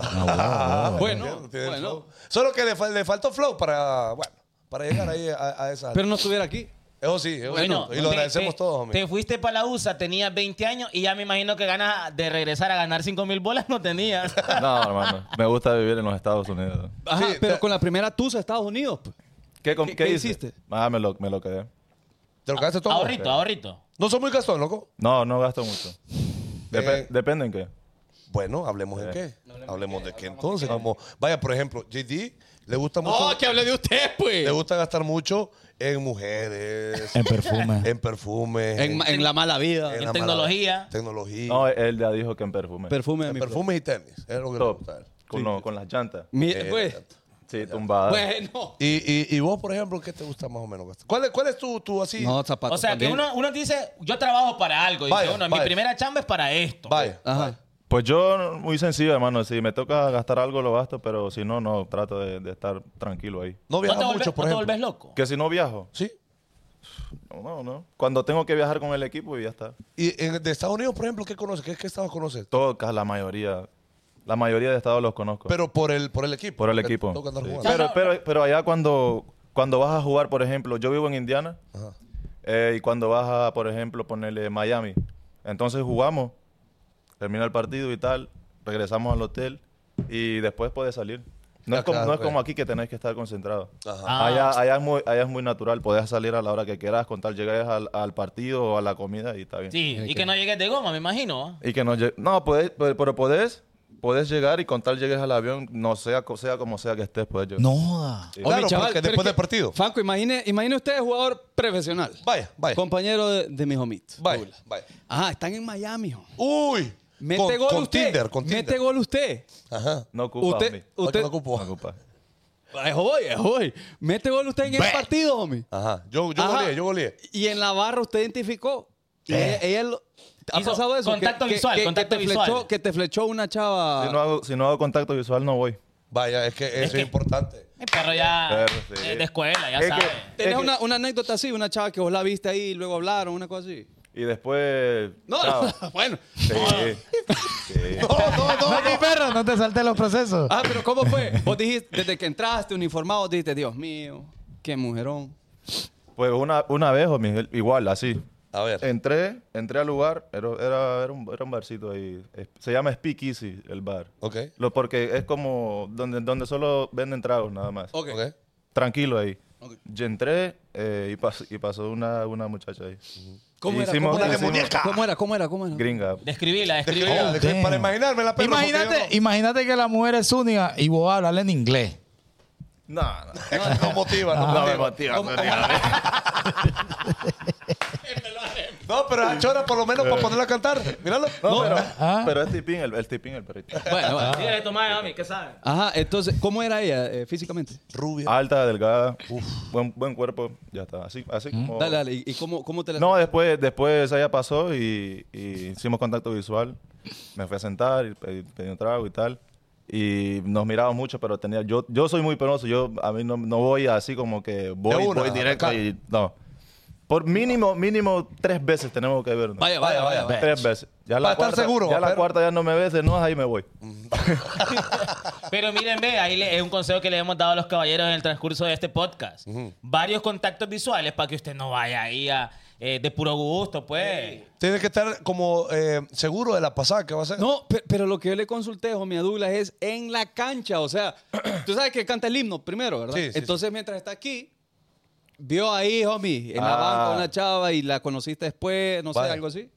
S3: Bueno,
S2: Tiene
S3: bueno.
S2: flow. Solo que le, fal- le faltó flow para, bueno, para llegar ahí a, a esa.
S3: Pero no estuviera aquí.
S2: eso sí, eso
S5: Bueno,
S2: sí. y lo
S5: te-
S2: agradecemos
S5: te-
S2: todos, homie.
S5: Te fuiste para la USA, tenías 20 años y ya me imagino que ganas de regresar a ganar 5 mil bolas no tenías.
S6: No, hermano. Me gusta vivir en los Estados Unidos.
S3: Ajá,
S2: Sí,
S3: pero
S2: te-
S3: con la primera tusa de Estados Unidos. pues.
S6: ¿Qué, com-
S3: ¿Qué-
S6: qué
S3: qué
S6: hice?
S3: hiciste?
S6: Ah, me lo, me lo quedé.
S2: ¿Te lo quedaste todo?
S5: ahorrito, ahorrito.
S2: No soy muy gastón, loco.
S6: No, no gasto mucho. Dep-
S2: Eh.
S6: Depende en qué.
S2: Bueno, hablemos en qué. Eh. Hablemos de qué entonces. Como, vaya, por ejemplo, JD le gusta mucho.
S1: No, que hable de usted, pues.
S2: Le gusta gastar mucho en mujeres,
S4: En perfume.
S2: en perfumes,
S3: En, ma- en la mala vida.
S5: en
S2: la mala-
S5: tecnología.
S2: Tecnología.
S6: No, él ya dijo que en perfume.
S3: Perfume de
S2: en
S3: mi
S2: perfumes y tenis. Es lo que le
S6: Top.
S2: gusta. a él.
S6: Con, lo- con las llantas.
S3: Mi-
S2: Eh,
S3: pues,
S6: Sí, tumbada.
S1: Bueno.
S2: Y, y, y vos, por ejemplo, ¿qué te gusta más o menos gastar? ¿Cuál es, cuál es tu, tu así?
S3: no, zapatos.
S5: O sea, que
S3: también.
S5: uno, uno dice, yo trabajo para algo. Dice
S2: Vaya,
S5: uno, mi
S2: vaya.
S5: primera chamba es para esto.
S2: Vaya.
S3: Ajá.
S6: Pues yo, muy sencillo, hermano. Si me toca gastar algo, lo gasto, pero si no, no, trato de, de estar tranquilo ahí.
S2: No
S5: ¿No
S2: viajas
S5: te, volves,
S2: mucho, por
S5: no te
S2: ejemplo.
S5: volves loco?
S6: Que si no viajo,
S2: Sí.
S6: no, no, no. Cuando tengo que viajar con el equipo y ya está.
S2: ¿Y en, de Estados Unidos, por ejemplo, qué conoces? ¿Qué, qué estados conoces?
S6: Toca la mayoría. La mayoría de estados los conozco.
S2: Pero por el, por el equipo.
S6: Por el
S2: porque
S6: equipo.
S2: tengo que andar
S6: Sí.
S2: jugando.
S6: Pero,
S5: No, no,
S6: pero, pero allá cuando, cuando vas a jugar, por ejemplo, yo vivo en Indiana eh, y cuando vas a, por ejemplo, ponerle Miami, entonces jugamos, termina el partido y tal, regresamos al hotel y después puedes salir. No,
S2: Ah,
S6: es, como,
S2: claro,
S6: no es
S2: pues.
S6: como aquí que tenés que estar concentrado.
S2: Ajá.
S6: Allá,
S5: Ah,
S6: allá es muy, allá es muy natural, podés salir a la hora que quieras, con tal llegas al, al partido o a la comida y está bien.
S5: Sí, y que no llegues de goma, me imagino. ¿ah?
S6: Y que no lle- No, podés, pero, pero podés, podés llegar y con tal llegues al avión, no sea, co- sea como sea que estés, pues podés llegar.
S4: No joda.
S2: Claro, porque
S3: pero
S2: después
S3: es
S2: del partido.
S3: Franco, imagine, imagine usted jugador profesional.
S2: Vaya, vaya.
S3: Compañero de, de mis homitos.
S2: Vaya, vaya.
S3: Ajá, están en Miami, jo.
S2: Uy.
S3: Mete
S2: con,
S3: gol
S2: con
S3: usted.
S2: Tinder, con Tinder.
S3: Mete gol usted.
S2: Ajá.
S6: No ocupa a mí.
S3: Usted,
S2: No, que
S3: usted,
S2: no ocupo.
S6: No ocupa.
S3: es hoy, es hoy. Mete gol usted en el
S2: Ve.
S3: partido, homie.
S2: Ajá. Yo, yo
S3: Ajá.
S2: goleé, yo goleé.
S3: Y en la barra usted identificó. Y ella, ella lo- ¿Ha
S5: Hizo
S3: pasado eso?
S5: contacto visual, contacto
S3: te
S5: visual.
S3: Flechó, que te flechó una chava.
S6: Si no, hago, si no hago contacto visual, no voy.
S2: Vaya, es que eso es,
S5: que-
S2: importante.
S5: Mi perro ya
S6: Perro, sí.
S5: es de escuela, ya
S6: Es
S5: sabe.
S6: que-
S3: Tenés
S6: es que-
S3: una, una anécdota así, una chava que vos la viste ahí y luego hablaron, una cosa así.
S6: Y después.
S3: No,
S6: chao.
S3: bueno.
S6: Sí. sí.
S4: No, mi perro, no te saltes los procesos.
S3: Ah, pero ¿cómo fue? Vos dijiste, desde que entraste uniformado, dijiste, Dios mío, qué mujerón.
S6: Pues una, una vez, homie, igual, así.
S2: A ver.
S6: Entré, entré al lugar, era, era, era un, era un barcito ahí. Es- Se llama Speakeasy el bar.
S2: Ok.
S6: Lo, porque es como donde, donde solo venden tragos nada más.
S2: Ok.
S6: Tranquilo ahí. Yo entré eh, y, pas- y pasó una, una muchacha ahí.
S3: ¿Cómo era?
S6: Hicimos-
S3: ¿Cómo era?
S6: hicimos-
S2: demoníaca.
S3: ¿Cómo era? ¿Cómo era? ¿Cómo era?
S6: Gringa.
S5: Describíla,
S2: Describí-
S5: describíla.
S2: describí- para
S4: damn.
S2: imaginarme la perra. porque yo
S4: imagínate, imagínate que la mujer es única y vos hablas en inglés.
S6: No, no.
S2: No, no motiva,
S3: Ah,
S2: no,
S6: No me
S2: motiva.
S6: motiva.
S2: No, pero a Chora por lo menos para ponerla a cantar. Míralo.
S6: No, pero,
S4: Ah.
S6: pero es tipín, el, el tipín, el perrito.
S3: Bueno, bueno.
S5: Dígale, Tomás, mami, ¿qué sabe?
S3: Ajá, entonces, ¿cómo era ella eh, físicamente?
S2: Rubia.
S6: Alta, delgada, buen, buen cuerpo, ya está. Así, así como.
S3: Dale, dale. ¿Y, y cómo, cómo te la.?
S6: No, después, después ella pasó y, y hicimos contacto visual. Me fui a sentar y pedí, pedí un trago y tal. Y nos miraba mucho, pero tenía. Yo, yo soy muy penoso, yo a mí no, no voy así como que voy,
S2: De una,
S6: voy directo
S2: acá.
S6: y. No. Por mínimo, mínimo tres veces tenemos que vernos.
S3: Vaya, vaya, vaya. vaya.
S6: Tres veces. Ya
S2: Para estar
S6: cuarta,
S2: seguro,
S6: Ya la
S2: pero-
S6: cuarta ya no me ves, no, ahí me voy.
S5: Pero miren, ve, ahí le- es un consejo que le hemos dado a los caballeros en el transcurso de este podcast. Varios contactos visuales para que usted no vaya ahí a, eh, de puro gusto, pues.
S2: Tienes que estar como eh, seguro de la pasada que va a ser.
S3: No, pe- pero lo que yo le consulté, homie, a Douglas es en la cancha. O sea, tú sabes que canta el himno primero, ¿verdad?
S2: Sí, sí, sí.
S3: Entonces, mientras está aquí, vio ahí, homie, en la
S6: Ah.
S3: banca una chava y la conociste después, no sé,
S2: Vaya.
S3: algo así.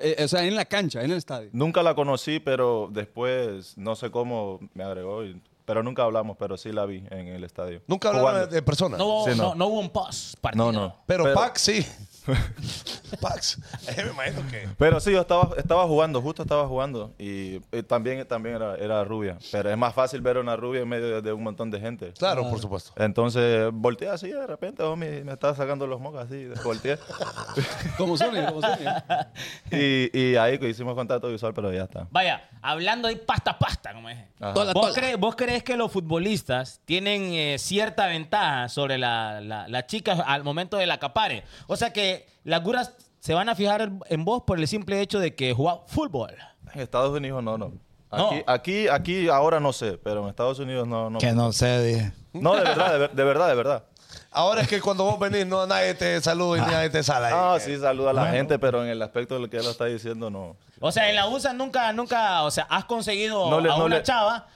S3: Eh, o sea, en la cancha, en el estadio.
S6: Nunca la conocí, pero después, no sé cómo, me agregó. y- pero nunca hablamos, pero sí la vi en el estadio.
S2: Nunca hablaron
S6: Jugando.
S2: de persona.
S5: No,
S6: Sí,
S5: no.
S6: no.
S5: no hubo un post partido.
S6: No, no.
S2: Pero,
S6: Pax
S2: Pax sí. Pax. Eh, me imagino que.
S6: Pero sí, yo estaba, estaba jugando, justo estaba jugando. Y, eh, también, también era, era rubia. Pero es más fácil ver a una rubia en medio de, de un montón de gente.
S2: Claro, por supuesto.
S6: Entonces, volteé así de repente, homie, me estaba sacando los mocos así, volteé.
S3: Como Sony, como Sony.
S6: y, y ahí que hicimos contacto visual, pero ya está.
S5: Vaya, hablando de pasta pasta, como dije.
S6: Ajá.
S3: Toda la-
S5: ¿Vos,
S3: toda la-
S5: cre- vos crees que los futbolistas tienen eh, cierta ventaja sobre la- la- las chicas al momento del acapare? O sea que las guras se van a fijar en- en vos por el simple hecho de que jugás fútbol.
S6: En Estados Unidos no, no.
S5: No.
S6: Aquí, aquí, aquí ahora no sé, pero en Estados Unidos no. No,
S4: Que no sé, dije.
S6: no de verdad, de, ver- de verdad, de verdad.
S2: Ahora es que cuando vos venís, no nadie te saluda y nadie te sala.
S6: Ah, sí, saluda a la gente, pero en el aspecto de lo que él está diciendo, no.
S5: O sea, en la USA nunca, nunca, o sea, has conseguido
S6: No le-
S5: a
S6: no
S5: una
S6: le-
S5: chava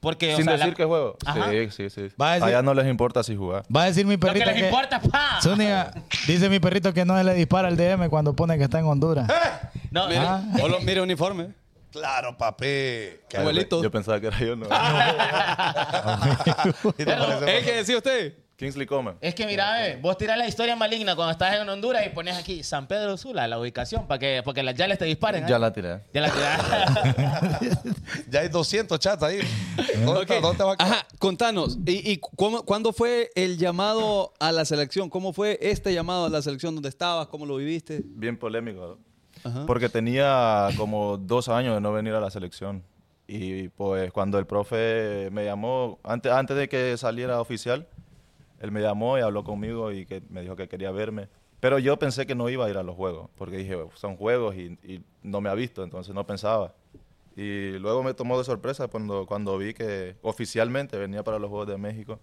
S5: porque, o
S6: Sin
S5: sea,
S6: decir
S5: la-
S6: que juego.
S5: Ajá.
S6: Sí, sí, sí.
S4: Va a decir-
S6: Allá no les importa si jugar.
S4: Va a decir mi
S5: Lo que
S4: perrito
S5: les importa, pa.
S4: Zúñiga, dice mi perrito que no se le dispara el DM cuando pone que está en Honduras.
S5: No,
S3: Mire,
S4: Ah.
S3: o lo- mire uniforme.
S2: Claro, papi.
S6: Ay,
S3: Abuelito.
S6: Yo, pensaba que era yo, no.
S2: ¿Y te parece?
S3: ¿Eh, ¿Qué decía usted?
S6: Kingsley Comer.
S5: Es que mira, eh, vos tirás la historia maligna cuando estás en Honduras y pones aquí San Pedro Sula, la ubicación, para que, para que las yales te disparen. ¿eh?
S6: Ya la tiré.
S5: Ya la tirás.
S2: Ya hay 200 chats ahí. ¿Dónde,
S3: Ok.
S2: dónde va a quedar?
S3: Ajá, contanos. ¿Y, y cu- cómo- cuándo fue el llamado a la selección? ¿Cómo fue este llamado a la selección? ¿Dónde estabas? ¿Cómo lo viviste?
S6: bien polémico. Porque tenía como dos años de no venir a la selección. Y pues cuando el profe me llamó, antes, antes de que saliera oficial, él me llamó y habló conmigo y que me dijo que quería verme. Pero yo pensé que no iba a ir a los juegos, porque dije, son juegos y, y no me ha visto, entonces no pensaba. Y luego me tomó de sorpresa cuando, cuando vi que oficialmente venía para los Juegos de México.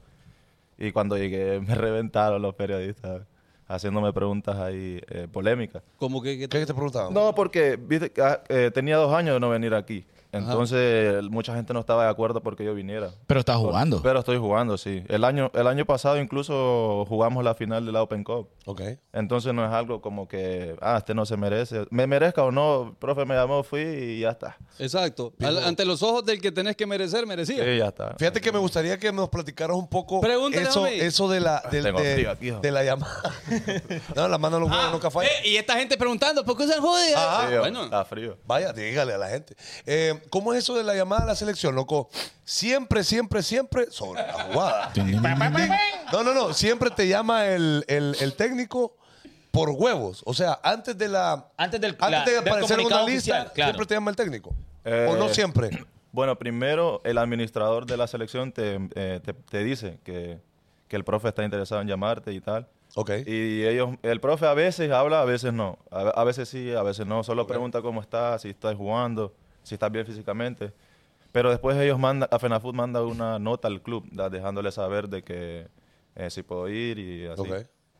S6: Y cuando llegué me reventaron los periodistas haciéndome preguntas ahí eh, polémicas.
S3: ¿Cómo que, que-
S2: ¿Qué te preguntaba?
S6: No, porque viste, que, ah, eh, tenía dos años de no venir aquí. Entonces mucha gente no estaba de acuerdo porque yo viniera.
S4: Pero estás jugando.
S6: Pero estoy jugando, sí. El año, el año pasado incluso jugamos la final de la Open Cup.
S2: Ok.
S6: Entonces no es algo como que, ah, este no se merece. Me merezca o no, el profe me llamó, fui y ya está.
S3: Exacto. Al- ante los ojos del que tenés que merecer, merecía.
S6: Sí, ya está.
S2: Fíjate que me gustaría que nos platicaras un poco
S3: Pregúntale a
S2: eso,
S3: mí.
S2: eso de la del-
S6: Tengo
S2: de,
S6: frío aquí, hijo.
S2: de la llamada. no, la mano no juega, nunca Ah, falla.
S3: Eh, y esta gente preguntando, ¿por qué usan hoodie?
S2: Ajá.
S6: Sí,
S3: Ah, bueno.
S6: Está frío.
S2: Vaya, dígale a la gente. Eh, ¿Cómo es eso de la llamada a la selección, loco? Siempre, siempre, siempre sobre la jugada. No, no, no. Siempre te llama el, el- el técnico por huevos. O sea, antes de la.
S5: Antes del- la-
S2: antes de
S5: del
S2: aparecer en una
S5: comunicado
S2: lista,
S5: oficial, claro.
S2: siempre te llama el técnico.
S6: Eh,
S2: o no siempre.
S6: Bueno, primero el administrador de la selección te, eh, te- te dice que, que el profe está interesado en llamarte y tal.
S2: Ok.
S6: Y ellos, el profe a veces habla, a veces no. A, a veces sí, a veces no. Solo pregunta cómo estás, si estás jugando, si estás bien físicamente. Pero después ellos mandan, a FENAFUT manda una nota al club da- dejándole saber de que eh, si puedo ir y así.
S2: Ok.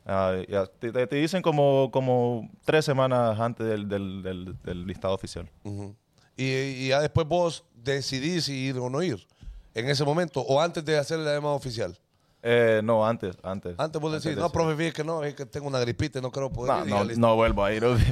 S6: Ah, y a- te, te- te dicen como, como tres semanas antes del, del- del- del listado oficial.
S2: Ujú. y, y ya después vos decidís si ir o no ir. En ese momento. O antes de hacer la llamada oficial.
S6: Eh, no, antes, antes.
S2: Antes vos decís,
S6: de
S2: no,
S6: eso.
S2: profe, fíjate que no, es que tengo una gripita y no creo poder
S6: No,
S2: ir. Y
S6: no,
S2: ya listo. ah,
S6: no vuelvo a ir. obvio.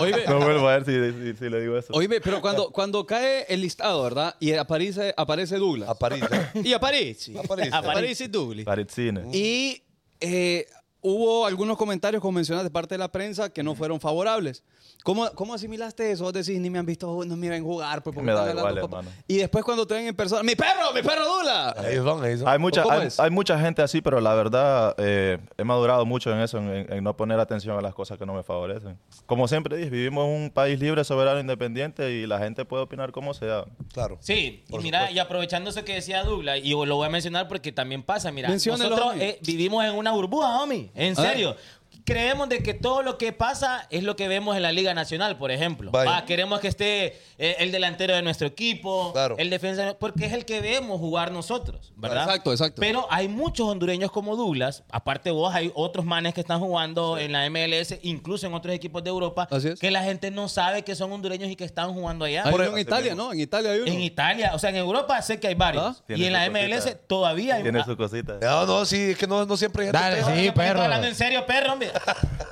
S3: Oíme.
S6: no vuelvo a ir si, si- si le digo eso.
S3: Oíme, pero cuando, cuando cae el listado, ¿verdad? Y aparece, aparece Douglas.
S2: A París. ¿eh?
S3: y aparece.
S2: Aparece.
S3: Aparece Douglas.
S6: Parisine.
S3: Y eh, hubo algunos comentarios, como mencionas, de parte de la prensa que no fueron favorables. ¿Cómo, cómo asimilaste eso? Vos decís, ni me han visto, ju- no me ven jugar. Pues, ¿por qué
S6: Me da
S3: están hablando,
S6: igual,
S3: papá?
S6: hermano.
S3: Y después cuando te ven en persona, ¡mi perro, mi perro Dula!
S2: Ellos son, ellos son.
S6: Hay mucha,
S3: ¿Cómo
S6: hay,
S3: es?
S6: hay mucha gente así, pero la verdad eh, he madurado mucho en eso, en, en- en no poner atención a las cosas que no me favorecen. Como siempre dije, vivimos en un país libre, soberano, independiente y la gente puede opinar como sea.
S2: Claro.
S5: Sí, y mira, y aprovechando eso que decía Douglas, y lo voy a mencionar porque también pasa, mira,
S3: Menciónelo,
S5: nosotros
S3: homie.
S5: eh, vivimos en una burbuja, homie, en serio. Creemos de que todo lo que pasa es lo que vemos en la Liga Nacional, por ejemplo.
S2: Vaya.
S5: Ah, queremos que esté eh, el delantero de nuestro equipo,
S2: Claro.
S5: el defensa, porque es el que vemos jugar nosotros, ¿verdad?
S3: Exacto, exacto.
S5: Pero hay muchos hondureños como Douglas, aparte vos, hay otros manes que están jugando en la MLS, incluso en otros equipos de Europa,
S3: Así es.
S5: que la gente no sabe que son hondureños y que están jugando allá.
S3: Hay uno en Italia, ¿no? En Italia hay uno.
S5: En Italia, o sea, en Europa sé que hay varios.
S3: ¿Ah?
S5: Y
S6: Tiene
S5: en
S6: su
S5: la
S6: cosita.
S5: MLS todavía hay
S6: Tiene
S5: Ah,
S6: sus cositas.
S2: No, no, sí, es que no, no siempre hay gente.
S4: Dale,
S2: peor.
S5: ¿por qué
S4: sí,
S5: estoy
S4: perro.
S5: hablando en serio, perro, hombre.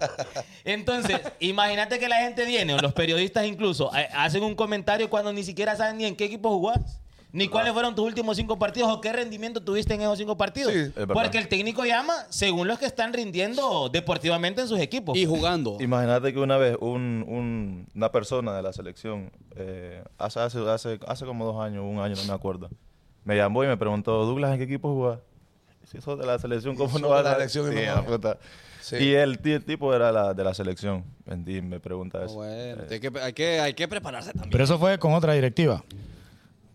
S5: Entonces, imagínate que la gente viene, o los periodistas incluso, eh, hacen un comentario cuando ni siquiera saben ni en qué equipo jugás. Ni
S6: Ah.
S5: cuáles fueron tus últimos cinco partidos o qué rendimiento tuviste en esos cinco partidos.
S2: Sí, es
S6: verdad.
S5: Porque el técnico llama según los que están rindiendo deportivamente en sus equipos.
S3: Y jugando. Ah,
S6: Imagínate que una vez un- un- una persona de la selección, eh, hace, hace, hace, hace como dos años, un año, no me acuerdo, me llamó y me preguntó, Douglas, ¿en qué equipo jugás? Si sos de la selección, ¿cómo
S2: Sos
S6: no
S2: de
S6: vas
S2: la
S6: a
S2: selección y no
S6: Sí, la
S2: vas.
S6: puta.
S2: Sí.
S6: Y el, ti- tipo era la, de la selección. Vendí, me
S2: Ah,
S6: pregunta eso.
S3: Bueno, hay que, hay, que, hay que prepararse también.
S4: Pero eso fue con otra directiva.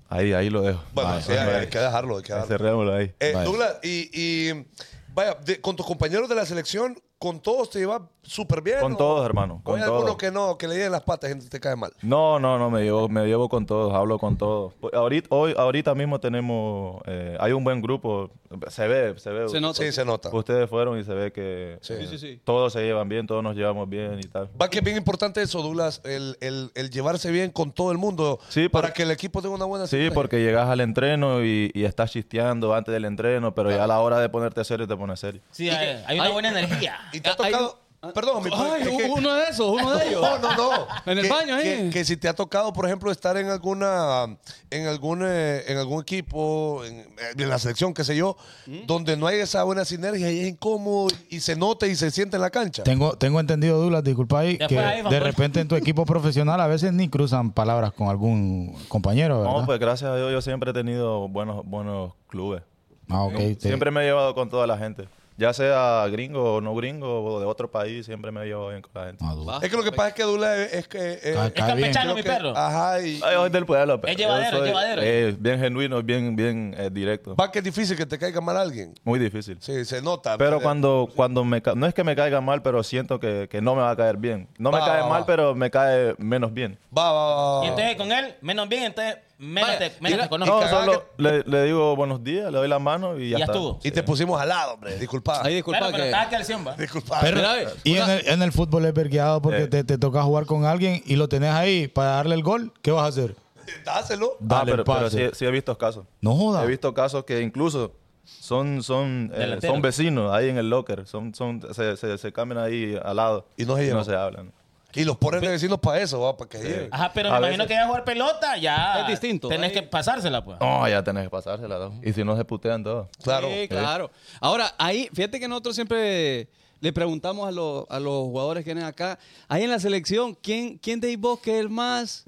S6: Ahí, ahí lo dejo.
S2: Bueno,
S6: Vale,
S2: sí, hay,
S6: vale.
S2: hay que dejarlo, hay que
S6: Ahí
S2: dejarlo.
S6: Cerrémoslo ahí.
S2: Eh,
S4: Vale.
S2: Douglas, y, y vaya, de- con tus compañeros de la selección, ¿con todos te llevas súper bien?
S6: Con
S2: o-
S6: todos, hermano,
S2: ¿O
S6: con
S2: eh, hay alguno
S6: todos.
S2: que no, que le den las patas y te cae mal?
S6: No, no, no, me llevo, me llevo con todos, hablo con todos. Pues, Ahorita, hoy, ahorita mismo tenemos, eh, hay un buen grupo, se ve, se ve.
S3: Se nota.
S2: Sí, se nota.
S6: Ustedes fueron y se ve que eh,
S3: sí, sí.
S6: todos se llevan bien, todos nos llevamos bien y tal.
S2: Va que es bien importante eso, Douglas, el, el- el llevarse bien con todo el mundo
S6: Sí,
S2: para
S6: por-
S2: que el equipo tenga una buena
S6: Sí,
S2: semana.
S6: porque llegas al entreno y, y estás chisteando antes del entreno, pero ya a la hora de ponerte serio te pones serio.
S5: Sí, hay, hay una buena energía.
S2: ¿Y te ha
S3: Ah, hay
S2: tocado, Perdón, mi
S3: Ay,
S2: es que-
S3: u- uno de esos, uno de ellos.
S2: No, no, no.
S3: En el
S2: Que-
S3: baño, ahí.
S2: Que, que si te ha tocado, por ejemplo, estar en alguna, en algún, eh, en algún equipo, en, en la selección, qué sé yo,
S5: Mm.
S2: donde no hay esa buena sinergia y es incómodo y se nota y se siente en la cancha.
S4: Tengo, tengo entendido, Dulas, disculpa ahí,
S5: Ya
S4: que
S5: fue ahí,
S4: de
S5: vamos.
S4: repente en tu equipo profesional a veces ni cruzan palabras con algún compañero, ¿verdad?
S6: No, pues gracias a Dios yo siempre he tenido buenos, buenos clubes.
S4: ah, ok. te-
S6: Siempre me he llevado con toda la gente. Ya sea gringo o no gringo o de otro país, siempre me he llevado bien con la gente.
S4: no, Dulas.
S2: Es que lo que pasa es que Dula es, es que... eh,
S4: Ah,
S2: creo
S4: está bien.
S5: campechano,
S2: que- Ah.
S5: mi perro.
S2: Ajá, y
S6: Ay, yo soy del pueblo. pero
S5: Es llevadero,
S6: yo soy,
S5: es llevadero.
S6: eh, bien genuino, bien, bien eh, directo.
S2: va que es difícil que te caiga mal alguien.
S6: Muy difícil.
S2: Sí, se nota.
S6: Pero cuando, cuando me ca- no es que me caiga mal, pero siento que, que no me va a caer bien. No me
S2: Va,
S6: cae
S2: va,
S6: mal,
S2: va.
S6: pero me cae menos bien.
S2: Va, va, va, va.
S5: Y entonces con él, menos bien, entonces menos
S3: Vaya,
S5: te, menos
S3: mira,
S5: te conozco.
S6: No,
S2: cagada
S6: solo le, le digo buenos días, le doy la mano y ya,
S5: Y ya
S6: está.
S5: estuvo.
S2: Y te pusimos al lado, hombre. Disculpa.
S3: Ahí disculpa
S5: Claro, pero
S3: que.
S5: estaba que al 100, va.
S2: Disculpa.
S4: Pero-
S3: Mira, ve,
S4: y en
S3: una-
S4: el, en el fútbol es vergueado porque
S6: Eh.
S4: te, te toca jugar con alguien y lo tenés ahí para darle el gol. ¿Qué vas a hacer?
S2: Dáselo.
S6: Ah,
S4: Dale
S6: pero,
S4: el pase.
S6: pero sí, sí he visto casos.
S4: No joda.
S6: He visto casos que incluso son, son, eh,
S5: Delanteros.
S6: son vecinos ahí en el locker. Son, son, se, se, se cambian ahí al lado.
S2: Y no se llevan.
S6: no se hablan.
S2: Y los ponen de vecinos para eso, va, para que llegue.
S5: Ajá, pero
S6: A
S5: me imagino
S6: veces.
S5: que ya jugar pelota, ya.
S3: Es distinto.
S5: Tenés
S3: Ahí-
S5: que pasársela,
S2: Ah.
S5: pues.
S6: No, ya tenés que pasársela. ¿no? Y si no, se putean todos.
S2: Claro.
S3: Sí, claro. Ahora, ahí, fíjate que nosotros siempre le preguntamos a, los- a los jugadores que vienen acá, ahí en la selección, ¿quién, quién de vos que es el más,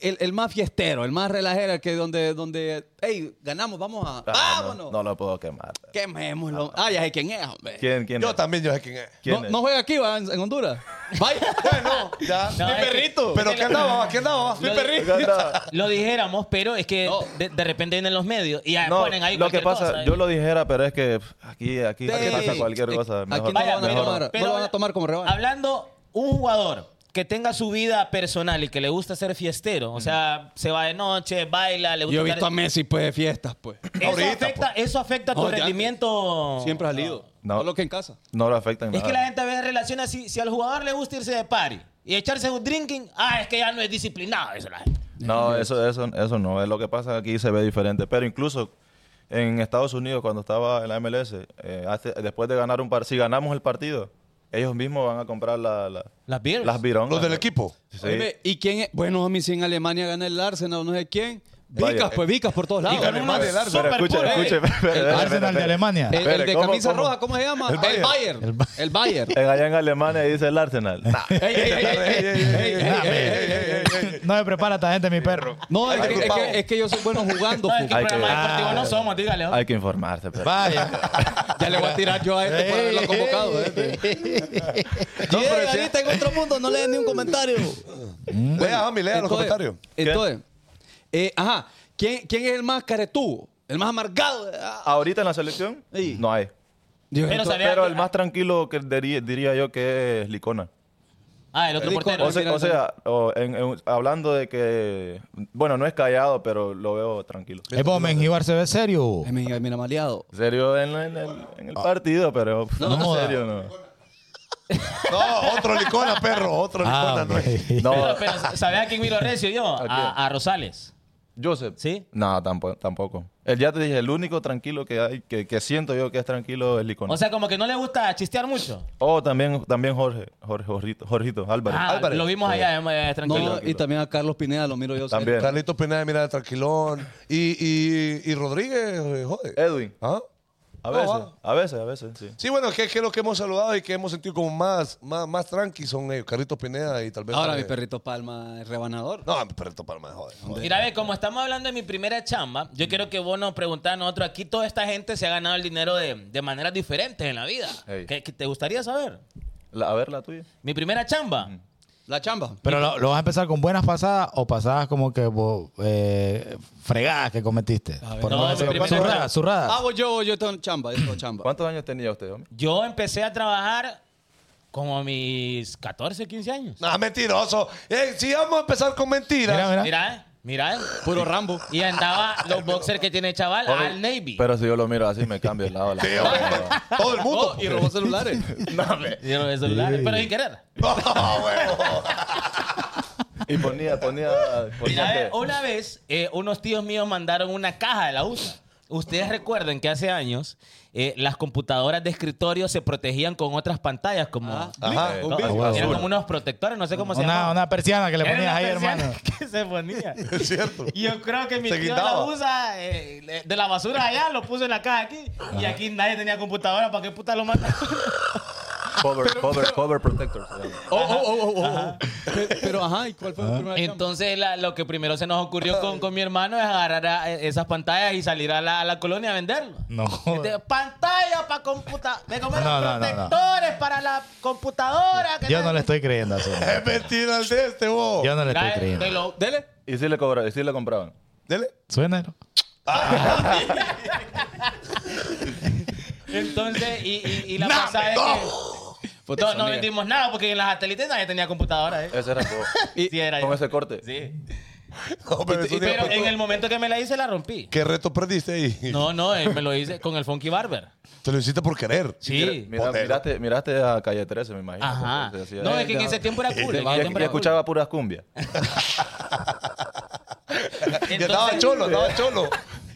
S3: el, el más fiestero, el más relajero, el que donde, donde, hey, ganamos, vamos a,
S6: Ah, no,
S3: vámonos.
S6: No, lo puedo quemar.
S3: Quemémoslo. Ah, ya sé quién es, hombre.
S6: ¿Quién, quién
S2: Yo
S6: es?
S2: también, yo sé quién es.
S6: ¿Quién
S3: no,
S6: es?
S3: no juega aquí, va, en, en Honduras. Vaya.
S2: Bueno, ya.
S5: No, es que-
S2: Pero ¿qué andaba? ¿Qué andaba?
S5: Lo, lo dijéramos, pero es que
S3: No.
S5: de, de repente vienen los medios y ya
S6: No,
S5: ponen ahí
S6: lo que
S5: cualquier
S6: pasa,
S5: cosa.
S6: yo lo dijera, pero es que pff, aquí, aquí,
S3: Sí.
S6: aquí pasa cualquier
S3: Eh,
S6: cosa.
S3: aquí
S6: Mejor,
S3: no van a
S6: mejor.
S3: tomar. no lo van a tomar como rebaño.
S5: Hablando, un jugador que tenga su vida personal y que le gusta ser fiestero, o sea,
S3: Mm.
S5: se va de noche, baila, le gusta
S3: Yo he
S5: estar-
S3: visto a Messi, pues, de fiestas, pues.
S5: eso,
S2: ahorita,
S5: afecta, eso afecta tu
S3: No, ya.
S5: rendimiento.
S3: Siempre ha salido.
S6: No.
S3: No. lo que en casa.
S6: No lo afecta en
S5: Es
S6: nada.
S5: que la gente a veces relaciona si, si al jugador le gusta irse de party y echarse un drinking, ah, es que ya no es disciplinado, eso la gente.
S6: No, eso, eso, eso no. Es lo que pasa aquí se ve diferente. Pero incluso en Estados Unidos, cuando estaba en la MLS, eh, hace- después de ganar un partido, si ganamos el partido, ellos mismos van a comprar la- la-
S5: Las beers.
S6: las virongas.
S2: Los del equipo.
S6: Sí.
S3: Oíme, ¿Y quién es? Bueno, homie, si en Alemania gana el Arsenal, no sé quién.
S6: Vaya.
S3: Vicas, pues vicas por todos lados.
S2: Y ganó una de Largo.
S6: Pero escuche,
S3: puro,
S6: escuche.
S3: eh.
S6: espere, espere,
S4: Arsenal
S6: espere,
S4: de
S6: espere.
S4: Alemania.
S3: El, el
S6: Espere,
S3: de
S6: ¿cómo-
S3: camisa
S6: cómo?
S3: roja, ¿cómo se llama? El Bayern. El
S4: El
S3: Bayern.
S4: Bayern.
S6: Eh, Allá en Alemania dice el Arsenal.
S3: Ey, ey, ey, ey, ey, ey, ey,
S4: Nah,
S3: ey, ey, ey, ey.
S4: me- No me prepara esta gente, mi perro.
S3: No, es
S2: Ay,
S3: que, es,
S2: disculpa.
S3: que, es que yo soy bueno jugando. pues.
S5: No, es
S3: fu.
S5: que
S6: Hay
S5: programa
S6: que- Ah,
S5: deportivo no somos, dígale. ¿no?
S6: Hay que informarse. Pero.
S4: Vaya.
S3: Ya le voy a tirar yo a este por haberlo convocado. Este.
S2: No, pero
S3: Llega
S2: sí-
S3: ahorita en otro mundo, no leen ni un comentario.
S2: Lea, Jami, lea los comentarios.
S3: Entonces, eh, ajá, ¿quién, ¿quién es el más caretudo? El más amargado. Ah,
S6: Ahorita en la selección
S3: Sí.
S6: no hay.
S3: Dios,
S5: Pero
S3: entonces-
S5: sabía
S6: Pero
S5: que-
S6: el más tranquilo que diría, diría yo que es Licona.
S5: Ah, el otro
S3: El
S5: portero.
S6: O sea, o sea, o en- en- hablando de que, bueno, no es callado, pero lo veo tranquilo.
S4: Es vos, Menjivar se ve serio.
S3: Ay, mira, mira, maleado.
S6: Serio en, en el, en el partido, pero pff,
S4: No, no
S6: serio no.
S2: No, otro licona, perro. Otro licona,
S4: Ah,
S2: no es.
S4: ok.
S6: No,
S5: Pero, pero, ¿sabés a quién miro recio yo?
S6: quién?
S5: A, a Rosales.
S6: Joseph.
S5: ¿Sí?
S6: No, tampoco. tampoco. El, ya te dije, el único tranquilo que hay, que, que siento yo que es tranquilo es Licona.
S5: O sea, como que no le gusta chistear mucho.
S6: oh, también, también Jorge, Jorge, Jorrito, Jorgito Álvarez.
S5: Ah,
S2: Álvarez.
S5: lo vimos allá, eh, tranquilo.
S3: No, y también a Carlos Pineda lo miro yo. serio.
S6: También.
S2: Carlitos Pineda, mira, tranquilón. Y, y, y Rodríguez, eh, joder.
S6: Edwin.
S2: ¿Ah?
S6: A
S5: Oh,
S2: No,
S6: veces,
S2: ah.
S6: a veces, a veces, sí.
S2: Sí, bueno, que es que los que hemos saludado y que hemos sentido como más, más, más tranqui son ellos. Carlitos Pineda y tal vez.
S3: Ahora mi
S2: eh,
S3: perrito Palma es rebanador.
S2: No, mi perrito Palma, joder. joder.
S5: Mira, ve, como estamos hablando de mi primera chamba, yo quiero que vos nos preguntás a nosotros, aquí toda esta gente se ha ganado el dinero de, de maneras diferentes en la vida.
S6: Ey.
S5: ¿Qué, qué te gustaría saber?
S6: La- a ver la tuya.
S5: Mi primera chamba.
S3: La chamba.
S4: Pero lo, lo vas a empezar con buenas pasadas o pasadas como que vos, eh, fregadas que cometiste. Por
S5: No,
S4: no decir
S5: pero primero-
S4: zurradas, zurradas.
S3: Ah, voy yo, voy yo tengo chamba, yo tengo chamba.
S6: ¿Cuántos años tenía usted, hombre?
S5: Yo empecé a trabajar como a mis 14, 15 años.
S2: No, mentiroso. Eh, si vamos a empezar con mentiras.
S4: Mira, mira.
S5: Mira, eh, mira. eh.
S3: Puro Rambo.
S5: Y andaba los boxers que tiene el chaval
S6: Jorge,
S5: al Navy.
S6: Pero si yo lo miro así, me cambio el lado. de La
S2: Sí, hombre, Todo el mundo.
S3: Oh, y robó celulares.
S5: Y los celulares, pero sin querer.
S2: No, Ah, huevo.
S6: y ponía, este, ponía, ponía
S5: Mira, eh,
S6: que-
S5: una vez, eh, unos tíos míos mandaron una caja de la USA. Ustedes recuerden que hace años eh, las computadoras de escritorio se protegían con otras pantallas como...
S4: Ah,
S3: Ah,
S6: Ajá,
S5: Eh,
S6: un vidrio
S5: eran
S6: azul.
S5: como unos protectores, no sé cómo se
S4: Una,
S5: llamaban.
S4: una persiana que le
S5: Era
S4: ponías
S5: una
S4: ahí,
S5: persiana
S4: hermano.
S5: Que se ponía.
S2: Es cierto.
S5: Y yo creo que mi
S6: Se
S5: tío la
S6: quitaba.
S5: usa eh, le- de la basura allá, lo puso en la caja aquí. Y aquí nadie tenía computadora, ¿para qué puta lo mata?
S6: Cover, cover, cover protector. se llama.
S3: Oh, oh, oh, oh, oh, oh. Pero, pero, ajá, ¿y cuál
S2: Ah.
S3: fue tu primera chamba?
S5: Entonces, la- lo que primero se nos ocurrió con, con mi hermano es agarrar a- eh, esas pantallas y salir a la, a la colonia a venderlo.
S4: No.
S5: Este, Pantallas para computadora. Me comieron
S4: No, no, no, no.
S5: protectores para la computadora. que
S4: Yo no le estoy creyendo a eso.
S2: Es mentira al de este, vos.
S4: Yo no le estoy
S5: Trae-
S4: creyendo.
S5: te lo-
S3: Dele.
S6: Y sí le cobraban, y sí le compraban.
S2: Dele.
S4: Suena. ¿no?
S5: Entonces, y, y- y la pasada es que. pues, No, no vendimos nada porque en las satélites nadie tenía computadora. ¿eh?
S6: Ese era todo.
S5: Sí, era
S6: Con
S5: yo.
S6: ese corte.
S5: Sí.
S2: No, pero eso
S5: Pero
S2: digo,
S5: en el momento que me la hice, la rompí.
S2: ¿Qué reto perdiste ahí?
S5: No, no, eh, me lo hice con el Funky Barber.
S2: Te lo hiciste por querer.
S5: Sí.
S6: Mira,
S2: Poder.
S6: miraste, miraste a Calle 13, me imagino.
S4: Ah,
S5: Ajá.
S6: porque se hacía-
S5: No, es que en ese tiempo era cool.
S6: Ya-
S5: en ese
S6: ya
S5: tiempo era cool.
S6: escuchaba puras cumbias.
S2: Ya estaba
S5: Entonces-
S2: cholo, estaba cholo.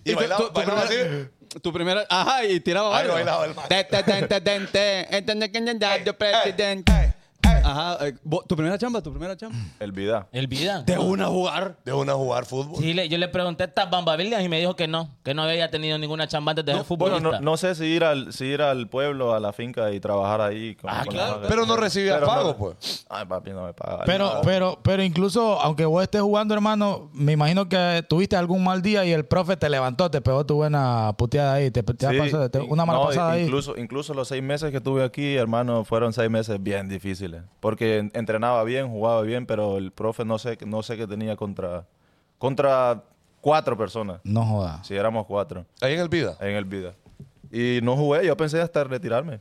S2: Y
S3: Y tu-
S2: bailaba,
S3: tu- tu
S2: bailaba así.
S3: primera- Tu primera. Ajá, y tiraba
S2: Ahí
S3: varios.
S2: bailaba el man.
S3: Te- te- te- te- te- te- entende que ya- ya- yo presidente. Ajá, eh, vos- tu primera chamba, tu primera chamba.
S6: El Vidá.
S5: El vida.
S3: De una a jugar.
S2: De una a jugar fútbol.
S5: Sí, le- yo le pregunté estas bambabilias y me dijo que no, que no había tenido ninguna chamba antes de ser
S6: Bueno,
S5: futbolista.
S6: no, no sé si ir, al, si ir al pueblo, a la finca y trabajar ahí. con-
S5: Ah,
S6: con la madre.
S2: Pero no recibía
S6: Pero
S2: pago,
S6: no-
S2: pues.
S6: Ay, papi, no me pagaba.
S4: Pero,
S6: nada.
S4: pero, pero incluso, aunque vos estés jugando, hermano, me imagino que tuviste algún mal día y el profe te levantó, te pegó tu buena puteada ahí, te, te
S6: Sí,
S4: pasó- te- una mala
S6: no,
S4: pasada ahí.
S6: Incluso, incluso los seis meses que tuve aquí, hermano, fueron seis meses bien difíciles. Porque en- entrenaba bien, jugaba bien, pero el profe no sé, no sé qué tenía contra, contra cuatro personas.
S4: No jodas.
S6: Si éramos cuatro
S2: Ahí en el vida.
S6: en el vida. Y no jugué, yo pensé hasta retirarme.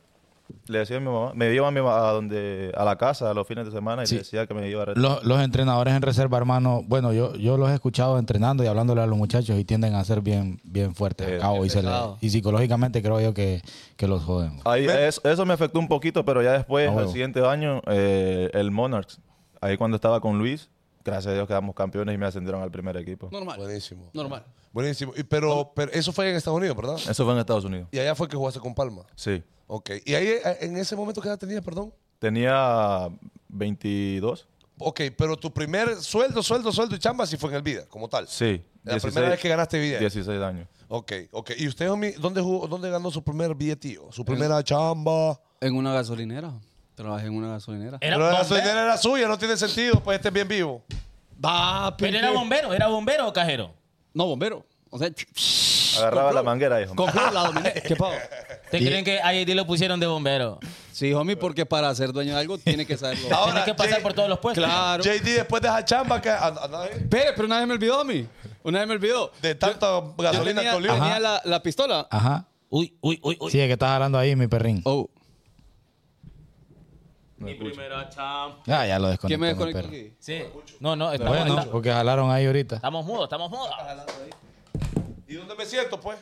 S6: Le decía a mi mamá, me iba a, mi ma- a donde, a la casa a los fines de semana y
S4: Sí.
S6: le decía que me iba a retirar.
S4: Los, los entrenadores en reserva, hermano, bueno, yo, yo los he escuchado entrenando y hablándole a los muchachos y tienden a ser bien, bien fuertes.
S6: Sí,
S4: al cabo, y, se le- y psicológicamente creo yo que, que los joden.
S6: Ahí, eso, eso me afectó un poquito, pero ya después,
S4: A
S6: al
S4: huevo.
S6: siguiente año, eh, el Monarchs, ahí cuando estaba con Luis, gracias a Dios quedamos campeones y me ascendieron al primer equipo.
S3: Normal.
S2: Buenísimo.
S3: Normal.
S2: Buenísimo. Y pero, pero eso fue en Estados Unidos, ¿verdad?
S6: Eso fue en Estados Unidos.
S2: Y allá fue que jugaste con Palma.
S6: Sí.
S2: Ok. ¿Y ahí eh, en ese momento qué edad tenías, perdón?
S6: Tenía 22.
S2: Ok, pero tu primer sueldo, sueldo, sueldo y chamba sí fue en el vida, como tal.
S6: Sí.
S2: La primera vez que ganaste vida.
S6: 16 años.
S2: Ok, ok. ¿Y usted, homie, dónde, jugó, dónde ganó su primer billetío? Su primera chamba.
S3: En una gasolinera. Trabajé en una gasolinera.
S5: Era
S2: pero la
S5: bombero.
S2: sueñera era suya, no tiene sentido, pues este es bien vivo.
S3: Va,
S5: Pero era bombero, era bombero o cajero.
S3: No, bombero. O sea,
S6: Agarraba la manguera, hijo.
S3: con flow la dominé. ¿Qué pago?
S5: ¿Te creen que a AD lo pusieron de bombero?
S3: Sí, homie, porque para ser dueño de algo tiene que saberlo.
S2: Ahora,
S5: Tienes que pasar
S2: Jay-
S5: por todos los puestos.
S3: Claro.
S2: JD, después de esa chamba, que a- a nadie-
S3: Espere, pero una vez me olvidó, homie. Una vez me olvidó.
S2: de tanta
S3: Yo
S2: gasolina
S3: tenía,
S2: que olió.
S3: tenía la, la pistola.
S4: Ajá.
S5: Uy, uy, uy, uy.
S4: Sí, es que estás hablando ahí, mi perrín.
S3: Oh.
S5: Mi primera chamba.
S4: Ah, ya lo desconecté.
S3: ¿Quién me
S4: mi
S3: desconectó
S4: perro.
S3: aquí?
S5: Sí. No, no, estamos,
S4: Bueno,
S5: estamos,
S4: porque jalaron ahí ahorita.
S5: estamos mudos, estamos mudos.
S2: ¿Y dónde me siento, pues?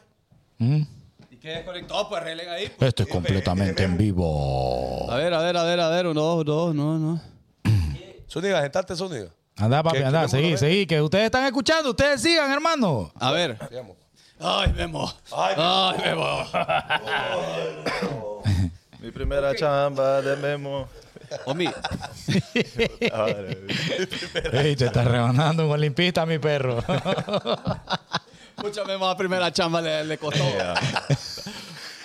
S4: Mm.
S3: ¿Y qué desconectó? Pues relen ahí.
S4: Esto es completamente en vivo.
S3: A ver, a ver, a ver, a ver. Uno, dos, dos, no, no.
S2: Zúñiga, sentate, Zúñiga.
S4: Anda, papi,
S2: ¿Qué-
S4: anda,
S2: qué
S4: seguí,
S2: número
S4: seguí. Que ustedes están escuchando, ustedes sigan, hermano.
S3: A ver.
S2: Digamos.
S3: Ay, Memo.
S2: Ay,
S3: Ay, Memo.
S6: Mi primera chamba de Memo.
S3: Homie,
S4: Ey, te estás rebanando un olimpista, mi perro.
S3: mucho Memo a primera chamba le, le costó.
S2: ah,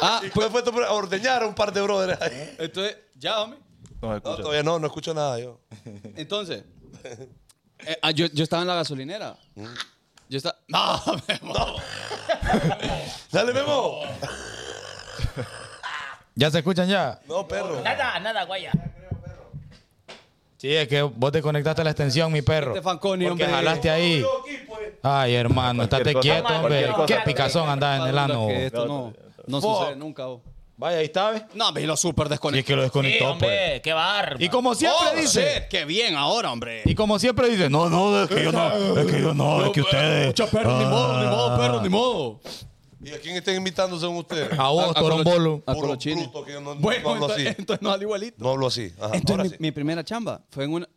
S3: Ah,
S2: ¿Y cuál fue tu primera- Ordeñar a un par de brothers ahí.
S3: entonces, ya, homie.
S6: Nos
S2: No,
S6: escucha.
S2: todavía no, no escucho nada yo.
S3: Entonces, eh, ah, yo, yo estaba en la gasolinera.
S2: Mm.
S3: Yo estaba. No, Memo.
S2: Dale, Memo.
S4: ¿Ya se escuchan ya?
S2: No, perro.
S5: Nada, nada, guaya.
S4: Sí, es que vos te conectaste a la extensión, mi perro.
S3: Este Fanconi,
S4: Porque
S3: hombre.
S4: jalaste ahí.
S3: pues.
S4: Ay, hermano,
S6: Cualquier
S4: estate
S6: cosa,
S4: quieto,
S6: cualquier
S4: hombre.
S6: cosa.
S4: Qué picazón andás en el ano.
S3: Que esto no,
S2: eh,
S3: no sucede nunca. vos.
S4: Vaya, ahí está, ¿ves?
S3: No, me lo súper
S4: Y es
S3: desconecté.
S4: que lo
S5: Sí,
S4: desconectó, pues.
S5: hombre, qué barba.
S4: Y como siempre
S3: Oh,
S4: dice.
S3: shit, ¡Qué bien ahora, hombre!
S4: Y como siempre dice, no, no, es que yo no, es que yo no, es que ustedes. ah.
S3: Mucha perro, ni modo, ni modo, perro, ni modo.
S2: ¿Y a quién están invitando según ustedes?
S4: ah, A vos,
S3: A- a Colo-
S4: Torombolo.
S3: A
S2: Puro
S3: Colochini.
S2: bruto que yo no, no
S3: Bueno,
S2: hablo así.
S3: entonces, entonces no sale igualito.
S2: No hablo así. Ajá, ahora
S3: Entonces,
S2: sí.
S3: mi, mi primera chamba fue en una.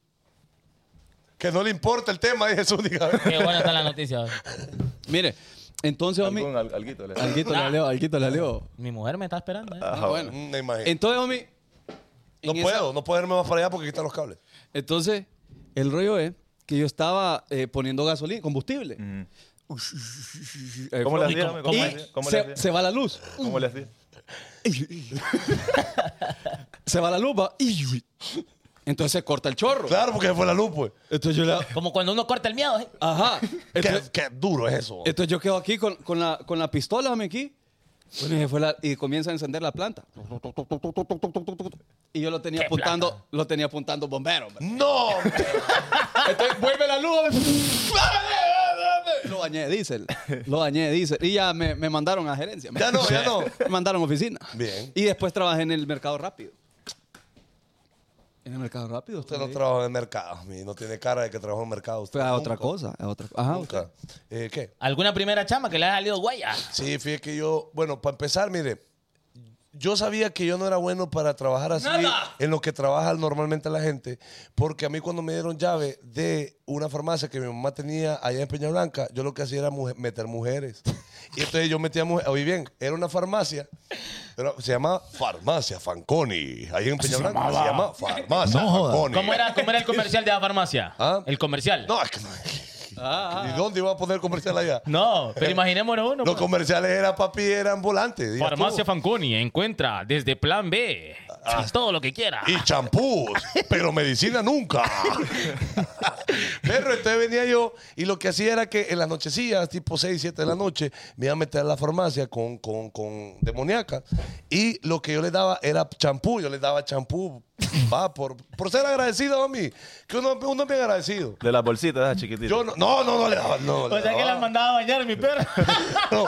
S2: Que no le importa el tema, dije Zúñiga.
S5: Qué buena está la noticia.
S3: Mire, Entonces, Omi.
S6: Algún al- alguito, le-
S3: Alguito la leo, alguito la leo. Ah,
S5: Mi mujer me está esperando. ¿eh?
S6: Ajá,
S3: bueno.
S2: Mm, Me imagino.
S3: Entonces, Omi.
S2: no
S3: en esa-
S2: puedo, no puedo irme más para allá porque quitan los cables.
S3: Entonces, el rollo es que yo estaba eh, poniendo gasolina, combustible.
S2: Mm.
S3: Eh,
S6: ¿Cómo le
S3: flow.
S6: hacía?
S5: cómo-
S6: ¿Cómo le
S3: y
S6: hacía? ¿Cómo le
S3: se,
S6: hacía?
S3: se va la luz.
S6: ¿Cómo le hacía?
S3: Se va la luz, va. Entonces se corta el chorro.
S2: Claro, porque se fue la luz, pues.
S3: Entonces yo le
S5: Como cuando uno corta el miedo. ¿eh?
S3: Ajá.
S2: Qué,
S3: Entonces,
S2: qué duro es eso.
S3: entonces yo quedo aquí con, con la, con la pistola, homie, aquí. Bueno, y, se fue la- y comienza a encender la planta. Y yo lo tenía apuntando, lo tenía apuntando bomberos. hombre.
S2: ¡No!
S3: Entonces vuelve la luz. hombre. Lo dañé, diésel. Lo dañé, diésel. Y ya me, me mandaron a gerencia.
S2: Ya no, ya no.
S3: Me mandaron a oficina.
S2: Bien.
S3: Y después trabajé en el mercado rápido. En el mercado rápido.
S2: Usted no
S3: estuve ahí.
S2: trabaja en el mercado, mi, no tiene cara de que trabaja en el mercado. Usted
S3: Fue a
S2: nunca,
S3: otra cosa. A otra, ajá,
S2: Nunca.
S3: usted.
S2: Eh, ¿Qué?
S5: ¿Alguna primera chama que le haya salido guaya?
S2: Sí, fíjate que yo, bueno, para empezar, mire, yo sabía que yo no era bueno para trabajar así en lo que trabaja normalmente la gente, porque a mí cuando me dieron llave de una farmacia que mi mamá tenía allá en Peña Blanca, yo lo que hacía era mujer- meter mujeres. Y entonces yo metía mujeres, oí bien, era una farmacia, era- se llamaba Farmacia Fanconi, ahí en Peña Blanca, se llama Farmacia
S4: No joda.
S2: Fanconi.
S5: ¿Cómo era, cómo era el comercial de la farmacia?
S2: ¿Ah?
S5: El comercial.
S2: No, es que no.
S5: Ah,
S2: ¿Y dónde iba a poner comercial allá?
S5: No, pero imaginémonos uno.
S2: Los
S5: pues.
S2: comerciales era papi, era ambulante. digas tú.
S5: Farmacia Fanconi encuentra desde Plan B
S6: Ah.
S5: todo lo que quiera.
S2: y champús, pero medicina nunca. pero entonces venía yo y lo que hacía era que en las nochecillas, tipo 6, 7 de la noche, me iba a meter a la farmacia con, con, con demoníaca y lo que yo les daba era champú, yo les daba champú. Va, por, por ser agradecido a mí, que uno, uno es bien agradecido.
S6: De las bolsitas, esas chiquititas.
S2: Yo no, no, no, no le daba, no. le
S5: o sea que
S2: daba.
S6: Ah.
S5: la mandaba a bañar mi perro.
S2: No,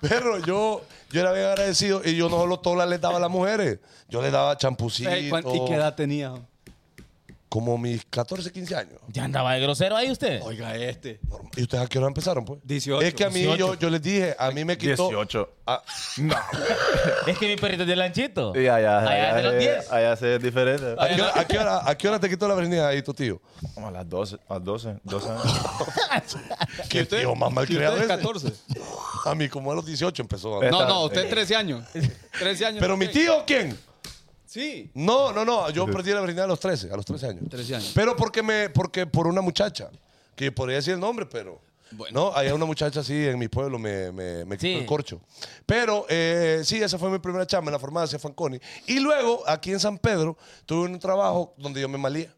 S2: pero yo, yo era bien agradecido y yo no solo todas les daba a las mujeres, yo les daba champucito.
S3: Ey, Eh, ¿cuán- ¿Y qué edad tenía?
S2: Como mis 14, 15 años.
S5: ya andaba de grosero ahí usted.
S3: Oiga, este.
S2: ¿Y ustedes a qué hora empezaron, pues?
S3: 18.
S2: Es que a mí, Yo, yo les dije, a mí me quitó...
S6: 18.
S2: Ah,
S5: Es que mi perrito es de lanchito.
S6: Sí, allá,
S5: Allá es de los 10.
S6: allá sí es diferente.
S2: ¿a, qué hora, a qué hora- a qué hora te quitó la virginidad ahí tu tío?
S6: Como a las 12, a las 12, 12 años.
S2: ¿Qué tío más mal
S3: ¿Y usted
S2: creado
S3: es 14?
S2: A mí como a los 18 empezó.
S6: Eh.
S3: No,
S6: Está-
S3: no, usted 13 años. 13 años.
S2: Pero mi
S3: ok.
S2: tío, ¿quién?
S3: Sí.
S2: No, no, no. Yo perdí la virginidad a los 13, a los 13 años.
S3: 13 años.
S2: Pero porque me, porque por una muchacha, que podría decir el nombre, pero.
S3: Bueno.
S2: No, había una muchacha así en mi pueblo, me, me, me quitó
S5: Sí.
S2: el corcho. Pero eh, sí, esa fue mi primera chamba en la farmacia Fanconi. Y luego, aquí en San Pedro, tuve un trabajo donde yo me malía.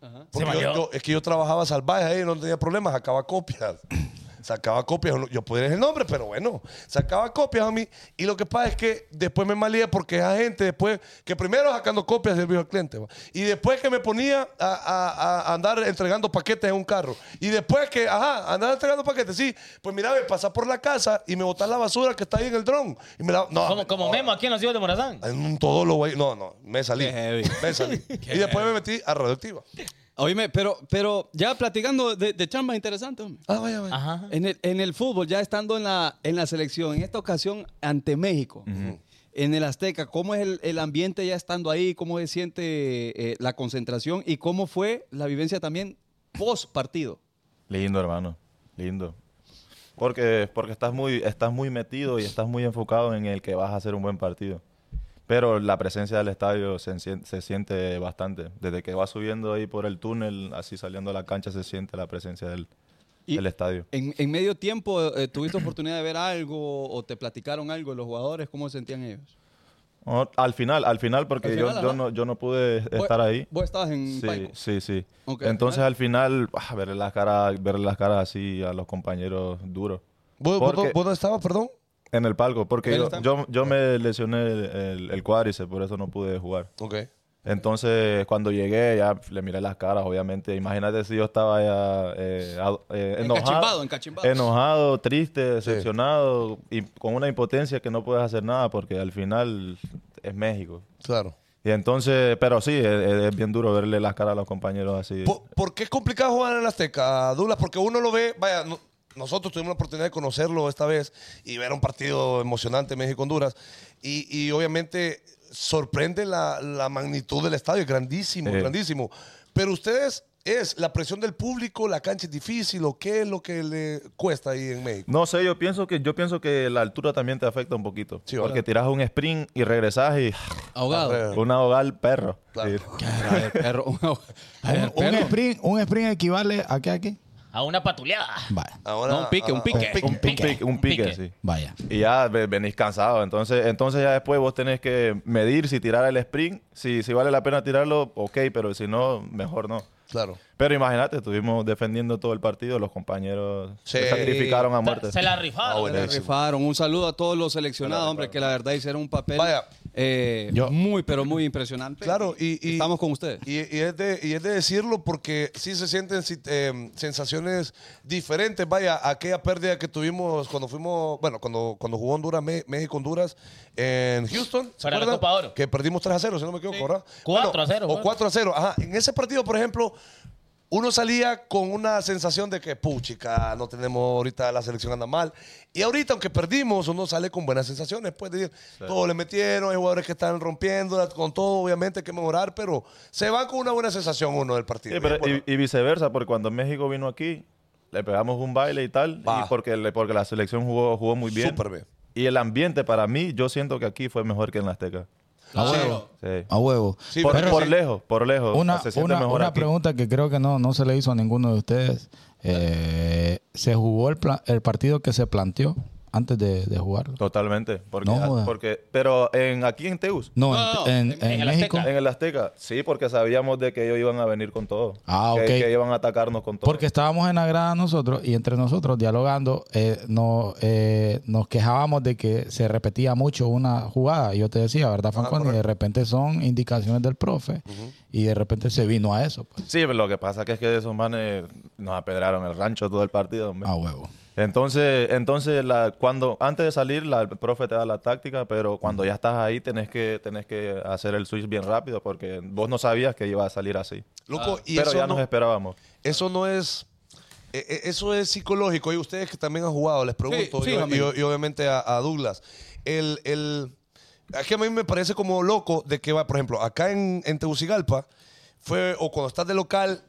S2: Porque
S5: Se
S2: yo-
S5: maleó.
S2: yo- es que yo trabajaba salvaje ahí, no tenía problemas, sacaba copias. Sacaba copias, yo podría decir el nombre, pero bueno, sacaba copias a mí. Y lo que pasa es que después me malía porque esa gente, después, que primero sacando copias del al cliente, va. y después que me ponía a, a- a andar entregando paquetes en un carro. Y después que, ajá, andaba entregando paquetes, sí, pues mira, me pasaba por la casa y me botar la basura que está ahí en el dron. Y me la. No,
S5: Como, como
S2: no,
S5: Memo aquí en los hijos de Morazán.
S2: En un todólogo ahí. No, no, me salí.
S3: Qué heavy.
S2: Me salí. y después me metí a radioactiva.
S3: Oíme, pero, pero ya platicando de, de chambas interesantes, hombre.
S2: Ah, vaya, vaya.
S5: Ajá.
S3: En el, en el fútbol, ya estando en la, en la selección, en esta ocasión ante México, en el Azteca, ¿cómo es el, el ambiente ya estando ahí? ¿Cómo se siente eh, la concentración? ¿Y cómo fue la vivencia también post partido?
S6: Lindo, hermano. Lindo. Porque, porque estás, muy, estás muy metido y estás muy enfocado en el que vas a hacer un buen partido. Pero la presencia del estadio se, encien- se siente bastante. Desde que vas subiendo ahí por el túnel, así saliendo a la cancha, se siente la presencia del,
S3: Y-
S6: del estadio.
S3: ¿En, en medio tiempo eh, tuviste oportunidad de ver algo o te platicaron algo de los jugadores? ¿Cómo se sentían ellos?
S6: No, al final, al final, porque
S3: Al
S6: yo,
S3: final,
S6: yo,
S3: ajá.
S6: no, yo no pude estar
S3: Vos-
S6: ahí.
S3: Vos estabas en
S6: Sí,
S3: Paico.
S6: sí, sí.
S3: Ok, al
S6: Entonces al final, ah, verle las caras, verle las caras así a los compañeros duros.
S2: ¿Vos, vos-
S6: Porque-
S2: vos dónde estabas, perdón?
S6: En el palco, porque
S3: Él
S6: yo,
S3: está-
S6: yo, yo me lesioné el, el, el cuádriceps, por eso no pude jugar.
S2: Ok.
S6: Entonces, cuando llegué, ya le miré las caras, obviamente. Imagínate si yo estaba ya eh, ad- eh,
S3: Encachimbado,
S6: enojado,
S3: encachimbado.
S6: enojado, triste, decepcionado, y con una impotencia que no puedes hacer nada, porque al final es México.
S2: Claro.
S6: Y entonces, pero sí, es, es bien duro verle las caras a los compañeros así.
S2: ¿Por, por qué es complicado jugar en el Azteca, Douglas? Porque uno lo ve, vaya, no- nosotros tuvimos la oportunidad de conocerlo esta vez y ver un partido emocionante México-Honduras. Y, y obviamente sorprende la, la magnitud del estadio, es grandísimo,
S6: Sí.
S2: grandísimo. Pero ustedes es la presión del público, la cancha es difícil o qué es lo que le cuesta ahí en México.
S6: No sé, yo pienso que yo pienso que la altura también te afecta un poquito.
S2: Sí,
S6: porque
S2: ¿verdad?
S6: tiras un sprint y regresas y
S3: Ahogado.
S2: Claro.
S6: una hogal perro.
S2: Claro.
S6: Sí.
S3: A ver, perro. A ver,
S4: Un
S3: perro.
S4: sprint, un sprint equivale a qué, a qué?
S5: A una patuleada.
S4: Vaya,
S2: Ahora,
S3: No, un pique, un
S2: ah,
S3: pique.
S6: Ah, Un pique, un pique,
S5: pique.
S6: sí.
S4: vaya.
S6: Y ya ve- venís cansado. Entonces, entonces ya después vos tenés que medir si tirar el sprint. Si, si vale la pena tirarlo, ok, pero si no, mejor no.
S2: Claro.
S6: Pero imagínate, estuvimos defendiendo todo el partido, los compañeros se
S2: Sí.
S6: sacrificaron a muerte.
S5: Se, se la rifaron.
S2: Ah, bueno.
S3: Se rifaron. Un saludo a todos los seleccionados,
S6: Hola,
S3: hombre,
S6: Ricardo.
S3: que la verdad hicieron un papel
S2: Vaya.
S3: eh,
S4: Yo-
S3: muy, pero muy impresionante.
S2: Claro, y, y-
S3: estamos con ustedes.
S2: Y, y es de, y es de decirlo porque sí se sienten si- eh, sensaciones diferentes. Vaya, aquella pérdida que tuvimos cuando fuimos, bueno, cuando, cuando jugó Honduras, Me- México-Honduras en Houston. ¿se
S5: Para la
S2: acuerdan?
S5: Copa Oro.
S2: Que perdimos 3 a 0, si no me equivoco, ¿verdad?
S5: 4
S2: Bueno,
S5: a 0,
S2: O
S5: bueno.
S2: 4 a 0. Ajá. En ese partido, por ejemplo, uno salía con una sensación de que, puchica, no tenemos ahorita la selección anda mal. Y ahorita, aunque perdimos, uno sale con buenas sensaciones. Puede decir, todos le metieron, hay jugadores que están rompiendo, con todo, obviamente, hay que mejorar, pero se van con una buena sensación uno del partido.
S6: Sí, pero
S2: Y bueno,
S6: y, y viceversa, porque cuando México vino aquí, le pegamos un baile y tal,
S2: Va.
S6: y porque, le- porque la selección jugó, jugó muy bien.
S2: Súper bien.
S6: Y el ambiente para mí, yo siento que aquí fue mejor que en la Azteca. Ah,
S4: A huevo.
S6: Sí.
S4: A huevo.
S2: Sí,
S6: por,
S2: pero
S6: por
S2: sí.
S6: lejos, por lejos.
S4: Una,
S6: se siente
S4: una,
S6: mejor
S4: una
S6: aquí.
S4: pregunta que creo que no, no se le hizo a ninguno de ustedes. Eh, ¿Se jugó el, pla- el partido que se planteó antes de, de jugarlo?
S6: Totalmente. Porque, ah,
S4: No joda.
S6: porque, pero en, aquí en Teus,
S4: No,
S5: No,
S4: en,
S5: no,
S4: en-
S5: en
S4: en
S5: el
S4: México.
S5: Azteca.
S6: en el Azteca, sí, porque sabíamos de que ellos iban a venir con todo.
S4: Ah,
S6: que,
S4: ok.
S6: que iban a atacarnos con todo.
S4: Porque estábamos en la grada nosotros y entre nosotros dialogando eh, no, eh, nos quejábamos de que se repetía mucho una jugada. Yo te decía, ¿verdad,
S6: Ah,
S4: Fanconi? de repente son indicaciones del profe y de repente se vino a eso. Pues.
S6: Sí, pero lo que pasa que es que esos manes nos apedraron el rancho todo el partido. hombre.
S4: A huevo.
S6: Entonces, entonces la, cuando antes de salir, la, el profe te da la táctica, pero cuando ya estás ahí tenés que, tenés que hacer el switch bien rápido porque vos no sabías que iba a salir así.
S2: loco, y
S6: Ah, pero
S2: eso
S6: ya
S2: no-
S6: nos esperábamos.
S2: Eso no es. e- e- Eso es psicológico. Y ustedes que también han jugado, les pregunto.
S3: Sí, sí,
S2: y- y,
S3: amigo.
S2: y obviamente a, a Douglas. El, el, es que a mí me parece como loco de que va, por ejemplo, acá en, en Tegucigalpa, fue, o cuando estás de local,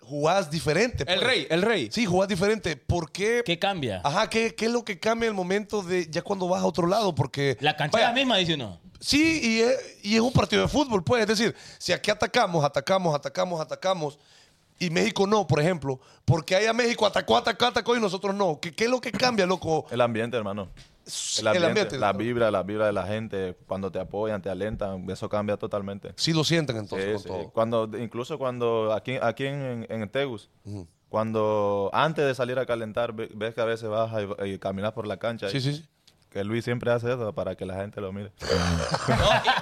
S2: jugás diferente.
S3: El
S2: pues.
S3: rey, el rey.
S2: Sí, jugás diferente. ¿Por qué?
S5: ¿Qué cambia?
S6: Ah.
S2: Ajá, ¿qué, ¿qué es lo que cambia el momento de ya cuando vas a otro lado? Porque.
S5: La cancha es
S2: vaya,
S5: la misma, dice uno.
S2: Sí, y es, y es un partido de fútbol, pues. Es decir, si aquí atacamos, atacamos, atacamos, atacamos, y México no, por ejemplo, porque allá México atacó, atacó, atacó y nosotros no. ¿Qué, qué es lo que cambia, loco?
S6: El ambiente, hermano. El ambiente, la vibra, la vibra de la gente, cuando te apoyan, te alentan, eso cambia totalmente.
S2: Sí lo sienten entonces
S6: Sí,
S2: con
S6: sí.
S2: todo.
S6: Cuando, incluso cuando aquí, aquí en, en Tegus, cuando antes de salir a calentar, ve- ves que a veces vas y, y caminas por la cancha.
S2: Sí,
S6: y-
S2: sí, sí.
S6: Que Luis siempre hace eso para que la gente lo mire.
S3: No,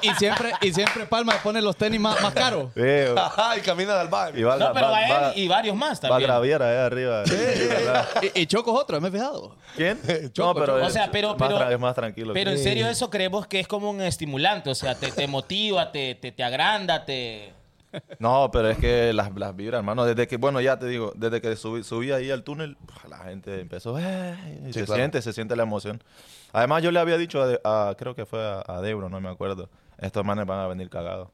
S3: y, y siempre, y siempre Palma pone los tenis más, más caros.
S6: Sí, güey.
S2: Ajá, y camina al bar.
S6: y va,
S5: No, pero
S6: va-
S5: a él
S6: va-
S5: y varios más
S6: va a
S5: también.
S6: Graviera ahí arriba. Sí, ¿verdad?
S3: Y, y Choco es otro, me he fijado.
S6: ¿Quién?
S3: Choco,
S6: no, pero,
S5: Choco.
S6: es-
S5: O sea, pero-
S6: más
S5: pero-
S6: tra- es más tranquilo.
S5: Pero en serio eso creemos que es como un estimulante, o sea, te, te motiva, te, te, te agranda, te...
S6: No, pero es que las, las vibras, hermano. Desde que, bueno, ya te digo, desde que subí, subí ahí al túnel, pues, la gente empezó. "Eh", y se
S2: claro.
S6: siente, se siente la emoción. Además, yo le había dicho a, De- a- creo que fue a, a Debro, no me acuerdo. Estos manes van a venir cagados.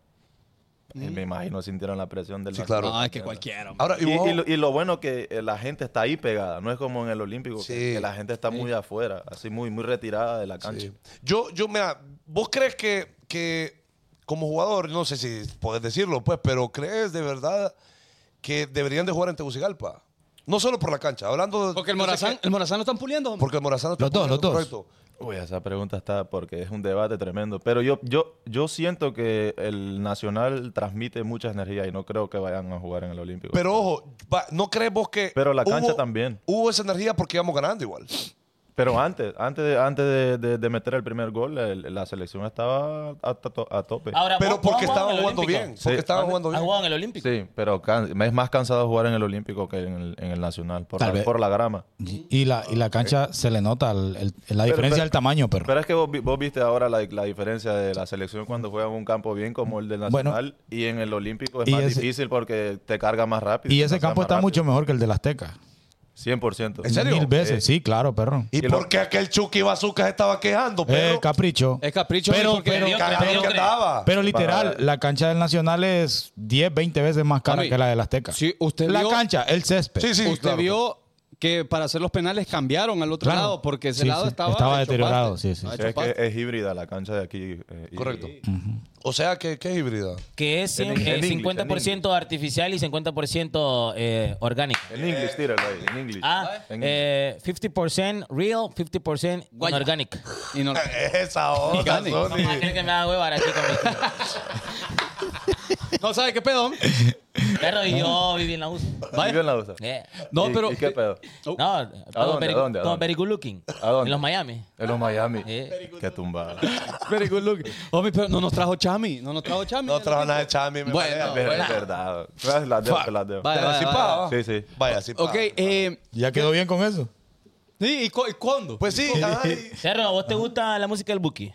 S6: Y me imagino sintieron la presión del
S2: Mm. Sí,
S6: lanzamiento.
S2: claro.
S3: No, es que cualquiera. hombre.
S2: Ahora, y,
S6: Y,
S2: vos-
S6: y lo, y lo bueno que eh, la gente está ahí pegada, no es como en el Olímpico, que-
S2: Sí.
S6: que, la gente está muy afuera, así muy, muy retirada de la cancha.
S2: Sí. Yo, yo, mira, vos crees que, que como jugador, no sé si podés decirlo, pues, pero crees de verdad que deberían de jugar en Tegucigalpa. No solo por la cancha, hablando de-
S3: Porque el
S2: yo sé
S3: Morazán,
S2: que-
S3: el Morazán lo están puliendo. hombre.
S2: porque el Morazán está
S4: Los dos, los dos.
S2: correcto.
S6: Uy, esa pregunta está porque es un debate tremendo. Pero yo, yo, yo siento que el Nacional transmite mucha energía y no creo que vayan a jugar en el Olímpico.
S2: Pero ojo, va- no crees vos que.
S6: Pero la cancha también.
S2: Hubo esa energía porque íbamos ganando igual.
S6: Pero antes, antes de, antes de, de- de meter el primer gol, el- la selección estaba a, to- a tope.
S5: Ahora,
S2: Pero
S5: ¿vos- vos
S2: porque
S5: has jugado
S2: estaban
S5: en el
S2: jugando
S5: Olímpico?
S2: bien. Porque
S6: Sí.
S2: estaban jugando
S5: ¿Has
S2: bien.
S5: jugado en el Olímpico?
S6: Sí, pero can- es más cansado jugar en el Olímpico que en el, en el Nacional, por,
S4: Tal
S6: la,
S4: vez.
S6: por la grama.
S4: Y la, y la cancha se le nota el- el- la
S6: Pero-
S4: diferencia
S6: pero-
S4: del tamaño, pero.
S6: Pero es que vos, vi- vos viste ahora la, la diferencia de la selección cuando juega en un campo bien como el del
S4: Bueno.
S6: Nacional y en el Olímpico es
S4: Y
S6: más
S4: ese-
S6: difícil porque te carga más rápido.
S4: y
S6: te
S4: ese
S6: lanza
S4: campo
S6: más
S4: está
S6: rápido.
S4: mucho mejor que el de la Azteca.
S6: 100%.
S2: ¿En serio? Eh,
S4: Mil veces, sí, claro, perro.
S2: ¿Y
S6: Que
S2: por
S6: lo-
S2: qué aquel Chucky Bazooka se estaba quejando,
S4: Eh,
S2: perro?
S4: capricho.
S3: Es capricho
S4: Pero-
S3: porque
S4: pero-
S3: Dios-
S2: Cagado
S5: pero-
S2: que andaba.
S4: Pero literal,
S6: Para-
S4: la cancha del Nacional es 10, 20 veces más cara
S3: Papi,
S4: que la del Azteca.
S3: sí, usted
S4: la
S3: vio-
S4: cancha, el césped.
S2: Sí, sí,
S3: usted
S2: claro.
S3: vio que para hacer los penales cambiaron al otro
S4: Claro.
S3: lado porque ese
S4: Sí,
S3: lado
S4: sí.
S3: estaba
S4: Estaba
S3: hecho
S4: deteriorado,
S3: paste.
S4: sí, sí.
S3: Estaba
S6: Sí, es,
S3: hecho
S6: que
S3: paste.
S6: es híbrida la cancha de aquí. eh, y-
S2: Correcto. O sea, que qué es híbrida?
S5: Que es
S6: En
S5: eh,
S6: inglés, en inglés,
S5: 50% artificial y 50% eh, orgánico.
S6: En inglés, tíralo ahí, en inglés.
S5: Ah,
S6: En inglés.
S5: eh, 50% real, 50%
S3: Guaya.
S5: inorganic.
S3: Y no-
S2: Esa onda,
S3: Gane.
S2: Sony.
S5: Vamos a tener que me haga huevar aquí conmigo.
S3: no sabe qué pedo.
S5: Perro y yo viví en la USA.
S3: vaya.
S6: Vive en la USA.
S5: Eh,
S3: No,
S6: ¿Y-
S3: pero-
S6: ¿Y qué pedo?
S5: No, como
S6: dónde,
S5: very,
S6: Uh. a dónde, a
S5: como
S6: dónde?
S5: very good looking.
S6: ¿A dónde?
S5: En los Miami.
S6: En los Miami.
S5: Eh.
S6: Qué tumbada.
S3: Very good look. Homie, pero no nos trajo Chami. No nos trajo Chami.
S2: No trabaja nada de chami. me
S3: Bueno,
S2: parece.
S6: Es verdad, es verdad. Te las- Las dejo, te las dejo.
S3: Vaya,
S2: Pero
S3: vaya,
S2: sí
S3: vaya,
S2: paga.
S3: vaya.
S6: Sí, sí.
S2: Vaya, sí.
S3: Ok,
S2: pa.
S3: eh,
S4: ¿Ya quedó bien con eso?
S3: sí, ¿y, cu- y cuándo?
S2: Pues sí, ay,
S5: Cerro, ¿a ¿vos te gusta la música del Buki?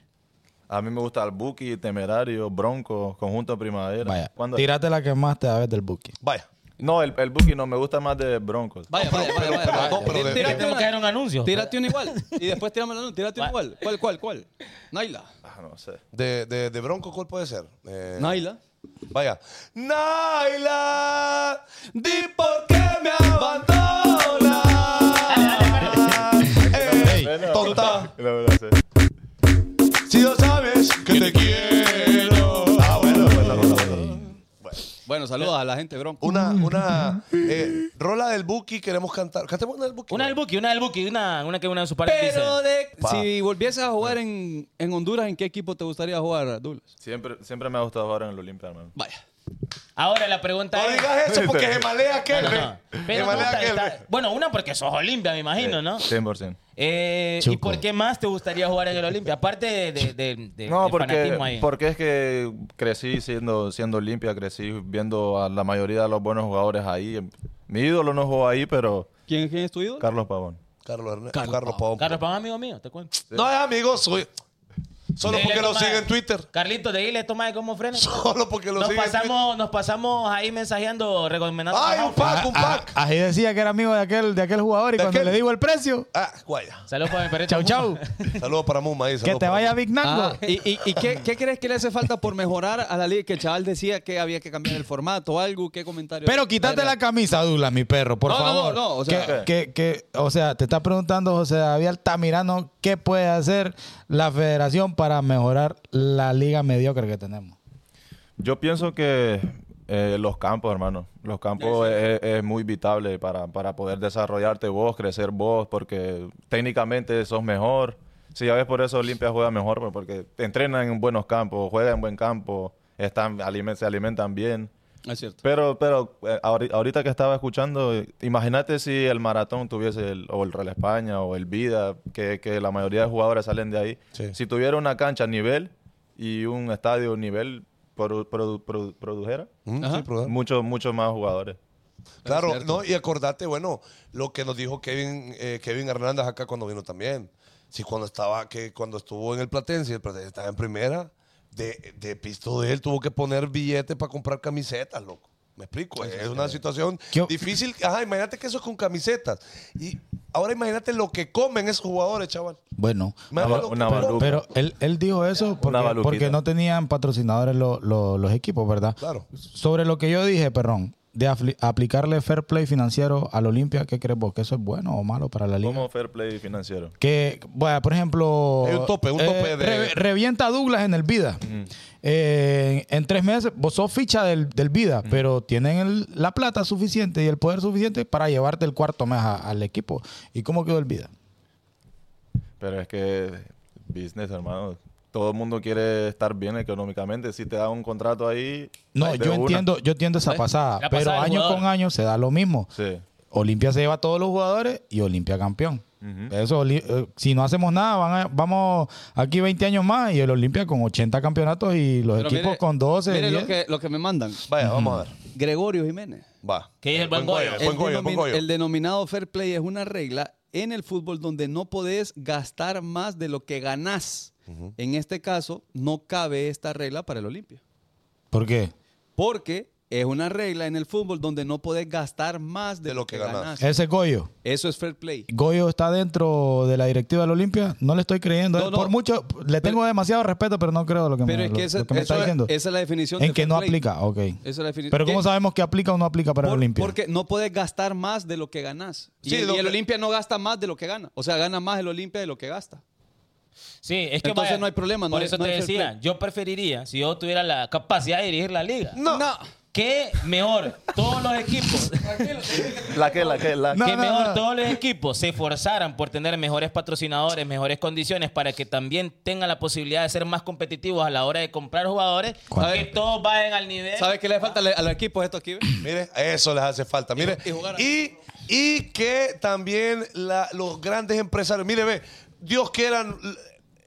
S6: A mí me gusta el Buki, Temerario, Bronco, Conjunto Primavera.
S4: Vaya,
S6: ¿Cuándo?
S4: tírate la que más te da del buque.
S2: vaya.
S6: No, el, el Buki no, me gusta más de Broncos.
S3: Vaya, vaya, vaya, vaya, vaya.
S2: no, pero de-
S3: Tírate
S5: Tenemos que hacer
S3: una-
S5: un anuncio.
S3: Tírate una igual. Y después tiramos la luz. Tírate una
S5: Va-
S3: igual. ¿Cuál, cuál, cuál? Naila.
S6: Ah, no sé.
S2: De, de, de Bronco, ¿cuál puede ser? Eh,
S3: Naila.
S2: Vaya. Naila, di por qué me abandonas. Eh, tonta,
S6: No me lo sé.
S2: si no sabes que te quiero. Ah, bueno, bueno, bueno. bueno.
S3: Bueno, saludos a la gente, bro.
S2: Una, una eh, rola del Buki queremos cantar. Cantemos una del Buki.
S5: Una del Buki, una del Buki, una, una que una de sus partes
S3: Pero
S5: dice.
S3: de,
S2: Pa. Eh.
S3: si volvieses a jugar en, en Honduras, ¿en qué equipo te gustaría jugar, Douglas?
S6: Siempre, siempre me ha gustado jugar en el Olimpia, hermano.
S3: Vaya.
S5: Ahora la pregunta
S2: No
S5: es...
S2: digas eso porque se malea aquel.
S5: No, no,
S2: ve.
S5: no.
S2: Se
S5: Pero
S2: malea
S5: puta,
S2: aquel.
S5: está-
S2: ve.
S5: bueno, una porque sos Olimpia, me imagino, ¿no?
S6: 100%.
S5: Eh, ¿Y
S4: Chuco.
S5: por qué más te gustaría jugar en el Olimpia? Aparte de, de- de- de-
S6: No,
S5: del
S6: porque,
S5: fanatismo ahí.
S6: porque es que crecí siendo, siendo Olimpia, crecí viendo a la mayoría de los buenos jugadores ahí. Mi ídolo no jugó ahí, pero
S3: ¿Quién, quién es tu ídolo?
S6: Carlos Pavón.
S2: Carlos, Hernán- Carlos Pavón.
S5: Carlos Pavón, amigo mío, te cuento.
S2: No es amigo suyo. Solo
S5: Dile,
S2: porque lo
S5: toma-
S2: sigue en Twitter.
S5: Carlitos, de ahí le toma de cómo frena.
S2: Solo porque lo
S5: Nos
S2: sigue en Twitter.
S5: pasamos, nos pasamos ahí mensajeando, recomendando.
S2: ¡Ay, un pack,
S5: Ah,
S2: un pack!
S4: Ah, Así decía que era amigo de aquel, de aquel jugador y
S2: ¿De
S4: cuando
S2: aquel?
S4: le digo el precio,
S2: Ah, guaya.
S5: Saludos para mi perrito.
S4: chau chau.
S2: Saludos para Muma ahí.
S4: que
S2: saludos
S4: te
S2: para
S4: vaya
S2: Muma.
S4: Big Nango.
S3: Ah, ¿Y, y, y qué, qué crees que le hace falta por mejorar a la liga? Que el chaval decía que había que cambiar el formato o algo. ¿Qué comentario?
S4: Pero quítate la camisa, Douglas, mi perro, por
S3: No, no, no,
S4: favor.
S3: no, o sea-
S4: que, que, que- o sea, te está preguntando José David Altamirano qué puede hacer la federación para mejorar la liga mediocre que tenemos.
S6: Yo pienso que eh, los campos, hermano, los campos Es, es muy vitable para, para poder desarrollarte vos, crecer vos, porque técnicamente sos mejor. Si ya ves por eso Olimpia juega mejor, pues, porque entrenan en buenos campos, juegan en buen campo, están, alime- se alimentan bien.
S3: Es cierto.
S6: Pero, pero eh, ahori- ahorita que estaba escuchando, eh, imagínate si el maratón tuviese, el, o el Real España, o el Vida, que, que la mayoría de jugadores salen de ahí.
S2: Sí.
S6: Si tuviera una cancha a nivel y un estadio nivel, produ- produ- produ- produjera
S2: Mm,
S3: Ajá.
S2: sí,
S4: ¿Ah?
S2: brother.
S6: muchos muchos más jugadores.
S2: Claro,
S3: cierto.
S2: no, y acordate, bueno, lo que nos dijo Kevin, eh, Kevin Hernández acá cuando vino también. Sí, cuando estaba, que cuando estuvo en el Platense, el Platense estaba en primera, de, de pisto de él tuvo que poner billetes para comprar camisetas, loco. Me explico, es una situación
S4: Yo-
S2: difícil. Ajá, imagínate que eso es con camisetas. Y ahora imagínate lo que comen esos jugadores, chaval.
S4: Bueno,
S2: Imagínate lo
S6: Una
S2: que
S6: baluca.
S2: comen.
S4: pero él, él dijo eso porque,
S6: baluquita.
S4: porque no tenían patrocinadores lo- lo- los equipos, ¿verdad?
S2: Claro.
S4: Sobre lo que yo dije, perrón, de afli- aplicarle fair play financiero al Olimpia, ¿qué crees vos? ¿Que eso es bueno o malo para la liga?
S6: Como fair play financiero.
S4: Que, bueno, por ejemplo. eh,
S2: Hay un tope, un tope de-
S4: re- revienta a Douglas en el Vida. Eh, en tres meses, vos sos ficha del, del Vida, pero tienen el- la plata suficiente y el poder suficiente para llevarte el cuarto mes a- al equipo. ¿Y cómo quedó el Vida?
S6: Pero es que business, hermano. Todo el mundo quiere estar bien económicamente. Si te da un contrato ahí.
S4: No,
S6: de
S4: yo
S6: una.
S4: entiendo, yo entiendo esa
S5: ¿Eh?
S4: pasada,
S5: La
S4: pero
S5: pasada del
S4: año
S5: jugador.
S4: con año se da lo mismo.
S6: Sí.
S4: Olimpia se lleva a todos los jugadores y Olimpia campeón. Eso, Oli- eh, si no hacemos nada, van a- vamos aquí 20 años más y el Olimpia con 80 campeonatos y los
S3: Pero
S4: equipos
S3: mire-
S4: con 12.
S3: Mire
S4: 10.
S3: lo que, lo que me mandan.
S2: Vaya, vamos a ver.
S3: Gregorio Jiménez.
S2: Va.
S5: ¿Qué dice el buen Goyo?
S2: Buen
S3: El
S2: Goyo, buen
S3: denomin-
S2: Goyo.
S3: El denominado fair play es una regla en el fútbol donde no podés gastar más de lo que ganás. En este caso, no cabe esta regla para el Olimpia.
S4: ¿Por qué?
S3: Porque Es una regla en el fútbol donde no podés gastar más de, lo que,
S2: ganas.
S3: ganas.
S4: Ese es Goyo.
S3: Eso es fair play.
S4: Goyo está dentro de la directiva del Olimpia. No le estoy creyendo.
S3: No, no.
S4: Por mucho, le tengo demasiado respeto, pero no creo lo que
S3: Pero
S4: me,
S3: es
S4: lo-
S3: que esa,
S4: lo que me
S3: eso
S4: está
S3: es-
S4: diciendo.
S3: esa es la definición.
S4: en
S3: de
S4: que
S3: fair
S4: no
S3: play.
S4: aplica, ok.
S3: Esa es la definición.
S4: Pero ¿cómo
S3: ¿Qué?
S4: sabemos que aplica o no aplica para
S3: Por-
S4: el Olimpia?
S3: Porque no puedes gastar más de lo que ganas. Y,
S2: Sí,
S3: el,
S2: lo
S3: y el
S2: que-
S3: Olimpia no gasta más de lo que gana. O sea, gana más el Olimpia de lo que gasta.
S5: Sí, es que
S3: Entonces no hay problema, no
S5: Por
S3: hay-
S5: eso
S3: no
S5: te
S3: hay fair
S5: decía,
S3: play.
S5: yo preferiría, si yo tuviera la capacidad de dirigir la liga,
S3: No.
S5: que mejor todos los equipos,
S6: La que, la que, la que.
S4: No,
S5: que
S4: no,
S5: mejor
S4: no.
S5: todos los equipos se esforzaran por tener mejores patrocinadores, mejores condiciones para que también tengan la posibilidad de ser más competitivos a la hora de comprar jugadores,
S4: ¿Cuál?
S5: que todos vayan al
S2: Eh.
S5: nivel.
S3: ¿Sabes qué le falta al, al equipo esto aquí?
S2: Mire, eso les hace falta. Mire,
S3: Y- y jugar a-
S2: y, y que también la- los grandes empresarios. Mire, ve, Dios quieran, l-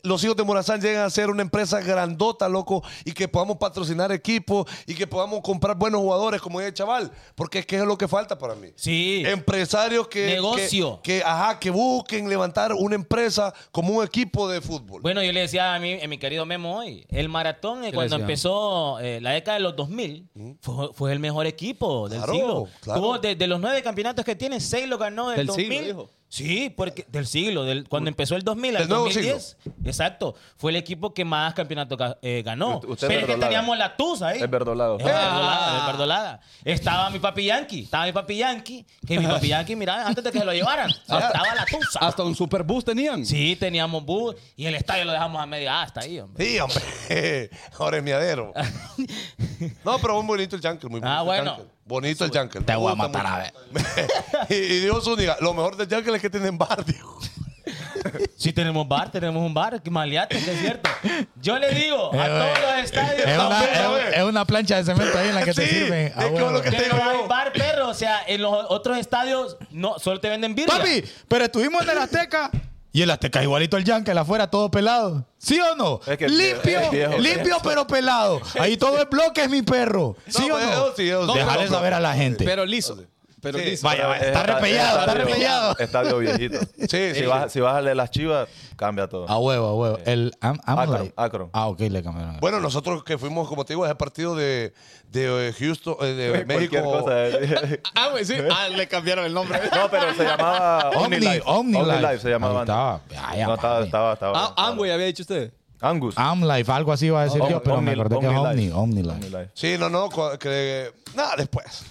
S2: los hijos de Morazán llegan a ser una empresa grandota, loco, y que podamos patrocinar equipos y que podamos comprar buenos jugadores, como es el chaval, porque es que es lo que falta para mí.
S5: Sí.
S2: Empresarios que.
S5: Negocio.
S2: Que, que, ajá, que busquen levantar una empresa como un equipo de fútbol.
S5: Bueno, yo le decía a mi, a mi querido Memo hoy, el maratón eh,
S3: ¿Qué
S5: cuando
S3: le decía?
S5: empezó eh, la década de los 2000 fue, fue el mejor equipo del
S2: Claro,
S5: siglo.
S2: claro.
S5: Tuvo de, de los nueve campeonatos que tiene, seis lo ganó del,
S3: Del siglo,
S5: 2000.
S3: dijo.
S5: Sí, porque del siglo, del, cuando empezó el 2000 al
S2: Del nuevo
S5: 2010. Exacto, fue el equipo que más campeonatos ga- eh, ganó.
S6: Usted- usted
S5: Pero es que
S6: verdolaga.
S5: teníamos la Tusa ahí.
S6: Es verdolago.
S5: Es verdolaga, es verdolaga. Estaba mi papi Yankee, estaba mi papi Yankee, que mi papi Yankee, mira, antes de que se lo llevaran, estaba la Tusa.
S3: Hasta un super boost tenían.
S5: Sí, teníamos bus y el estadio lo dejamos a media hasta ahí, hombre.
S2: Sí, hombre. Ahora es miadero. No, pero muy bonito el Junker. Muy bonito
S5: Ah,
S2: el
S5: bueno.
S2: Junker. bonito el Junker.
S4: Te
S2: Me
S4: voy a
S2: gusta
S4: matar
S2: mucho. y, y Dios única, lo mejor del Junker es que tienen bar, dijo.
S5: Sí, tenemos bar, tenemos un bar, que maleate, que es cierto. Yo le digo a todos los estadios,
S4: Eh, es, una,
S5: también,
S4: es un- es una plancha de cemento ahí en la que te
S2: Sí,
S4: sirven.
S2: es
S4: Ah,
S2: que
S4: bueno.
S2: lo que te-
S5: pero
S2: digo
S5: hay
S2: yo.
S5: bar perro, o sea, en los otros estadios no, solo te venden birria.
S4: Papi, pero estuvimos en el Azteca. Y el Azteca es igualito al Yankee, el afuera todo pelado. ¿Sí o no?
S6: Es que el viejo-
S4: limpio,
S6: el viejo-
S4: limpio pero pelado. Ahí todo el bloque es mi perro. ¿Sí
S2: No,
S4: o
S2: pues,
S4: no?
S2: eso sí, eso sí.
S4: Déjale
S2: No, pero-
S4: saber a la gente.
S3: Pero liso. Pero
S2: Sí.
S3: liso.
S4: Vaya, vaya, está
S6: Es esta-
S4: repellado, está
S6: estadio-
S4: repellado.
S6: Estadio viejito.
S2: Sí,
S6: si,
S2: sí.
S6: Vas, si vas al de las chivas, cambia todo.
S4: Eh, A huevo, a huevo. El Am- Amolite.
S6: Akron, Akron.
S4: Ah, ok, le cambiaron.
S2: Bueno, nosotros que fuimos, como te digo, a ese partido de, de eh, Houston, eh, de México.
S6: Cualquier cosa, eh.
S3: Ah, güey, sí. Ah, le cambiaron el nombre.
S6: No, pero se llamaba
S4: Omni,
S6: OmniLife.
S4: Omni Life.
S6: se llamaba.
S4: Ahí estaba.
S6: antes.
S4: Vaya,
S6: no, estaba,
S4: papi.
S6: estaba, estaba.
S3: Ah, ah, güey, había dicho usted.
S6: Angus.
S4: Amlife, algo así iba a decir
S6: Om-
S4: yo, Ah, pero me
S6: Omni-
S4: acordé que es Omni,
S6: OmniLife.
S4: Omnilife.
S6: OmniLife.
S2: Sí, no, no, cu- que, nada, después.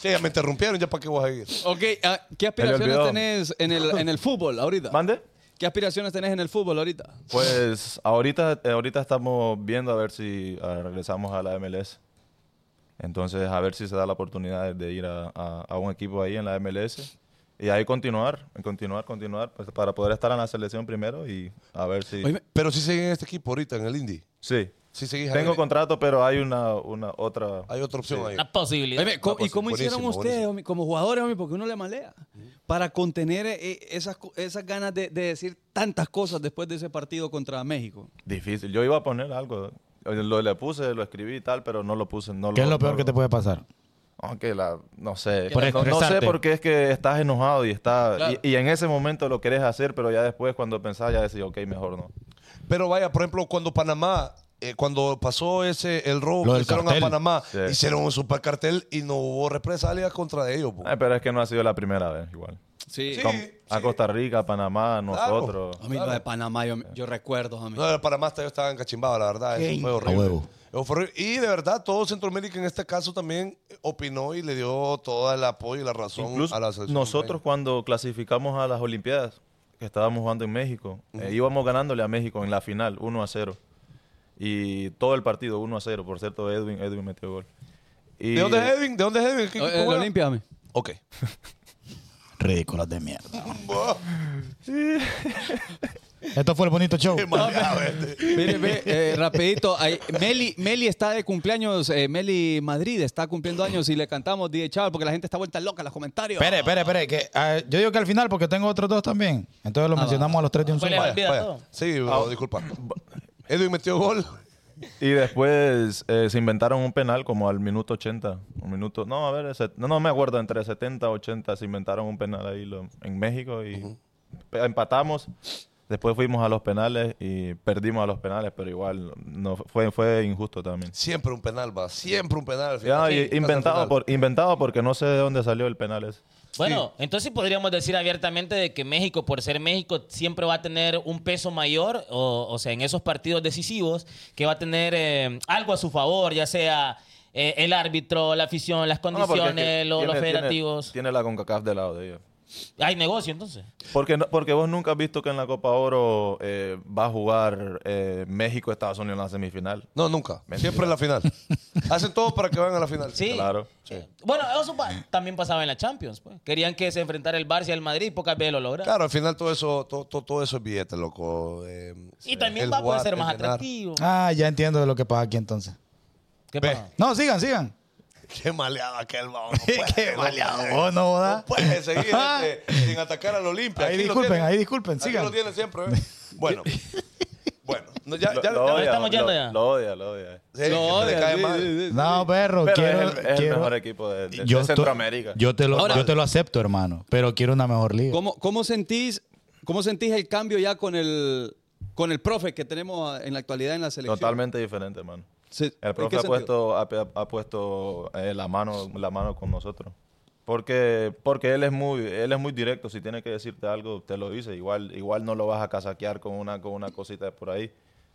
S2: Sí, ya me interrumpieron, ya para qué voy a seguir.
S3: Ok, ah, ¿qué aspiraciones
S6: olvidó.
S3: tenés en el, en el fútbol ahorita?
S6: ¿Mande?
S3: ¿Qué aspiraciones tenés en el fútbol ahorita?
S6: Pues ahorita, eh, ahorita estamos viendo a ver si ah, regresamos a la MLS. Entonces, a ver si se da la oportunidad de ir a, a- a un equipo ahí en la MLS. Y ahí continuar, continuar, continuar, pues, para poder estar en la selección primero y a ver si...
S3: Oye,
S2: Pero sí siguen en este equipo ahorita, en el Indy.
S6: Sí.
S2: Sí seguís
S6: Tengo
S2: ahí.
S6: contrato, pero hay una, una otra...
S2: Hay otra opción
S4: Ah,
S2: ahí.
S5: Una posibilidad.
S3: Oye, ¿cómo- ¿Y cómo
S2: pues, buenísimo,
S3: hicieron ustedes,
S2: buenísimo.
S3: homie, como jugadores, homie, porque uno le malea, para contener eh, esas, co- esas ganas de, de decir tantas cosas después de ese partido contra México?
S6: Difícil. Yo iba a poner algo. eh, Lo le puse, lo escribí y tal, pero no lo puse. No
S4: ¿Qué es lo peor que te puede pasar?
S6: Aunque la... No sé.
S4: Por
S6: no, no sé
S4: expresarte.
S6: porque es que estás enojado y está...
S3: Claro.
S6: Y, y en ese momento lo querés hacer, pero ya después cuando pensás ya decís, ok, mejor no.
S2: Pero vaya, por ejemplo, cuando Panamá, eh, cuando pasó ese el robo
S4: Lo
S2: que
S4: del
S2: hicieron
S4: cartel.
S2: a Panamá,
S6: Sí.
S2: hicieron un super cartel y no hubo represalias contra ellos. po.
S6: Ay, Eh, pero es que no ha sido la primera vez igual.
S3: Sí.
S2: Sí.
S6: Com- A Costa Rica, Panamá, nosotros.
S3: Homie, lo de Panamá, yo, yo recuerdo, homie.
S2: No, el Panamá hasta ellos estaban cachimbados, la verdad. Eso fue horrible.
S4: A huevo.
S2: Eso fue horrible. Y de verdad, todo Centroamérica en este caso también opinó y le dio todo el apoyo y la razón
S6: Incluso
S2: a la selección.
S6: nosotros cuando clasificamos a las Olimpiadas, que estábamos jugando en México, eh, íbamos ganándole a México en la final, 1 a 0. Y todo el partido, 1 a 0. Por cierto, Edwin, Edwin metió gol. Y-
S2: ¿De dónde es Edwin? ¿De dónde es Edwin? ¿Qué
S3: O-
S2: equipo
S3: Eh, El
S2: juega?
S3: Olimpia, homie.
S2: Ok.
S4: Ridículos de mierda. Esto fue el bonito show. Ah,
S3: Mire, ve, eh, rapidito. ahí, Meli, Meli está de cumpleaños. eh, Meli Madrid está cumpliendo años y le cantamos DJ Chaval porque la gente está vuelta loca en los comentarios.
S4: Espere, espere, espere. Que, ah, yo digo que al final, porque tengo otros dos también. Entonces
S6: Ah,
S4: los mencionamos a los tres de un
S5: Pues
S4: solo.
S5: le-
S2: Vaya,
S5: Olvida
S2: vaya.
S5: todo.
S2: Sí, bro, disculpa. Edwin metió gol.
S6: Y después eh, se inventaron un penal como al minuto 80. Un minuto, no, a ver, ese- no, no me acuerdo, entre 70 y 80 se inventaron un penal ahí lo- en México y pe- empatamos. Después fuimos a los penales y perdimos a los penales, pero igual no fue, fue injusto también.
S2: Siempre un penal, va. Siempre un penal. al
S6: Ya,
S2: final.
S6: y-
S2: Hasta el
S6: inventado,
S2: final.
S6: por, inventado porque no sé de dónde salió el penal ese.
S5: Bueno, entonces podríamos decir abiertamente de que México, por ser México, siempre va a tener un peso mayor, o, o sea, en esos partidos decisivos, que va a tener eh, algo a su favor, ya sea eh, el árbitro, la afición, las
S6: No, porque es que
S5: condiciones, lo- los
S6: tiene- tiene-
S5: federativos.
S6: Tiene, la CONCACAF de lado de ella.
S5: Hay negocio entonces.
S6: Porque, no- porque vos nunca has visto que en la Copa Oro eh, va a jugar eh, México-Estados Unidos en la semifinal.
S2: No, nunca.
S6: Mentira.
S2: Siempre en la final. Hacen todo para que vayan a la final.
S5: Sí.
S6: Claro.
S5: Eh, Bueno, eso pa- también pasaba en la Champions. pues. Querían que se enfrentara el Barça y el Madrid, y pocas veces lo lograron.
S2: Claro, al final todo eso, todo, todo, todo eso es billete, loco. Eh,
S5: y también
S2: el
S5: va a poder
S2: jugar,
S5: ser
S2: el
S5: más
S2: ganar.
S5: atractivo.
S4: Ah, ya entiendo de lo que pasa aquí entonces.
S5: ¿Qué
S2: Ve.
S5: pasa?
S4: No, sigan, sigan.
S2: Qué maleado aquel, vamos. No puede,
S4: Qué
S2: no
S4: maleado,
S2: puede.
S4: vos, no, ¿verdad?
S2: No puede seguir este, sin atacar al Olimpia.
S4: Ahí
S2: Aquí lo
S4: disculpen,
S2: tienen.
S4: ahí disculpen,
S2: Aquí
S4: sigan.
S2: lo tienen siempre. ¿eh? Bueno, bueno. no, ya,
S6: Lo-
S2: ya,
S6: lo
S2: ya-
S6: odia,
S5: estamos
S6: lo-
S5: yendo ya.
S6: Lo odia, lo odia.
S2: sí, que te cae mal.
S4: No, perro,
S6: Pero
S4: quiero.
S6: es, el, es el
S4: quiero-
S6: mejor equipo de, de- de
S4: estoy-
S6: Centroamérica.
S4: Yo te, lo,
S3: Ahora-
S4: yo te lo acepto, hermano, pero quiero una mejor liga.
S3: ¿Cómo, cómo sentís, ¿Cómo sentís el cambio ya con el, con el profe que tenemos a- en la actualidad en la selección?
S6: Totalmente diferente, mano.
S3: Se- ¿en
S6: El profe
S3: qué
S6: ha
S3: sentido?
S6: puesto, ha, pe- ha puesto eh, la, mano, la mano con nosotros. Porque, porque él, es muy, él es muy directo. Si tiene que decirte algo, te lo dice. Igual, igual no lo vas a casaquear con una, con una cosita de por ahí.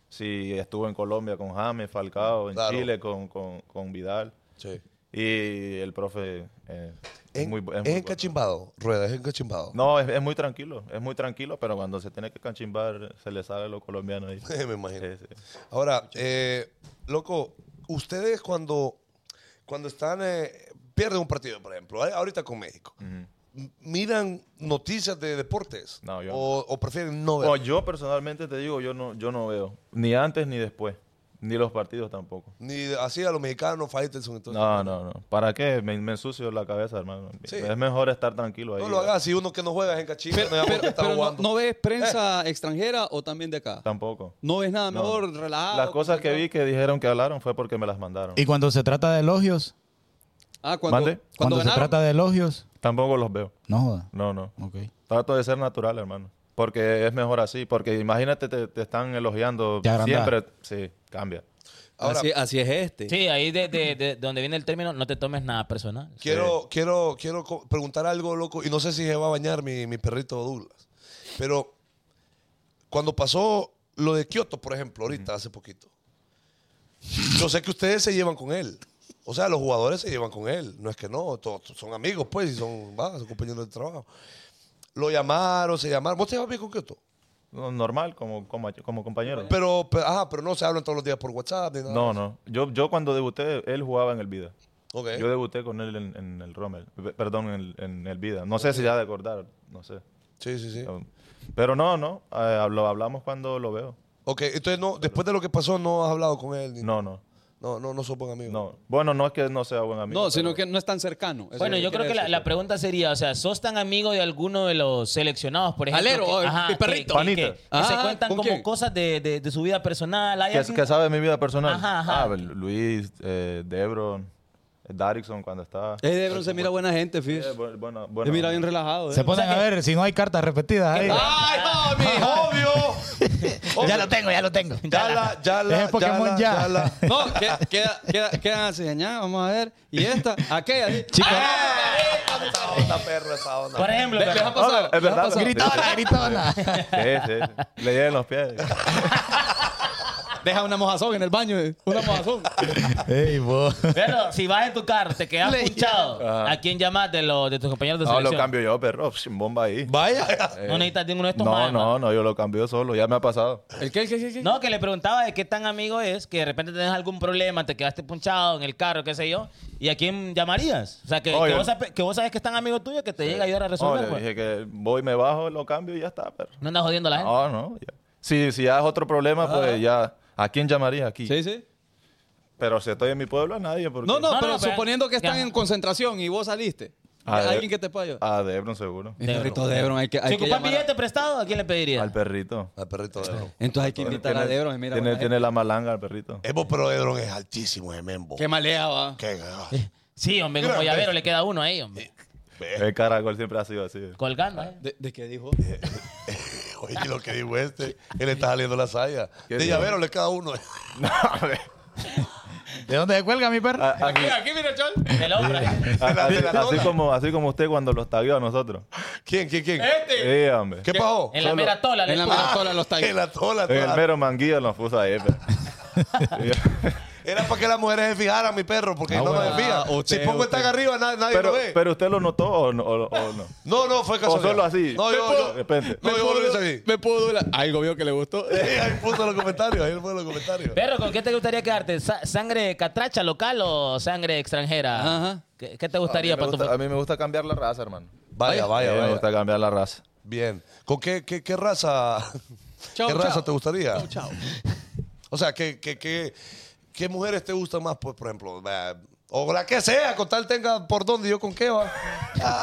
S6: Si estuvo en Colombia con James, Falcao, en
S2: Claro.
S6: Chile con, con, con Vidal.
S2: Sí.
S6: Y el profe eh, es
S2: En-
S6: muy, bu- es
S2: es
S6: muy bueno.
S2: encachimbado, Rueda, es encachimbado.
S6: No, es, es muy tranquilo. Es muy tranquilo, pero cuando se tiene que canchimbar, se le sabe lo colombiano ahí.
S2: Me imagino.
S6: Sí, sí.
S2: Ahora, eh, loco, ustedes cuando, cuando están, eh, pierden un partido, por ejemplo, eh, ahorita con México, m- ¿miran noticias de deportes?
S6: No, yo
S2: o, o prefieren no ver?
S6: Bueno, yo personalmente te digo, yo no, yo no veo. Ni antes ni después. Ni los partidos tampoco.
S2: Ni de- así a los mexicanos, Faitelson, entonces.
S6: No, no, no. ¿Para qué? Me, me ensucio la cabeza, hermano.
S2: Sí.
S6: Es mejor estar tranquilo ahí.
S2: No lo hagas, si uno que no juega es en cachimbo, no sabemos
S3: Pero,
S2: qué está
S3: pero no,
S2: jugando.
S3: ¿no ves prensa extranjera o también de acá?
S6: Tampoco.
S3: ¿No ves nada
S6: No.
S3: mejor, relajado?
S6: Las cosas que
S3: concentrado?
S6: vi que dijeron que hablaron fue porque me las mandaron.
S4: Y cuando se trata de elogios,
S3: Ah, cuando,
S6: Mande.
S3: cuando
S4: cuando, se
S3: ganaron.
S4: trata de elogios,
S6: Tampoco los veo.
S4: no joda.
S6: No, no.
S4: Ok.
S6: Trato de ser natural, hermano. Porque es mejor así. Porque imagínate, te, te están elogiando
S4: Te agrandás.
S6: siempre. Sí, cambia.
S2: Ahora,
S3: así, así es este.
S5: Sí, ahí de, de- de donde viene el término, no te tomes nada personal.
S2: Quiero, quiero, quiero co- preguntar algo, loco, y no sé si se va a bañar mi, mi perrito Douglas, pero cuando pasó lo de Kioto, por ejemplo, ahorita, hace poquito, yo sé que ustedes se llevan con él. O sea, los jugadores se llevan con él. No es que no, todos son amigos, pues, y son, va, son compañeros de trabajo. Lo llamaron, se llamaron. ¿Vos te llevas bien con Kioto?
S6: No, Normal, como, como, como compañero.
S2: Pero, pe- ajá, pero no se hablan todos los días por WhatsApp ni nada.
S6: No, no. Yo, yo cuando debuté, él jugaba en el Vida.
S2: Ok.
S6: Yo debuté con él en, en el Rommel. P- Perdón, en el, en el Vida. No sé si ya de acordar. No sé.
S2: Sí, sí, sí.
S6: Pero no, no. eh, lo hablamos cuando lo veo.
S2: Ok, entonces, no, después de lo que pasó, no has hablado con él. ni-
S6: No, no.
S2: No, no, no sos buen amigo.
S6: No. Bueno, no es que no sea buen amigo.
S3: No, sino que
S6: pero-
S3: no es tan cercano. Eso
S5: Bueno,
S3: es lo
S5: yo creo que
S3: quiere
S5: la, la pregunta sería, o sea, ¿sos tan amigo de alguno de los seleccionados, por ejemplo?
S3: Alero,
S5: que-
S3: o el
S5: que-
S3: perrito.
S5: que-
S6: Panita.
S5: que- que se
S3: Ah,
S5: cuentan
S3: ¿con
S5: como
S3: quién?
S5: cosas de, de- de su vida personal. ¿Hay
S6: que,
S5: alguien-
S6: que sabe mi vida personal.
S5: Ajá, ajá.
S6: Ah, Luis, eh, Debron, Darrickson cuando estaba.
S3: decir. Eh, Debron se mira buena gente, fíjate.
S6: Eh, bu- buena-
S3: se
S6: buena
S3: mira
S6: onda.
S3: bien relajado. eh.
S4: Se ponen
S5: sea
S4: a
S5: que-
S4: ver si no hay cartas repetidas ahí.
S3: Ah,
S2: ¡Ay, no, mi obvio!
S4: Ya lo tengo, ya lo tengo.
S2: Ya la, ya la,
S4: Es Pokémon ya.
S2: ya la.
S3: No, queda, queda, queda, quedan así, ña, vamos a ver. Y esta, aquella. Ah. sí.
S4: Chicos,
S2: Esa onda, perro, esa onda.
S5: Por ejemplo,
S3: Le- les ha pasado,
S6: No, Ah, es
S3: les ha
S6: verdad,
S3: pasado.
S4: gritona, gritona.
S6: Sí, sí, sí. Le llegan los pies.
S3: Deja una mojazón en el baño, eh, una mojazón.
S4: Ey, vos.
S5: pero si vas en tu carro, te quedas punchado, ¿a quién llamas de, los de tus compañeros de
S6: No, lo
S5: selección?
S6: cambio yo, perro. Psh, Bomba ahí.
S4: Vaya.
S5: No necesitas ninguno de estos
S6: No,
S5: más,
S6: no, no, yo lo cambio solo. Ya me ha pasado.
S3: ¿El qué, el qué, el qué? el qué?
S5: No, que le preguntaba de qué tan amigo es, que de repente tenés algún problema, te quedaste punchado en el carro, qué sé yo, ¿y a quién llamarías? O sea, que, que
S6: Oye.
S5: vos, sab- que vos sabes que es tan amigo tuyo que te llega a ayudar a
S6: No,
S5: resolver.
S6: le
S5: pues.
S6: dije que voy, me bajo, lo cambio y ya está, perro.
S5: No andas jodiendo a
S3: ¿Eh?
S5: la gente.
S6: No, no. ya. Si, si ya es otro problema, pues ya. ¿A quién llamaría aquí?
S3: Ah. Sí, sí.
S6: Pero si estoy en mi pueblo, a nadie. Porque...
S3: No, no,
S5: No,
S3: pero
S5: no, pero-
S3: suponiendo que están
S5: Ya.
S3: en concentración y vos saliste.
S6: A ver.
S3: Alguien que te pueda ayudar.
S6: A Debron, seguro.
S3: El perrito Debron, hay que, hay
S5: Si
S3: que
S5: ocupas
S3: llamar a-
S5: billete prestado, ¿a quién le pedirías?
S6: Al perrito.
S2: Al Ah, perrito de Edron.
S3: Entonces hay que invitar a Debron. y Mira, Eh.
S6: tiene,
S3: buena
S6: tiene
S3: gente.
S6: la malanga al perrito.
S2: Evo, pero Edron es altísimo, es membo.
S3: Qué malea, va.
S2: Qué ah,
S5: Sí, hombre, como llavero le queda uno ahí, hombre.
S6: El caracol siempre ha sido así.
S5: Colgando, ¿eh?
S3: ¿De, de qué dijo?
S2: Oye, lo que dijo este, él está saliendo la saya.
S6: ¿Qué
S2: De
S6: dijo?
S2: llavero le cada uno.
S6: No, a ver.
S4: ¿De dónde se cuelga mi perro?
S6: A-
S5: Aquí,
S6: así-
S5: aquí, mira, Chol. El hombre.
S6: así- Así como, así como usted cuando los tagueó a nosotros.
S2: ¿Quién, quién, quién?
S5: Este.
S6: Sí, hombre.
S2: ¿Qué pasó?
S5: En la mera tola. le
S3: En la
S5: puso.
S3: maratola los
S2: Que
S3: tagueó.
S2: la tola,
S6: En el
S2: tola.
S6: mero manguillo nos puso ahí. pero-
S2: Era para que las mujeres se fijaran, mi perro, porque
S4: Ah,
S2: no me
S4: bueno.
S2: fija.
S3: Ah, usted,
S2: si pongo el
S3: usted.
S2: tag arriba, na- nadie
S6: Pero,
S2: lo ve.
S6: pero usted lo notó o no. O, o no?
S2: no, no, fue casualidad.
S6: o solo así.
S2: No, yo,
S6: De
S2: yo,
S6: repente.
S2: no, yo lo hice así.
S3: Me pudo durar. Algo vio que le gustó.
S2: Eh, Ahí puso los comentarios, ahí puso los comentarios.
S5: Perro, ¿con qué te gustaría quedarte? Sa- ¿Sangre catracha local o sangre extranjera?
S3: Ajá.
S5: ¿Qué, qué te gustaría
S6: a, mí me
S5: para tu ¿Ah,
S6: gusta, a mí me gusta cambiar la raza, hermano.
S2: Vaya,
S6: A
S2: vaya,
S6: mí me
S2: vaya.
S6: gusta cambiar la raza.
S2: Bien. ¿Con qué, qué, qué raza,
S3: Chao,
S2: ¿qué
S3: chao.
S2: raza te gustaría?
S3: Chao, chao.
S2: O sea, ¿qué, qué, qué, qué mujeres te gustan más, pues, por ejemplo? eh, O la que sea, con tal tenga por dónde, yo con qué va.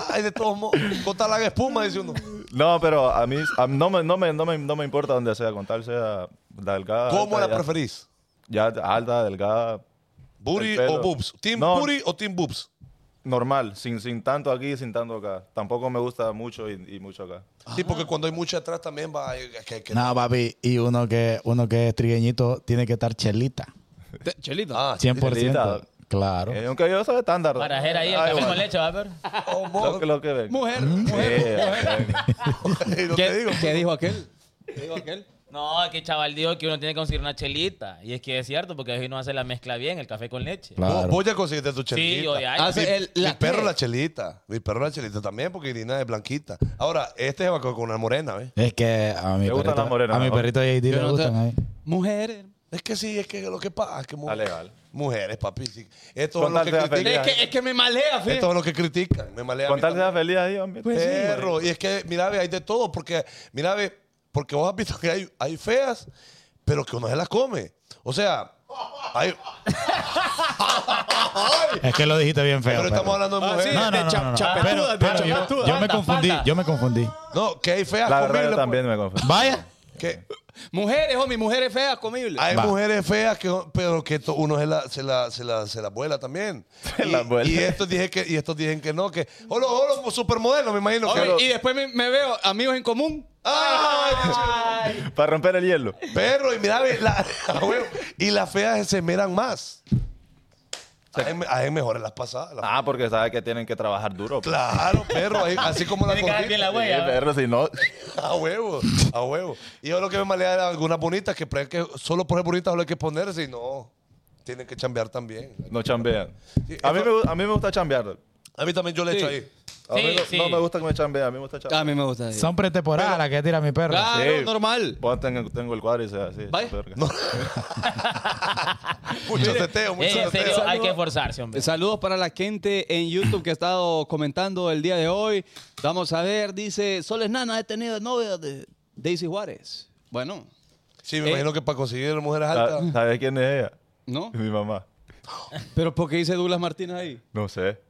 S2: Ay, de todos modos, con tal haga espuma, dice uno.
S6: No, pero a mí a- no, me, no, me, no, me, no me importa donde sea, con tal sea la delgada.
S2: ¿Cómo la
S6: alta, ya-
S2: preferís?
S6: Ya alta, delgada,
S2: ¿Booty
S6: El pelo.
S2: o boobs? ¿Team
S6: No.
S2: booty o team boobs?
S6: normal, sin, sin tanto aquí, sin tanto acá. Tampoco me gusta mucho y, y mucho acá.
S3: Ah.
S2: Sí, porque cuando hay mucha atrás también va... eh, que- que-
S4: No, papi. Y uno que, uno que es trigueñito tiene que estar chelita.
S3: Te- Chelito.
S2: Ah,
S4: 100%.
S6: Chelita.
S4: Claro.
S6: Eh, aunque yo soy estándar.
S5: Para hacer ahí el
S6: Ay,
S5: café
S6: bueno,
S5: con leche, va a ver.
S2: oh,
S6: Lo
S2: mo-
S6: que, lo que venga. Eh,
S3: Mujer.
S6: Sí, venga.
S2: no te digo.
S3: ¿Qué dijo aquel? ¿Qué dijo aquel?
S5: No, es que el chaval dijo que uno tiene que conseguir una chelita. Y es que es cierto, porque ahí no hace la mezcla bien, el café con leche.
S4: Claro.
S2: Vos- Vos ya conseguiste tu chelita.
S5: Sí, yo ya.
S3: Hace
S2: Mi,
S3: el-
S2: mi
S3: la-
S2: perro la chelita. Mi perro la chelita también, porque Irina es blanquita. Ahora, este se va con con una morena, ¿ves?
S4: Es que a mi
S6: Le gustan
S4: perrito,
S6: las morenas,
S4: a mi
S6: ¿no?
S4: perrito JD
S3: Yo
S4: le
S3: no
S4: gustan
S3: te-
S4: ahí.
S3: Mujer.
S2: Es que sí, es que lo que pasa es que mu-
S6: Dale, dale.
S2: mujeres, papi. sí. Estos
S6: Con
S2: son los
S6: tal
S2: que
S6: sea feliz.
S2: critican.
S3: Es que, es que me malea,
S2: Estos
S3: fíjate.
S2: son los que critican. Me malea. a
S6: Con
S2: mí
S6: tal
S2: también.
S6: sea feliz ahí, hombre. Eh,
S3: Pues sí,
S2: Perro. Y es que, mira, ve, hay de todo, porque, mira, ve, porque vos has visto que hay, hay feas, pero que uno se las come. O sea, hay.
S4: Es que lo dijiste bien feo.
S2: Pero estamos
S4: perro.
S2: hablando de
S3: Ah,
S2: mujeres.
S3: sí.
S4: No, no, no,
S3: Chap-
S4: no, no.
S3: chapetudas,
S4: Pero-
S3: de
S4: pero yo-
S3: chapetudas.
S4: yo me
S5: Falta,
S4: confundí,
S5: falta.
S4: yo me confundí.
S2: No, que hay feas
S6: La verdad
S2: comibles,
S6: yo
S2: pues.
S6: también me confío.
S4: Vaya.
S2: Que
S3: Mujeres, homie, mujeres feas comibles.
S2: Hay
S4: Va.
S2: mujeres feas, que, pero que to- uno se la, se, la, se, la, se la vuela también.
S6: Se
S2: y,
S6: la vuela.
S2: Y estos, dije que, y estos dicen que no, que. oh, Hola, hola, supermodelo, me imagino.
S3: Homie,
S2: que lo-
S3: y después me, me veo amigos en común.
S2: ¡Ay!
S6: Para romper el hielo.
S2: Perro, y mira, ve, la- a huevo. y las feas se meran más. Hay, me- hay mejores las pasadas. las-
S6: Ah, porque sabe que tienen que trabajar duro. pues.
S2: Claro, perro, ahí- así como la
S5: Tiene que dar
S2: gordita.
S5: bien la
S6: Sí,
S5: huella. ¿va?
S6: perro, si no.
S2: A huevo, a huevo. Y yo lo que me malea era algunas bonitas, que, pre- que solo por ser bonitas solo hay que ponerse y no. Tienen que chambear también.
S6: No chambean.
S2: Sí,
S6: A mí,
S2: eso-
S6: me, gu- a mí me gusta chambear.
S2: A mí también yo le echo ahí.
S6: A
S5: Sí,
S6: mí no,
S5: sí.
S6: no me gusta que me chambeen, a mí me gusta chambear.
S3: A mí me gusta. sí.
S4: Son pretemporadas las que tira mi perro.
S3: Claro, normal.
S6: Pues tengo, tengo el cuadro y sea así.
S3: Vaya.
S6: verga.
S2: Mucho teteo, mucho
S5: Ey, Eh, en serio,
S2: teteo.
S5: hay que esforzarse, hombre.
S3: Saludos para la gente en YouTube que ha estado comentando el día de hoy. Vamos a ver, dice Soles Nana, he tenido novia de Daisy Juárez. Bueno,
S2: Sí, me imagino que para conseguir mujeres altas.
S6: Sa- ¿Sabes quién es ella?
S3: ¿no?
S6: Mi mamá.
S3: Pero ¿por qué dice Douglas Martínez ahí?
S6: No sé.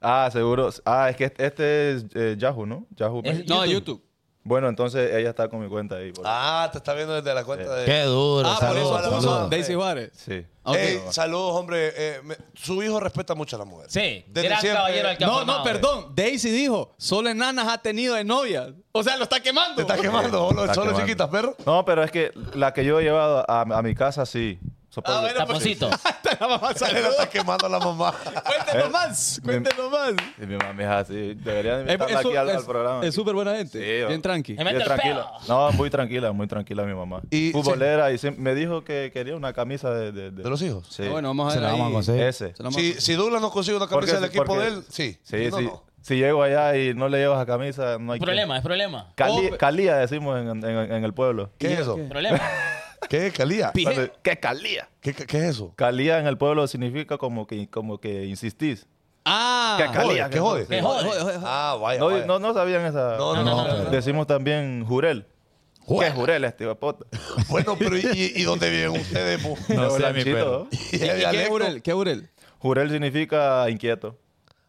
S6: Ah, seguro. Ah, es que este- este es eh, Yahoo, ¿no? Yahoo.
S5: Es-
S3: No,
S5: YouTube.
S3: YouTube.
S6: Bueno, entonces ella está con mi cuenta ahí. por-
S2: Ah, te está viendo desde la cuenta de.
S4: Qué duro.
S3: Ah, por
S4: saludos,
S3: eso
S2: saludos,
S3: puso
S2: saludos.
S3: Daisy Juárez.
S6: Sí.
S3: Ok.
S2: Ey, saludos, hombre. Eh, me- su hijo respeta mucho a la mujer.
S5: Sí,
S2: Desde
S5: gran
S2: siempre.
S5: caballero al que ha
S3: No,
S5: formado,
S3: no, perdón. Daisy dijo, Soles Nanas ha tenido de novia. O sea, lo está quemando.
S2: Te está quemando, solo,
S6: Eh, Está
S2: solo
S6: quemando.
S2: chiquitas, perro.
S6: No, pero es que la que yo he llevado a, a mi casa, sí. So-
S3: Ah, bueno, pues,
S5: Taponcito.
S2: Sale, la está quemando a la mamá.
S6: Eh,
S3: Cuéntenos más, cuéntenos más.
S6: Y mi mamá es así. Deberían
S2: Eh,
S3: Es-
S6: invitarla
S3: es su-
S6: aquí al,
S3: es-
S6: al programa.
S3: Es súper buena gente.
S6: Sí, va.
S3: Bien tranqui.
S5: Me
S6: Bien
S5: mete el
S6: tranquila.
S5: peo.
S6: No, muy tranquila, muy tranquila mi mamá.
S2: Y-
S6: Futbolera. Y siempre- me dijo que quería una camisa de... ¿De, de-
S2: ¿De los hijos?
S6: Sí.
S3: Ah, Bueno, vamos a
S4: Se
S3: ver
S4: la
S3: ahí.
S4: vamos a conseguir.
S6: Ese.
S3: Se la vamos a-
S2: Si, si Douglas no consigue una camisa del equipo
S6: porque-
S2: de él, sí.
S6: Sí,
S2: No,
S6: sí.
S2: no.
S6: Si llego allá y no le llevas a camisa, no hay
S5: Es
S6: que-
S5: problema, es problema.
S6: Cali-
S3: Oh,
S6: calía decimos en, en- en el pueblo.
S2: ¿Qué es eso?
S5: es Problema.
S2: ¿Qué es calía?
S3: Pije.
S6: Entonces, ¿Qué calía?
S2: ¿Qué, qué, qué es eso?
S6: Calía en el pueblo significa como que, como que insistís.
S3: Ah.
S6: Qué ca- Calía,
S2: Joder, ¿Qué jode?
S5: Me jode.
S3: Oye, oye, oye.
S2: Ah, vaya.
S6: No,
S2: vaya.
S6: no, no sabían esa.
S2: No, no,
S5: no, no,
S6: Decimos también jurel. ¿Qué jurel este hijo de puta?
S2: Bueno, pero ¿y, y- y dónde viven ustedes? po?
S4: No sé, mi
S6: Blanchito,
S4: perro.
S6: ¿no?
S2: ¿Y el
S3: ¿Y ¿Qué
S2: dialecto?
S3: Urel? ¿Qué Urel?
S6: Jurel significa inquieto.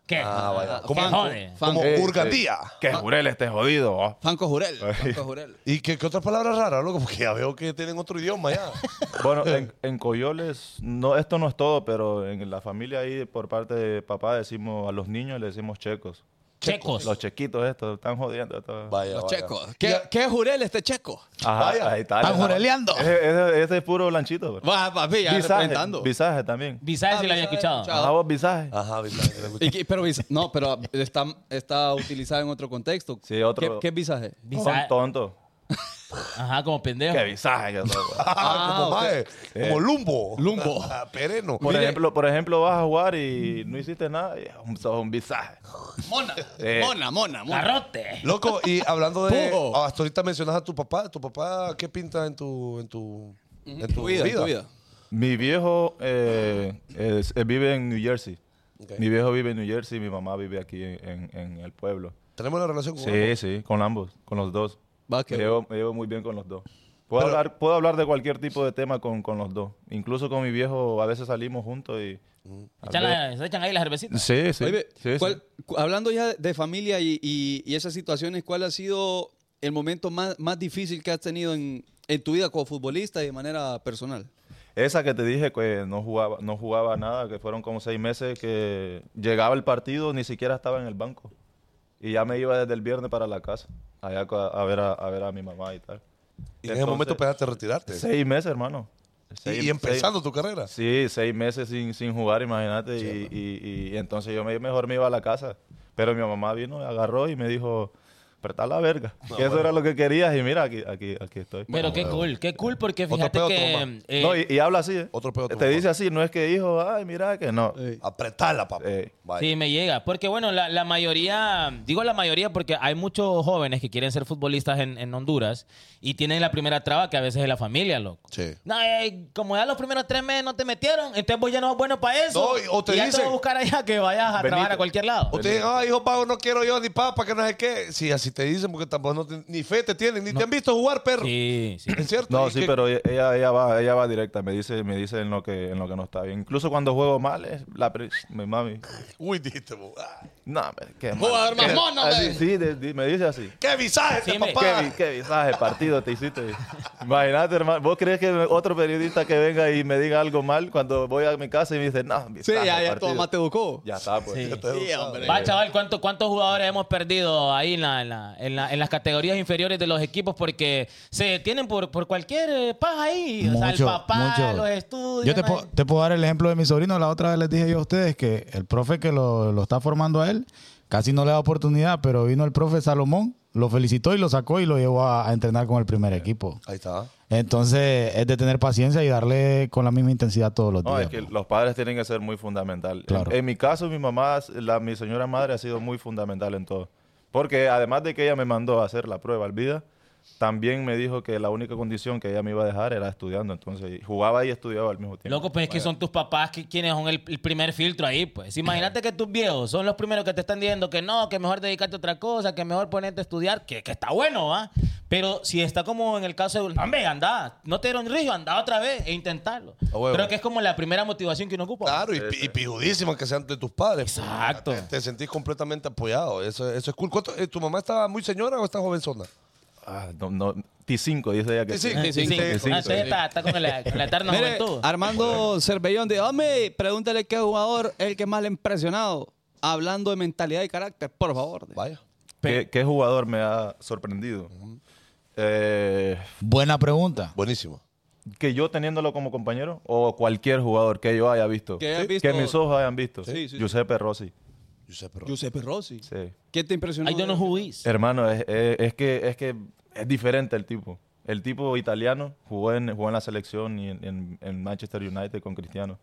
S5: ¿Qué?
S2: Ah, vaya.
S5: ¿Qué
S2: Como,
S5: jode?
S3: Fan-
S2: como
S6: Eh, eh.
S2: Urgandía.
S6: ¿Qué jurel este jodido? oh?
S3: Franco Jurel. Franco Jurel.
S2: ¿Y qué, qué otras palabras raras, loco? Porque ya veo que tienen otro idioma ya.
S6: Bueno, en, en Coyoles, no, esto no es todo, pero en la familia ahí, por parte de papá, decimos a los niños le decimos checos.
S3: Pues.
S5: Checos.
S6: Los chequitos estos están jodiendo. estos.
S2: Vaya,
S3: Los
S2: vaya.
S3: checos. ¿Qué, ¿Qué jurel este checo?
S6: Ajá,
S2: Vaya.
S6: ahí está.
S4: Están
S6: Ajá.
S4: jureleando.
S6: Ese, ese- ese es puro lanchito. bro.
S3: Va, papi, ya
S6: Visaje,
S3: representando.
S6: visaje también.
S5: Visaje
S3: Ah,
S5: si lo había
S3: Visaje, Ah,
S5: escuchado.
S3: escuchado.
S6: Ajá, vos visaje.
S2: Ajá, Visaje. te lo escuché.
S3: Y que- pero visa- no, pero está, está utilizada en otro contexto.
S6: Sí, otro-
S3: ¿Qué, qué visaje?
S5: Visaje.
S6: Son tontos.
S5: Ajá, como pendejo.
S6: Qué visaje que son, pues. bro.
S2: Ah, como
S3: ok.
S2: mae, como Lumbo. Ah,
S3: Lumbo.
S2: Pereno.
S6: Por
S3: Mire.
S6: ejemplo, por ejemplo, vas a jugar y no hiciste nada, y un- sos un visaje.
S3: Mona,
S6: Eh.
S3: mona, mona, mona.
S5: Garrote.
S2: Loco, y hablando de.
S3: Pujo.
S2: ah, Hasta ahorita mencionas a tu papá. ¿Tu papá qué pinta en tu. en tu. en tu, vida?
S3: en tu vida.
S6: Mi viejo eh, es- eh, vive en New Jersey.
S2: Ok.
S6: Mi viejo vive en New Jersey, mi mamá vive aquí en, en- en el pueblo.
S2: ¿Tenemos la relación con
S6: Sí, sí, con ambos, con los dos.
S3: Va,
S6: Me
S3: que-
S6: llevo, me llevo muy bien con los dos. Puedo,
S2: Pero-
S6: hablar, puedo hablar de cualquier tipo de tema con, con los dos. Incluso con mi viejo, a veces salimos juntos y... a
S5: Echan
S6: ver-
S5: la- se echan ahí las cervecitas.
S6: Sí, sí.
S3: Oye,
S6: sí, sí.
S3: ¿cuál- cu- hablando ya de familia y, y- y esas situaciones, ¿cuál ha sido el momento más, más difícil que has tenido en, en tu vida como futbolista y de manera personal?
S6: Esa que te dije que no jugaba, no jugaba nada, que fueron como seis meses que llegaba el partido, ni siquiera estaba en el banco. Y ya me iba desde el viernes para la casa, allá co- a ver a, a ver a mi mamá y tal.
S2: Y en ese momento pensaste retirarte.
S6: Seis meses, hermano.
S2: Este, Y,
S6: Seis-
S2: y empezando tu carrera.
S6: seis- sí, seis meses sin, sin jugar, imagínate. Y, y- y entonces yo me, mejor me iba a la casa. Pero mi mamá vino, agarró y me dijo, apretá la verga. que eso era lo que querías y mira, aquí, aquí, aquí estoy.
S5: Pero qué cool, qué cool, porque
S2: Otro
S5: fíjate
S2: pedo, otro
S5: que.
S2: más.
S5: eh,
S6: no, y, y habla así, ¿eh?
S2: Otro pedo, otro
S6: Te
S2: pedo.
S6: dice así, no es que hijo, ay, mira que no.
S2: Apretala, papá.
S6: Eh.
S2: Vaya.
S5: Sí, me llega. Porque bueno, la, la mayoría, digo la mayoría porque hay muchos jóvenes que quieren ser futbolistas en, en Honduras y tienen la primera traba que a veces es la familia, loco.
S2: Sí.
S5: No, eh, como ya los primeros tres meses no te metieron, entonces vos ya no sos bueno para eso.
S2: No, y- o te
S5: y ya
S2: dicen-
S5: te voy a buscar allá que vayas a trabajar
S6: Venite.
S5: a cualquier lado.
S2: O te dicen, ah, hijo pago, no quiero yo ni papa, que no sé qué. Sí, así te dicen, porque tampoco no te- ni fe te tienen, ni te han visto jugar, perro.
S5: Sí, sí.
S2: ¿Es cierto?
S6: No,
S2: ¿Y
S6: sí,
S2: qué-
S6: pero ella, ella va, ella va directa, me dice, me dice en lo que, en lo que no está bien. Incluso cuando juego mal, es la pri- mi mami.
S2: Uy, dijiste, vos. ah,
S6: No, me- qué mal.
S3: Jugador más
S6: Qué-
S3: mono,
S6: así,
S3: me-
S6: Sí, de- de- me dice así.
S2: ¡Qué visaje,
S5: Sí,
S2: este
S5: me-
S2: papá!
S6: Qué, vi- qué visaje partido te hiciste. Imagínate, hermano. ¿Vos crees que otro periodista que venga y me diga algo mal cuando voy a mi casa y me dice, no,
S3: Sí, ya,
S6: visaje,
S3: ya tu
S6: partido"?
S3: mamá te educó.
S6: Ya está, pues.
S5: Sí.
S6: Ya está.
S3: Sí, hombre.
S5: Va, chaval, ¿cuánto- ¿cuántos jugadores hemos perdido ahí en, la- en la- en la- en las categorías inferiores de los equipos porque se detienen por, por cualquier eh, paja ahí? o sea, el
S4: Mucho,
S5: papá,
S4: mucho.
S5: los estudios.
S4: Yo te,
S5: ¿no?
S4: puedo- te puedo dar el ejemplo de mi sobrino. La otra vez les dije yo a ustedes que el profe que lo, lo está formando a él casi no le da oportunidad, pero vino el profe Salomón, lo felicitó y lo sacó y lo llevó a, a entrenar con el primer equipo.
S2: Ahí está.
S4: Entonces es de tener paciencia y darle con la misma intensidad todos los
S6: No,
S4: días.
S6: es que
S4: ¿no?
S6: los padres tienen que ser muy fundamental.
S4: Claro.
S6: En, en mi caso, mi mamá, la, mi señora madre ha sido muy fundamental en todo. Porque además de que ella me mandó a hacer la prueba al vida, también me dijo que la única condición que ella me iba a dejar era estudiando. Entonces, jugaba y estudiaba al mismo tiempo.
S5: Loco, pues es que son tus papás que, quienes son el, el primer filtro ahí, pues. Imagínate que tus viejos son los primeros que te están diciendo que no, que mejor dedicarte a otra cosa, que mejor ponerte a estudiar, que, que está bueno, ¿va? Pero si está como en el caso de, hombre, anda, no te dieron río, anda otra vez e intentarlo.
S2: A huevo.
S5: Creo que es como la primera motivación que uno ocupa.
S2: Claro, y, pi- y pijudísimo que sean de tus padres. pues.
S5: Exacto.
S2: Te, te sentís completamente apoyado. Eso, eso es cool. ¿Cuánto- eh, ¿Tu mamá estaba muy señora o está jovenzona?
S6: Ah, no, no, T5, dice ella que
S2: Sí, sí,
S5: Ah,
S6: sí.
S5: sí,
S3: sí,
S5: sí.
S3: sí,
S5: Ah,
S6: sí,
S5: entonces
S6: sí.
S5: Está, está con la, con la eterna
S3: Mire,
S5: juventud.
S3: Armando Cervellón de hombre, pregúntale qué jugador es el que más le ha impresionado. Hablando de mentalidad y carácter, por favor.
S2: Vaya.
S6: ¿Qué, qué jugador me ha sorprendido? Eh,
S4: Buena pregunta.
S2: Buenísimo.
S6: que yo teniéndolo como compañero o cualquier jugador que yo haya visto.
S3: Que hayas
S6: Sí.
S3: visto.
S6: mis ojos hayan visto.
S3: Sí, sí, sí.
S6: Giuseppe Rossi.
S2: Giuseppe Ro-
S3: Giuseppe Rossi.
S6: Sí.
S3: ¿Qué te impresionó?
S5: I don't know who is.
S6: Hermano, es, es- es que, es que es diferente el tipo. El tipo italiano jugó en, jugó en la selección y en, en- en Manchester United con Cristiano.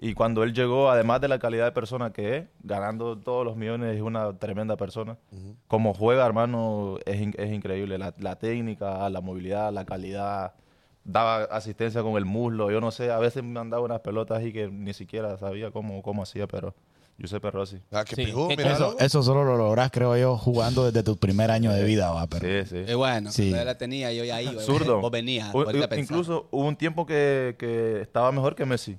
S6: Y cuando él llegó, además de la calidad de persona que es, ganando todos los millones, es una tremenda persona. Como juega, hermano, es, in- es increíble. La, la técnica, la movilidad, la calidad. Daba asistencia con el muslo. Yo no sé, a veces me andaba unas pelotas y que ni siquiera sabía cómo, cómo hacía, pero Giuseppe Rossi.
S2: Ah, qué
S5: Sí,
S2: pijudo,
S5: qué
S2: mira.
S5: cosa.
S2: loco.
S4: Eso solo lo lográs, creo yo, jugando desde tu primer año de vida, va, pero.
S6: Sí, sí.
S3: Eh, bueno,
S4: Sí.
S3: yo la tenía yo ya ahí. güey.
S6: Zurdo.
S3: Pues, Vos venías.
S6: U-
S3: ahorita
S6: u-
S3: pensás.
S6: incluso hubo un tiempo que, que estaba mejor que Messi.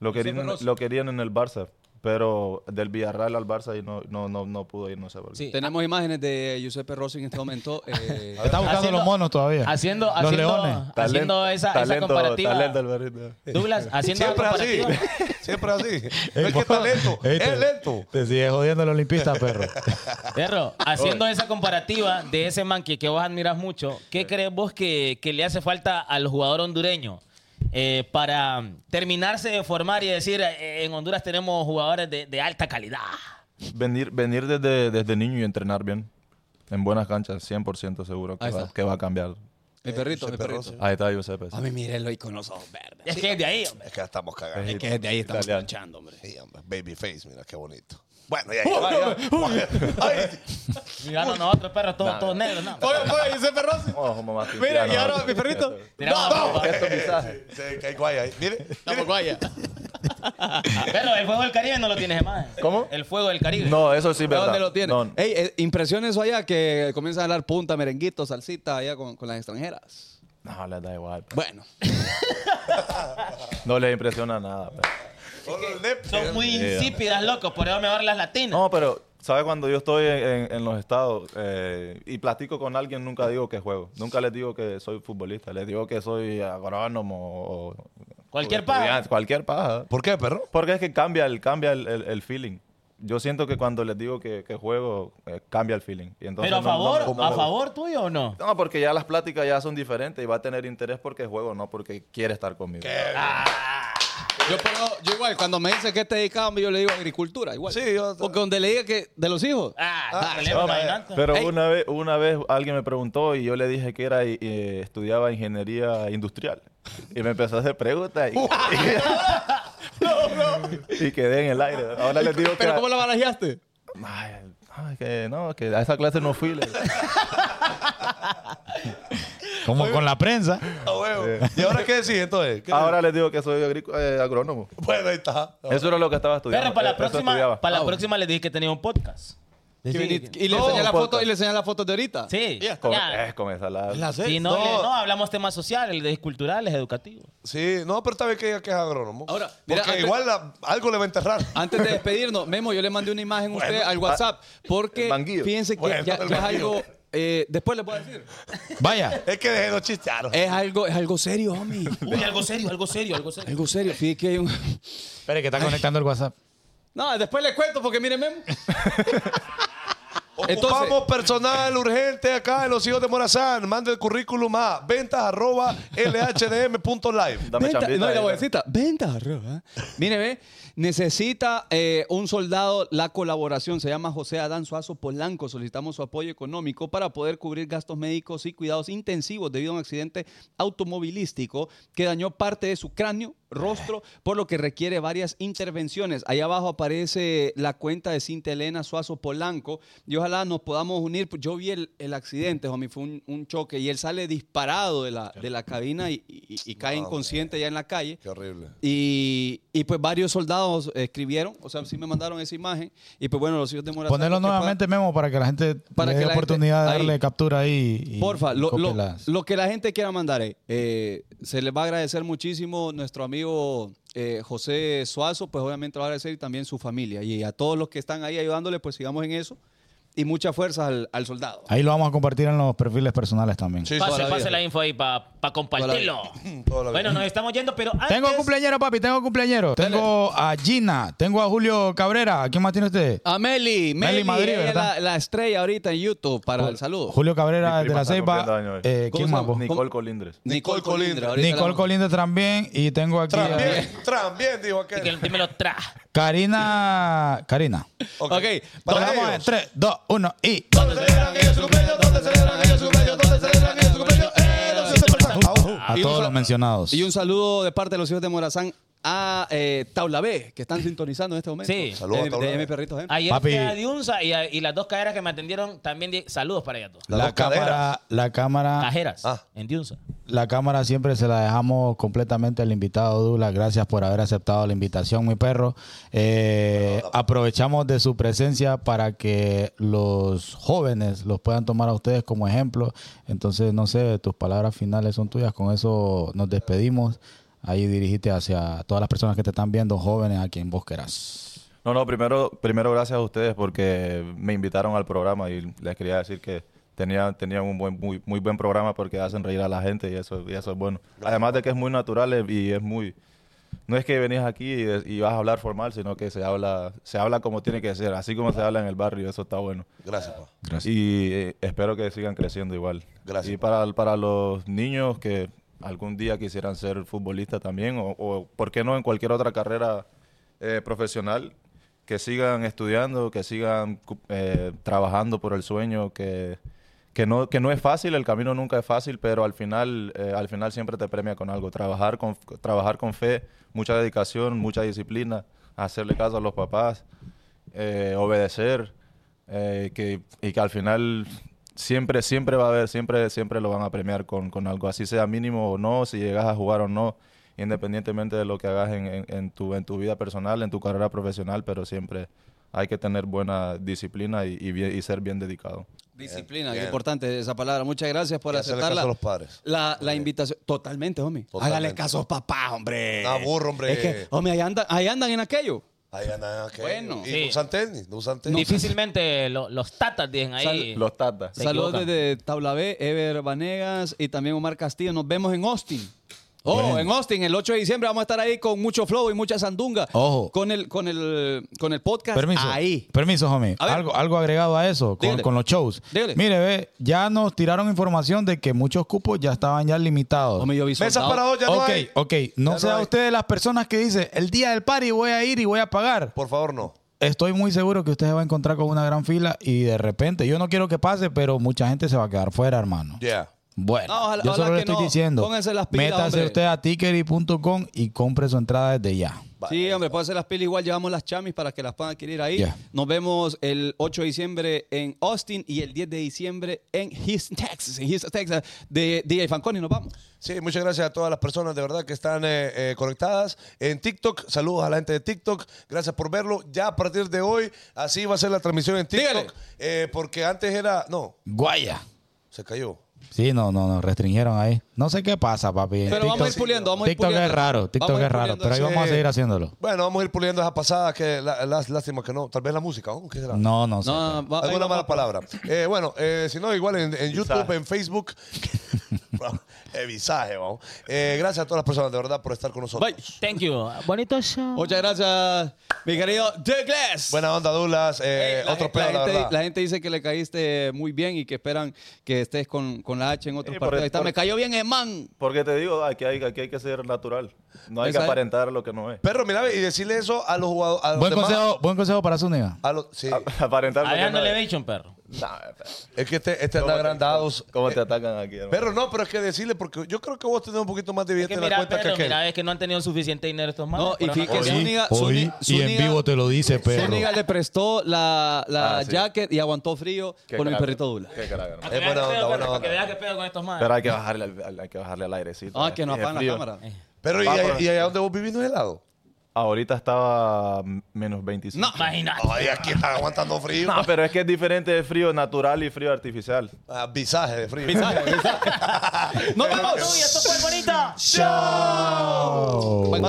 S6: Lo querían,
S3: Rossi.
S6: lo querían en el Barça. Pero del Villarreal al Barça y no, no, no, no pudo ir, no sé por qué.
S5: Sí.
S3: Tenemos imágenes de Giuseppe Rossi en este momento. eh,
S4: Está buscando
S5: Haciendo-
S4: los monos todavía.
S5: Haciendo,
S4: Los
S5: haciendo,
S4: leones.
S5: haciendo esa, esa comparativa.
S6: Talento el barrito.
S5: Douglas, haciendo la
S2: Siempre así.
S5: comparativa.
S2: Siempre así.
S4: Ey,
S2: No es que
S4: por-
S2: está lento.
S4: Ey, te-
S2: Es lento.
S4: Te sigue jodiendo el olimpista, perro.
S5: Perro, haciendo esa comparativa de ese man que, que vos admiras mucho, ¿qué crees vos que, que le hace falta al jugador hondureño eh, para terminarse de formar y decir, eh, en Honduras tenemos jugadores de, de alta calidad?
S6: Venir, venir desde, desde niño y entrenar bien. En buenas canchas, 100% seguro que
S3: Ahí
S6: va,
S3: está.
S6: que va a cambiar.
S3: mi perrito, mi
S2: Giuseppe
S3: perrito.
S2: Rossi.
S6: Ahí está Giuseppe.
S3: A mí, mírenlo ahí con los ojos verdes.
S5: Es que es de ahí, hombre.
S2: Es que la estamos cagando.
S3: Que desde ahí estamos
S6: Italiano.
S3: planchando, hombre.
S2: Sí, hombre. Babyface, mira qué bonito. Bueno, ya. ya, ya. Ay,
S5: Mirando a nosotros, perro, todos todos negros, ¿no?
S2: oye, oye, Giuseppe Rossi.
S6: Oh, como más
S2: Mira,
S6: cristiano.
S2: y ahora mi perrito.
S5: Tiramos la
S2: no,
S5: pelota.
S2: esto quizás. Sí, que hay guay ahí. Mire, mire.
S5: Perro, el fuego del Caribe no lo tienes más.
S6: ¿Cómo?
S5: El fuego del Caribe.
S6: No, eso sí, verdad.
S3: ¿Dónde lo tiene?
S6: No,
S3: Ey, eh, impresiona eso allá que comienza a hablar punta, merenguito, salsita allá con, con las extranjeras.
S6: no, les da igual. pe.
S3: Bueno,
S6: No les impresiona nada. pe.
S2: Solo el nepe.
S5: Son muy insípidas, locos, por eso mejor las latinas.
S6: Eh, No, pero, ¿sabes? Cuando yo estoy en, en- en los estados eh, y platico con alguien, nunca digo que juego. Nunca les digo que soy futbolista. Les digo que soy agrónomo o... o
S5: Cualquier
S6: estudiante,
S5: paja.
S6: Cualquier paja.
S2: ¿Por qué, perro?
S6: Porque es que cambia el, cambia el, el- el feeling. Yo siento que cuando les digo que, que juego, eh, cambia el feeling. Y entonces
S5: pero a
S6: no- no
S5: favor,
S6: me- no
S5: a
S6: me-
S5: favor tuyo o no?
S6: No, porque ya las pláticas ya son diferentes y va a tener interés porque juego, no porque quiere estar conmigo.
S3: yo, puedo- yo igual, cuando me dicen que te dedicaba, yo le digo agricultura, igual.
S2: Sí, yo-
S3: Porque donde le diga que de los hijos.
S5: Ah,
S2: Ah,
S5: problema,
S2: no,
S5: no hay
S2: pero-
S5: tanto.
S6: Pero
S3: Ey.
S6: una vez, una vez alguien me preguntó y yo le dije que era y, eh, estudiaba ingeniería industrial. Y me empezó a hacer preguntas y, y quedé en el aire. Ahora les digo
S3: Pero
S6: que
S3: ¿cómo la barajaste?
S6: Ay, ay, que no, que a esa clase no fui. le-
S4: Como con la prensa.
S2: A Ah, huevo. ¿Y ahora qué decís entonces? ¿Qué-
S6: Ahora les digo que soy agric- eh, agrónomo.
S2: Bueno, ahí está.
S6: Eso era lo que estaba estudiando.
S5: Perro, para
S6: eh,
S5: la
S6: eso
S5: próxima,
S6: estudiaba.
S5: para
S3: Ah,
S5: la
S3: bueno.
S5: próxima les dije que tenía un podcast.
S3: Y,
S5: Sí,
S3: venís- y le
S6: No,
S3: enseñas la
S6: podcast.
S3: foto, y le enseñas la foto de ahorita.
S5: sí.
S2: Ya,
S6: Con,
S5: ya.
S6: eh, con esa la-
S2: La sé.
S5: Sí, no, le- no, hablamos temas sociales, de culturales, educativos.
S2: Sí, no, pero también que diga que es agrónomo.
S3: Ahora,
S2: Porque
S3: mira, antes-
S2: igual la- algo le va a enterrar.
S3: Antes de despedirnos, Memo, yo le mandé una imagen a usted al WhatsApp. Porque
S6: el manguillo.
S3: fíjense que
S2: Bueno,
S3: ya,
S2: el
S3: ya es
S2: manguillo.
S3: algo. eh, después les voy a decir.
S4: Vaya.
S2: Es que dejé los chistearos.
S5: Eh,
S3: Es algo, es algo serio, homie.
S5: Uy, algo serio, algo serio, algo serio.
S3: Algo serio. Fíjense que hay un.
S4: Espere, que está conectando el WhatsApp.
S3: No, después les cuento porque miren, Memo.
S2: Ocupamos personal urgente acá en los hijos de Morazán. Manda el currículum a ventas arroba lhdm.live.
S6: Dame
S3: Venta- no,
S6: chambita
S3: y
S6: ahí,
S3: la
S6: dame.
S3: bolsita. Venta, arroba. Mire, ve. Necesita eh, un soldado la colaboración. Se llama José Adán Suazo Polanco. Solicitamos su apoyo económico para poder cubrir gastos médicos y cuidados intensivos debido a un accidente automovilístico que dañó parte de su cráneo, rostro, por lo que requiere varias intervenciones. Ahí abajo aparece la cuenta de Cinta Elena Suazo Polanco y ojalá nos podamos unir. Pues Yo vi el, el accidente, homie, fue un, un choque y él sale disparado de la, de la cabina y, y- y cae
S6: Ah,
S3: inconsciente ya en la calle.
S2: Qué horrible.
S3: Y, y, pues varios soldados escribieron, o sea, sí me mandaron esa imagen. Y pues bueno, los hijos de Morazán.
S4: Ponerlo
S3: porque pa-
S4: nuevamente, Memo, para que la gente
S3: Para
S4: le
S3: que
S4: dé
S3: la gente-
S4: oportunidad de
S3: ahí.
S4: darle captura ahí. y-
S3: Porfa,
S4: y
S3: lo,
S4: copie
S3: lo-
S4: las-
S3: lo que la gente quiera mandar, eh, eh, se les va a agradecer muchísimo nuestro amigo eh, José Suazo, pues obviamente lo va a agradecer y también su familia. Y a todos los que están ahí ayudándole, pues sigamos en eso. Y muchas fuerzas al, al soldado.
S4: Ahí lo vamos a compartir en los perfiles personales también.
S2: Sí,
S5: Pase,
S3: toda la
S5: pase
S3: vida.
S5: la info ahí para compartirlo.
S2: Toda la vida.
S5: Bueno, nos estamos yendo, pero antes...
S4: Tengo cumpleañero, papi, tengo cumpleañero. Tengo a Gina, tengo a Julio Cabrera. ¿Quién más tiene usted?
S3: A Ah, Meli, Meli,
S4: Madrid,
S3: ella es
S4: ¿verdad?
S3: la, la estrella ahorita en YouTube para el
S4: Ju-
S3: saludo.
S4: Julio Cabrera
S6: Mi
S4: de
S6: prima
S4: la
S6: está cumpliendo
S4: Ceiba.
S6: años hoy.
S4: Eh, ¿Quién
S3: ¿Cómo
S4: más?
S3: se llama?
S4: vos?
S6: Nicole Colindres.
S3: Nicole
S2: Nicole Colindres.
S3: Colindres. ahorita
S4: Nicole
S3: la-
S4: Colindres también. Y tengo aquí a
S2: También, también, dijo
S5: Que
S2: aquel.
S5: dímelo tra.
S4: Karina. Karina.
S3: Ok,
S2: para
S4: Contamos en
S2: ellos.
S4: 3, 2, 1 y.
S2: ¿Dónde celebran ellos su cumpleaños? ¿Dónde celebran ellos su cumpleaños? ¿Dónde celebran ellos su cumpleaños? Eh, los hijos de Morazán. Au.
S4: A
S3: Y un
S4: todos
S3: sal-
S4: los mencionados.
S3: Y un saludo de parte de los hijos de Morazán a eh, Taula B, que están sintonizando en este momento.
S5: Sí.
S2: Saludos a
S3: De-
S2: Taula
S3: de
S2: B.
S3: mi perrito, ¿eh?
S5: Ayer
S4: Papi.
S5: fui a Diunza y, a- y las dos caderas que me atendieron también... di- Saludos para ellas dos.
S2: Las
S4: La
S2: dos caderas.
S4: cámara, la cámara,
S5: Cajeras
S2: Ah.
S5: en Diunza.
S4: la cámara siempre se la dejamos completamente al invitado Douglas. Gracias por haber aceptado la invitación, mi perro. Eh, aprovechamos de su presencia para que los jóvenes los puedan tomar a ustedes como ejemplo. Entonces, no sé, tus palabras finales son tuyas. Con eso nos despedimos. Ahí dirigiste hacia todas las personas que te están viendo, jóvenes, a quien vos querás.
S6: No, no, primero, primero gracias a ustedes porque me invitaron al programa y les quería decir que tenía, tenían un buen, muy, muy buen programa porque hacen reír a la gente y eso, y eso es bueno. Además de que es muy natural eh, y es muy... No es que venís aquí y, es- y vas a hablar formal, sino que se habla, se habla como tiene que ser, así como se habla en el barrio, eso está bueno.
S2: Gracias, pa.
S6: Y eh, espero que sigan creciendo igual.
S2: Gracias,
S6: Y para, para los niños que algún día quisieran ser futbolistas también, o, o por qué no en cualquier otra carrera eh, profesional, que sigan estudiando, que sigan cu- eh, trabajando por el sueño, que, que, no, que no es fácil, el camino nunca es fácil, pero al final, eh, al final siempre te premia con algo. Trabajar con, trabajar con fe, mucha dedicación, mucha disciplina, hacerle caso a los papás, eh, obedecer eh, que, y que al final siempre, siempre va a haber, siempre, siempre lo van a premiar con, con algo, así sea mínimo o no, si llegas a jugar o no, independientemente de lo que hagas en, en- en tu, en tu vida personal, en tu carrera profesional, pero siempre hay que tener buena disciplina y, y bien- y ser bien dedicado.
S3: Disciplina, qué
S2: bien.
S3: importante esa palabra. Muchas gracias por
S2: Y hacerle
S3: aceptarla.
S2: caso a los padres.
S3: La, la invitación. Totalmente, homie.
S2: Totalmente.
S3: Hágale caso a los papás, hombre.
S2: No, burro, hombre.
S3: Es que, homie, ahí andan, ahí andan en aquello.
S2: Ahí andan aquellos.
S3: Bueno.
S2: ¿Y
S5: Sí.
S2: no usan tenis? ¿No usan tenis?
S5: Difícilmente lo- los tatas dicen ahí.
S6: Los tatas.
S5: Se
S3: Saludos
S5: equivocan.
S3: desde Tabla B, Ever Vanegas y también Omar Castillo. Nos vemos en Austin. Oh, en Austin, el 8 de diciembre vamos a estar ahí con mucho flow y mucha sandunga.
S4: Ojo.
S3: Con el, con el, con el podcast.
S4: Permiso.
S3: Ahí.
S4: Permiso, homie.
S3: A ver.
S4: Algo, algo agregado a eso con,
S3: Dígale.
S4: con los shows.
S3: Dígale.
S4: Mire, ve, ya nos tiraron información de que muchos cupos ya estaban ya limitados.
S3: Homie, yo vi
S2: Mesas
S3: soldado.
S2: para dos ya no
S4: ok,
S2: hay.
S4: ok. No
S2: Ya
S4: sea
S2: no hay.
S4: ustedes las personas que dicen, el día del party voy a ir y voy a pagar.
S2: Por favor, no.
S4: Estoy muy seguro que usted se va a encontrar con una gran fila y de repente, yo no quiero que pase, pero mucha gente se va a quedar fuera, hermano.
S2: Yeah.
S4: Bueno,
S3: No, ojalá-
S4: yo
S3: ojalá
S4: solo
S3: que
S4: le estoy
S3: no.
S4: diciendo,
S3: Pónganse las pilas,
S4: métase
S3: hombre.
S4: usted a tickety.com y compre su entrada desde ya.
S3: Sí, hombre, puede hacer las pilas igual. Llevamos las chamis para que las puedan adquirir ahí.
S4: Ya.
S3: Nos vemos el 8 de diciembre en Austin y el 10 de diciembre en Houston, Texas. En Houston, Texas, de DJ Fanconi. Nos vamos.
S2: Sí, muchas gracias a todas las personas de verdad que están eh, eh, conectadas en TikTok. Saludos a la gente de TikTok. Gracias por verlo. Ya a partir de hoy, así va a ser la transmisión en
S3: Dígale.
S2: TikTok. Eh, porque antes era. No,
S4: Guaya.
S2: se cayó.
S4: Sí, no, no, no, restringieron ahí. No sé qué pasa, papi.
S3: Pero vamos a ir puliendo. Vamos a ir
S4: TikTok
S3: puliendo.
S4: es raro, TikTok
S3: Vamos a ir
S4: es raro,
S3: puliendo
S4: pero ahí
S3: ese-
S4: vamos a seguir haciéndolo.
S2: Eh, Bueno, vamos a ir puliendo esa pasada que la- las- lástima que no. Tal vez la música, ¿no? ¿Qué será?
S4: No, no sé.
S3: No, va- ahí
S2: Alguna
S3: vamos.
S2: mala palabra. Eh, bueno, eh, si no, igual en, en YouTube, en Facebook. Eh, visaje, vamos. Eh, gracias a todas las personas de verdad por estar con nosotros.
S3: Bye.
S5: Thank you. Bonito show.
S3: Muchas gracias, mi querido Douglas.
S2: Buena onda, Dulas. Eh,
S3: Ey, la
S2: otro
S3: gente- la
S2: pedo, la,
S3: gente,
S2: verdad.
S3: la gente dice que le caíste muy bien y que esperan que estés con, con la H en otros
S6: Sí, por
S3: partidos.
S6: el-
S3: Ahí está,
S6: por-
S3: me cayó bien, Germán.
S6: Porque te digo, aquí hay, aquí hay que ser natural. No hay que
S3: Esa-
S6: aparentar lo que no es.
S2: Perro, mira, y decirle eso a los jugadores. A los
S4: Buen
S2: demás.
S4: consejo, buen consejo para Zúñiga.
S2: A los- sí.
S6: Ah. aparentar lo que
S5: Hablando
S6: no es.
S5: elevation, perro.
S2: Es que este, este
S6: ¿Cómo
S2: anda
S6: te-
S2: agrandados.
S6: ¿Cómo te
S2: Eh,
S6: atacan aquí? hermano?
S2: Perro, no, pero es que decirle, porque yo creo que vos tenés un poquito más de
S5: Es
S2: billete
S5: que
S2: en la
S5: mira,
S2: cuenta
S5: perro,
S2: que aquel.
S5: mira, eh. es que no han tenido suficiente dinero estos manos.
S3: No, y
S5: Por una
S3: fíjese-
S5: cosa.
S3: Zúñiga- Zúñiga- Zúñiga-
S4: lo dice,
S3: Zúñiga le prestó la, la
S6: Ah, sí.
S3: jacket y aguantó frío
S6: Qué
S3: con el
S6: crack.
S3: perrito Dula.
S6: Qué crack, hermano.
S5: Para que
S2: Es
S5: veas
S2: buena
S5: qué
S2: onda,
S5: pedo,
S2: buena
S5: perro, Para que
S2: onda.
S5: veas qué pedo con estos manos.
S6: Pero hay que bajarle al, hay que bajarle al airecito. eh.
S3: Ah, que no
S6: Es
S3: apagan la
S6: frío.
S3: cámara.
S2: Pero, ¿y,
S6: Va,
S2: ahí-
S6: pero-
S2: y allá donde vos vivís no es helado?
S6: Ahorita estaba mm, menos 25.
S3: No.
S5: Imagínate.
S2: Ay, aquí están aguantando frío.
S6: No, pero es que es diferente de frío natural y frío artificial.
S2: Ah, visaje de frío.
S3: ¡Nos
S5: Uy,
S3: vamos!
S5: esto fue bonito.
S4: Oh.
S3: Bueno,